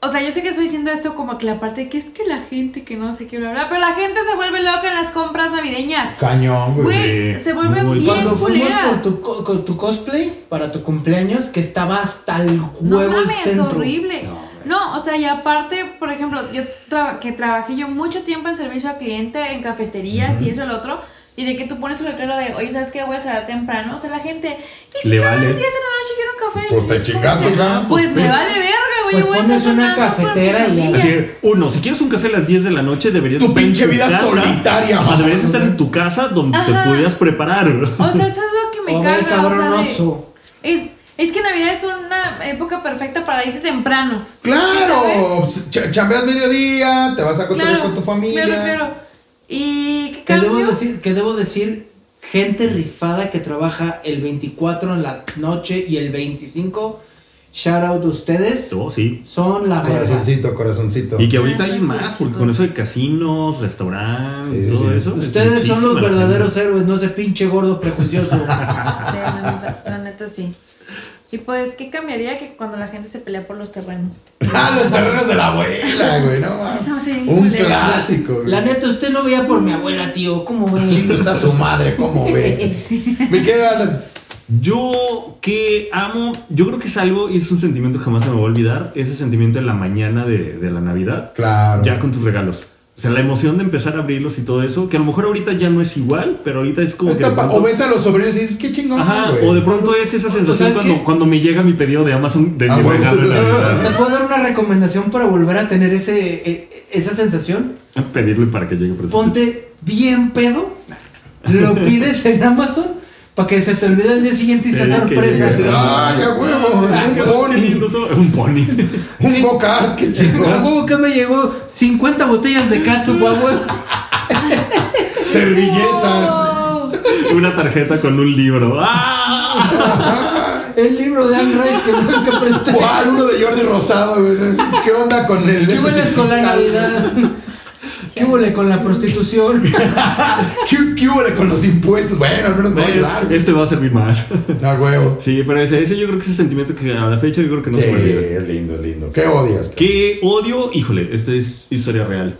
o sea, yo sé que estoy diciendo esto como que la parte de que es que la gente que no sé qué, bla, bla, pero la gente se vuelve loca en las compras navideñas. Cañón, güey. Güey, sí, se vuelven muy bien Cuando fuimos con culeras. tu, co- con tu cosplay para tu cumpleaños, que estaba hasta el No huevo el mames, es centro. horrible. No, o sea, y aparte, por ejemplo, yo traba- que trabajé yo mucho tiempo en servicio al cliente, en cafeterías y eso el otro, y de que tú pones un letrero de, oye, ¿sabes qué? Voy a cerrar temprano. O sea, la gente, ¿y si Le no a vale. las 10 de la noche quiero un café? Pues te Y es como chingaste, que, claro, Pues pues, me vale verga, güey. Pues voy a estar pones una sonando por mi cafetera y ya. familia. Así que, uno, si quieres un café a las 10 de la noche, deberías Tu estar en pinche vida solitaria, Ajá, mamá. Deberías estar en tu casa donde Ajá. te pudieras preparar. O sea, eso es lo que me O caga. ver, o sea, de- cabronazo. es, es que Navidad es una época perfecta para irte temprano. Claro, pues, cha- chambeas mediodía, te vas a acostar con tu familia. Claro, claro. ¿Y qué Que debo, cambio? decir, que debo decir, gente rifada que trabaja el 24 en la noche y el 25 Shout out a ustedes. Todo, sí. Son la verga. Corazoncito, corazoncito. Y que ahorita hay sí, más, sí, porque sí. con eso de casinos, restaurantes, Sí, sí, todo sí. eso. es Ustedes son muchísima los la gente. verdaderos héroes, no ese pinche gordo prejuicioso. Sí, la neta, la neta sí. Y pues, ¿qué cambiaría que cuando la gente se pelea por los terrenos? Ah, los terrenos de la abuela, güey, no mames. Eso sí, Un culero. clásico, güey. la neta, usted no veía por mi abuela, tío. ¿Cómo ve? Chingo está su madre, ¿cómo ves? Me queda Alan. Yo que amo, yo creo que es algo y es un sentimiento que jamás se me va a olvidar. Ese sentimiento de la mañana de, de la Navidad, Claro. ya con tus regalos. O sea, la emoción de empezar a abrirlos y todo eso, que a lo mejor ahorita ya no es igual, pero ahorita es como que. Está de pa- pronto- o ves a los sobrinos y dices, qué chingón, Ajá, güey. o de pronto es esa sensación ¿sabes cuando, qué? cuando me llega mi pedido de Amazon de Ah, mi bueno, regalo de sí. ¿Te Navidad. puedo dar una recomendación para volver a tener ese, eh, esa sensación? Pedirle para que llegue presente. Ponte bien pedo, lo pides en Amazon para que se te olvide el día siguiente y sea Pedir que sorpresa. llegue. Ay, a huevo, Ah, un Qué pony. lindo eso, Un pony. Un go-kart, qué A chingón. huevo que me llegó 50 botellas de catsup, a huevo. Servilletas. Una tarjeta con un libro. ¡Ah! El libro de Anne Rice que nunca presté. ¿Cuál? Uno de Jordi Rosado, güey. ¿Qué onda con el ¿Qué hueles déficit con la fiscal, Navidad? ¿Qué huele con la prostitución? ¿Qué, qué hubo con los impuestos? Bueno, al menos me va a ayudar. güey. Este va a servir más. A huevo. Sí, pero ese, ese yo creo que es el sentimiento que a la fecha yo creo que no Sí, se me olvida. es lindo, es lindo. ¿Qué odias? ¿Qué odio? Híjole, esta es historia real.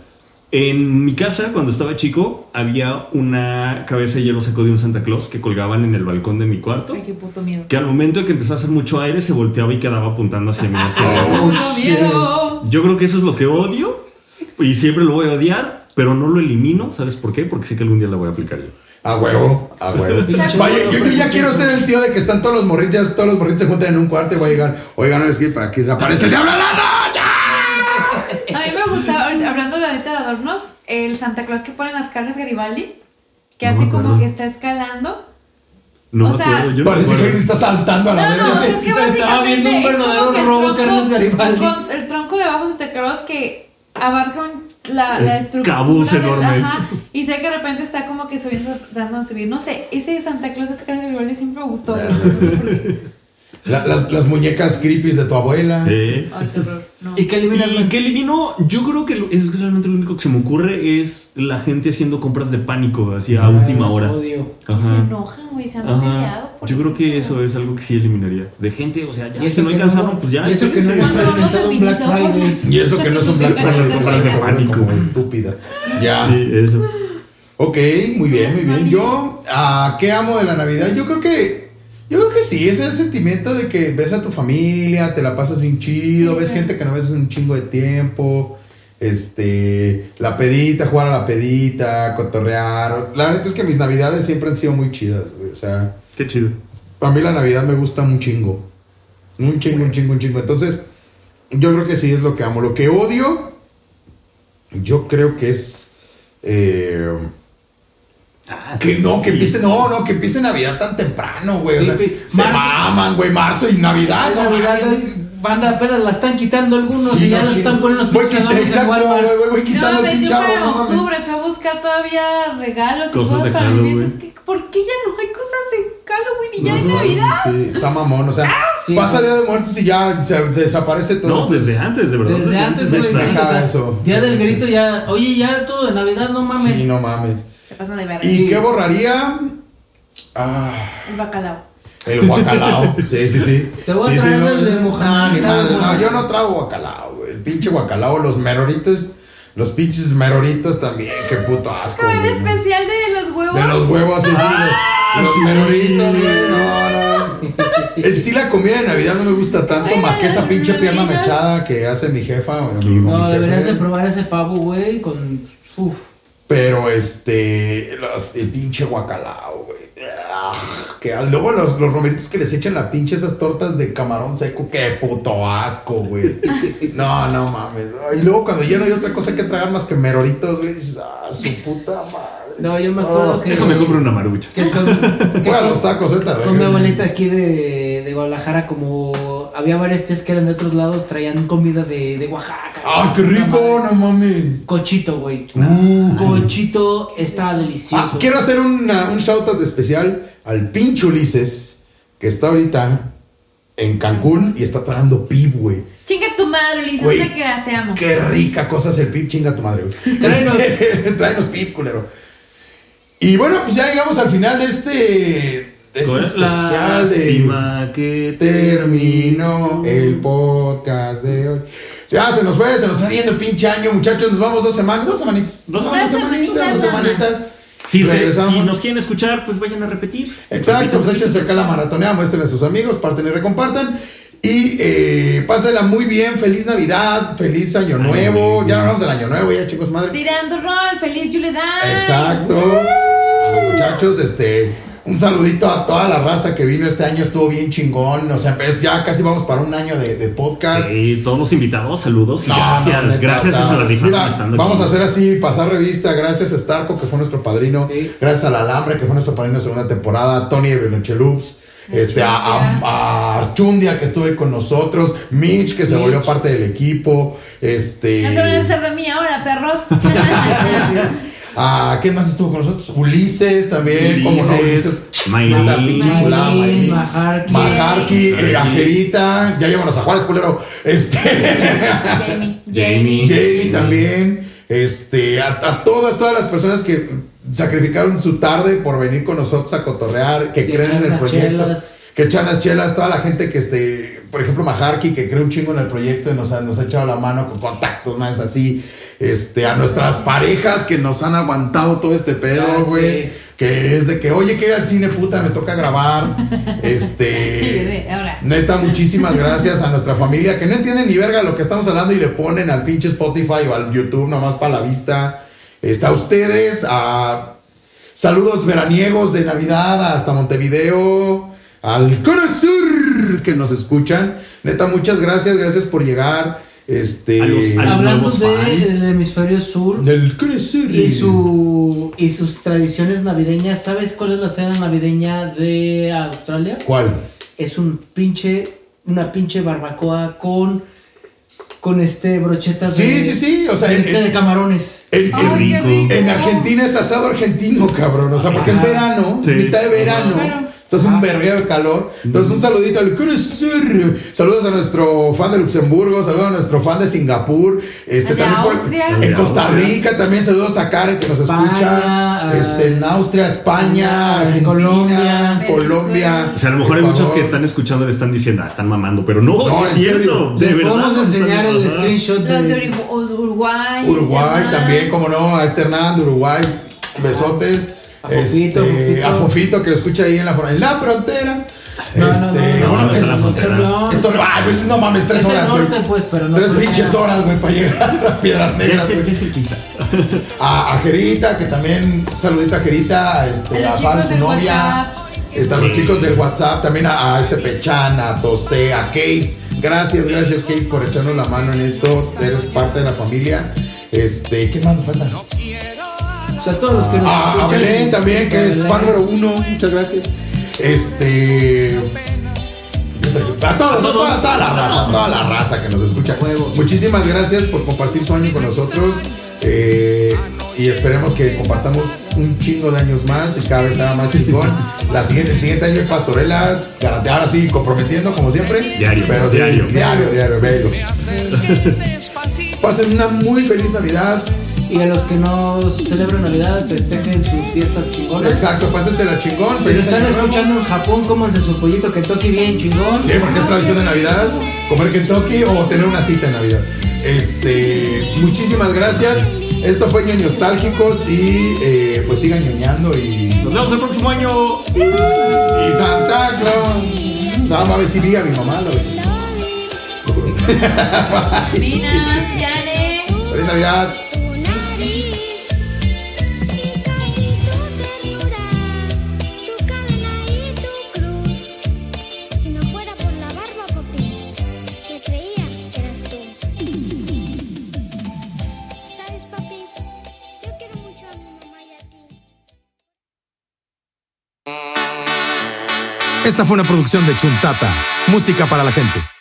En mi casa, cuando estaba chico, había una cabeza de hielo seco de un Santa Claus que colgaban en el balcón de mi cuarto. Ay, qué puto miedo. Que al momento de que empezó a hacer mucho aire, se volteaba y quedaba apuntando hacia mí. hacia Ay, abajo. qué Oh, puto shit. miedo. Yo creo que eso es lo que odio y siempre lo voy a odiar, pero no lo elimino. ¿Sabes por qué? Porque sé que algún día la voy a aplicar yo. A huevo, a huevo. Vaya, Pinche gordo yo, yo ya prejuicioso. quiero ser el tío de que están todos los morritos, todos los morritos se juntan en un cuarto y voy a llegar. Oigan, no es que para que desaparece el diablo, no, no, ya. A mí me gustaba, ahorita, hablando de ahorita de adornos, el Santa Claus que pone en las carnes Garibaldi, que No me así acuerdo. como que está escalando. No O me sea, acuerdo. Yo no me Parece que acuerdo. alguien está saltando a la No, verga. no, o sea, es que Estaba básicamente viendo un es como verdadero que el robo, tronco- Carlos Garibaldi. con- el tronco de abajo Santa Claus que abarca un- la, la Un estructura. cabuz del- enorme. ajá, y sé que de repente está como que subiendo, tratando de subir. No sé, ese Santa Claus de Carlos Garibaldi siempre me gustó. güey, no sé por qué. La- las, las muñecas creepy de tu abuela. Eh, Ay, qué horror, no. ¿Y qué eliminas? Y que eliminó, yo creo que lo- es realmente lo único que se me ocurre es la gente haciendo compras de pánico, así a última hora. Ah, Odio. Y se Ajá. enojan, güey, se han Ajá. peleado. por Yo creo que eso es algo que sí eliminaría. De gente, o sea, ya si no que alcanzaron, pues ya. y eso que no hemos espérense. Cuando vamos experimentado a un Black Miniso, Friday. vamos. Y eso que no es un Black Friday, es un Black Friday como estúpida. Ya. Sí, eso. Ok, muy bien, muy bien. Yo, ¿a qué amo de la Navidad? Yo creo que, yo creo que sí, es el sentimiento de que ves a tu familia, te la pasas bien chido, ves gente que no ves en un chingo de tiempo, este, la pedita, jugar a la pedita, cotorrear. La neta es que mis Navidades siempre han sido muy chidas, güey, o sea, Qué chido. a mí la Navidad me gusta un chingo. Un chingo, un chingo, un chingo. Entonces, yo creo que sí es lo que amo. Lo que odio, yo creo que es. eh, que no, que empiece, no, no, que empiece Navidad tan temprano, güey. o Sí, sea, pi- se marzo. maman, güey, marzo y Navidad. Ay, Ah, no Navidad, mames. banda, apenas la están quitando algunos Sí, y ya no, la chingo. están poniendo los Voy pinches quitando- adornos en exacto, Walmart. güey, voy No, quitando el mames, pinche yo árbol, para no mames. octubre fui a buscar todavía regalos y Cosas cosas de para mis Halloween. fiestas. que- ¿Por qué ya no hay cosas de Halloween y ya hay No, Navidad? Sí, está mamón, o sea, Ah, Sí, pasa güey. Día de Muertos y ya se, se desaparece todo. No, desde antes, de verdad. Desde antes, ya güey. está. sí, acaba o sea, eso. Día del grito ya. Oye, ya todo de Navidad, no mames. Sí, no mames. Se pasan de verga. ¿Y qué borraría? Ah. El bacalao. El guacalao. Sí, sí, sí. Te voy a Sí, sí, traer no, el de no, Mohamed, ni trae madre, no, Mohamed. yo no trago guacalao, güey. El pinche guacalao, los meroritos, los pinches meroritos también, qué puto asco. ¿Cómo el güey. especial de los huevos? De los huevos así, sí, los, los meroritos, güey, no, no. En sí la comida de Navidad no me gusta tanto, Ay, más que esa las pinche pierna merolitas. mechada que hace mi jefa. o mi- mi No, jefe. deberías de probar ese pavo, güey, con. Uf. Pero este, los- el pinche guacalao, güey. Ah, que- luego los, los romeritos que les echan la pinche esas tortas de camarón seco, qué puto asco, güey. No, no mames. Y luego cuando ya no hay otra cosa que tragar más que meroritos, güey, dices, ah, su puta madre. No, yo me acuerdo que. Déjame comprar una marucha. que con, que Juega con- los tacos, ahorita con mi regreso. abuelita aquí de, de Guadalajara, como había varias tías que eran de otros lados, traían comida de, de Oaxaca. ¡Ah, qué rico! No mames. Cochito, güey. Uh. Cochito está delicioso. Ah, quiero hacer una- un shout out especial al pinche Ulises, que está ahorita en Cancún y está tragando pib, güey. Chinga tu madre, Ulises, no Güey, te creas, te amo. Qué rica cosa es el pip, chinga tu madre, güey. Tráenos. Este, Tráenos pip, culero. Y bueno, pues ya llegamos al final de este, de este Con especial de... lástima que Eh, Terminó el podcast de hoy. Ya se nos fue, se nos está yendo el pinche año, muchachos. Nos vamos dos semanas, dos semanitas. Dos Dos semanitas, dos semanitas. semanitas. Si, se- Regresamos. si nos quieren escuchar, pues vayan a repetir. Exacto, pues échense acá la maratonea, muéstrenle a sus amigos, parten y recompartan. Y eh, pásenla muy bien, feliz Navidad, feliz Año Nuevo. Ya hablamos del Año Nuevo, ya chicos, madre. Tirando rol, feliz Juledán. Exacto. A los muchachos, este, un saludito a toda la raza que vino este año, estuvo bien chingón. O sea, pues ya casi vamos para un año de, de podcast. Sí, todos los invitados, saludos y No, gracias. no, neta, gracias o a sea, la rifa mira, por estando Vamos aquí. a hacer así, pasar revista. Gracias a Starco, que fue nuestro padrino. Sí. Gracias a La Alhambra, que fue nuestro padrino de segunda temporada. Tony de Violoncheloops. Este, a, a- a Archundia, que estuvo ahí con nosotros. Mitch, que se volvió parte del equipo. Este. No se van a hacer de mí ahora, perros. a- ¿Quién Ah, más estuvo con nosotros? Ulises también. ¿cómo no? Ulises. Ulises, Maylin, Una pinche Maylin, chulada, Maylin. Majarqui. Majarqui, eh, Majarqui. Angelita. Ya llévanos a Juárez, culero. Este. Jamie. Jamie. Jamie también, este, a, a todas, todas las personas que sacrificaron su tarde por venir con nosotros a cotorrear, que Que creen en echan el las proyecto, chelas. que echan las chelas, toda la gente que, este, por ejemplo, Majarki, que cree un chingo en el proyecto y nos ha, nos ha echado la mano con contactos, más así, este, a nuestras parejas que nos han aguantado todo este Ah, pedo, sí. güey. Que es de que, oye, que ir al cine, puta, me toca grabar. Este. Ahora. Neta, muchísimas gracias a nuestra familia que no entiende ni verga lo que estamos hablando y le ponen al pinche Spotify o al YouTube nomás para la vista. Está a ustedes, a saludos veraniegos de Navidad hasta Montevideo, al Cono Sur que nos escuchan. Neta, muchas gracias, gracias por llegar. Este. A los- a los- Hablando nuevos de- fans. del hemisferio sur del Cono Sur. y, su, y sus tradiciones navideñas, ¿sabes cuál es la cena navideña de Australia? ¿Cuál? Es un pinche, una pinche barbacoa con, con este brochetas de... Sí, sí, sí, o sea, de en- este de camarones. El- el- Ay, qué rico. rico. En Argentina es asado argentino, cabrón. O sea, porque es Ajá. verano, Sí. mitad de verano. Claro. Entonces es un vergueo de calor. Entonces un saludito al crucer. Saludos a nuestro fan de Luxemburgo, saludos a nuestro fan de Singapur. Este, Al de también por- Austria. Al en de Costa Austria. eh, Rica también saludos a Karen que nos España, escucha. a- Este, en Austria, España, a- Argentina, Colombia. Colombia, O sea, a lo mejor hay Ecuador. muchos que están escuchando y le están diciendo, ah, están mamando, pero no, No, en es serio. cierto. De Les verdad. podemos nos enseñar están- el Ajá. screenshot Los de de... Uri- Uruguay. Uruguay Esteban. también, como no, a este Hernán de Uruguay, besotes. A Fofito, Este, Fofito. a Fofito que lo escucha ahí en la, fron- en la frontera. No, no, Este, no, no, bueno, no, es no, la no, frontera. no. Esto, ay, pues, no mames, tres Es el horas, güey. norte, pues, pero no tres frontera. pinches horas, güey, para llegar a Piedras Ya Negras, se- güey. ya se quita. A, a Jerita, que también, un saludito a Jerita, A este, los a, chicos Fan, su del novia. WhatsApp. Están los chicos del WhatsApp, también a, a este Pechan, a Tose, a Case. Gracias, gracias, Case, por echarnos la mano en esto. Eres parte de la familia. Este, ¿qué más nos falta? O sea, todos los que nos A, a escuchan. Belén Ah, también, que es Belén. fan número uno. Muchas gracias. Este. A todos, a toda, toda la raza, a toda la raza que nos escucha. Huevo. Muchísimas gracias por compartir su año con nosotros. eh, y esperemos que compartamos un chingo de años más y cada vez sea más chingón. La siguiente, el siguiente año de Pastorela, garante- ahora sí, comprometiendo como siempre. Diario, pero sí, diario. diario, diario, velo. Pasen una muy feliz Navidad. Y a los que no celebran Navidad, festejen sus fiestas chingonas. Exacto, pásensela chingón. Si lo feliz están año nuevo. escuchando en Japón, cómanse su pollito que toque bien chingón. Sí, porque es tradición de Navidad, comer Kentucky o tener una cita en Navidad. Este, muchísimas gracias. Esto fue Ñoños Nostálgicos y eh, pues sigan ñoñando y, Nos vemos el próximo año. y Santa Claus. Nada más a ver si diga mi mamá. La vez. Vina, Yare. Feliz Navidad. Tu cadena y tu cruz. Si no fuera por la barba, papi, que creía que eras tú. ¿Sabes, papi? Yo quiero mucho a mi mamá y a ti. Esta fue una producción de Chuntata, música para la gente.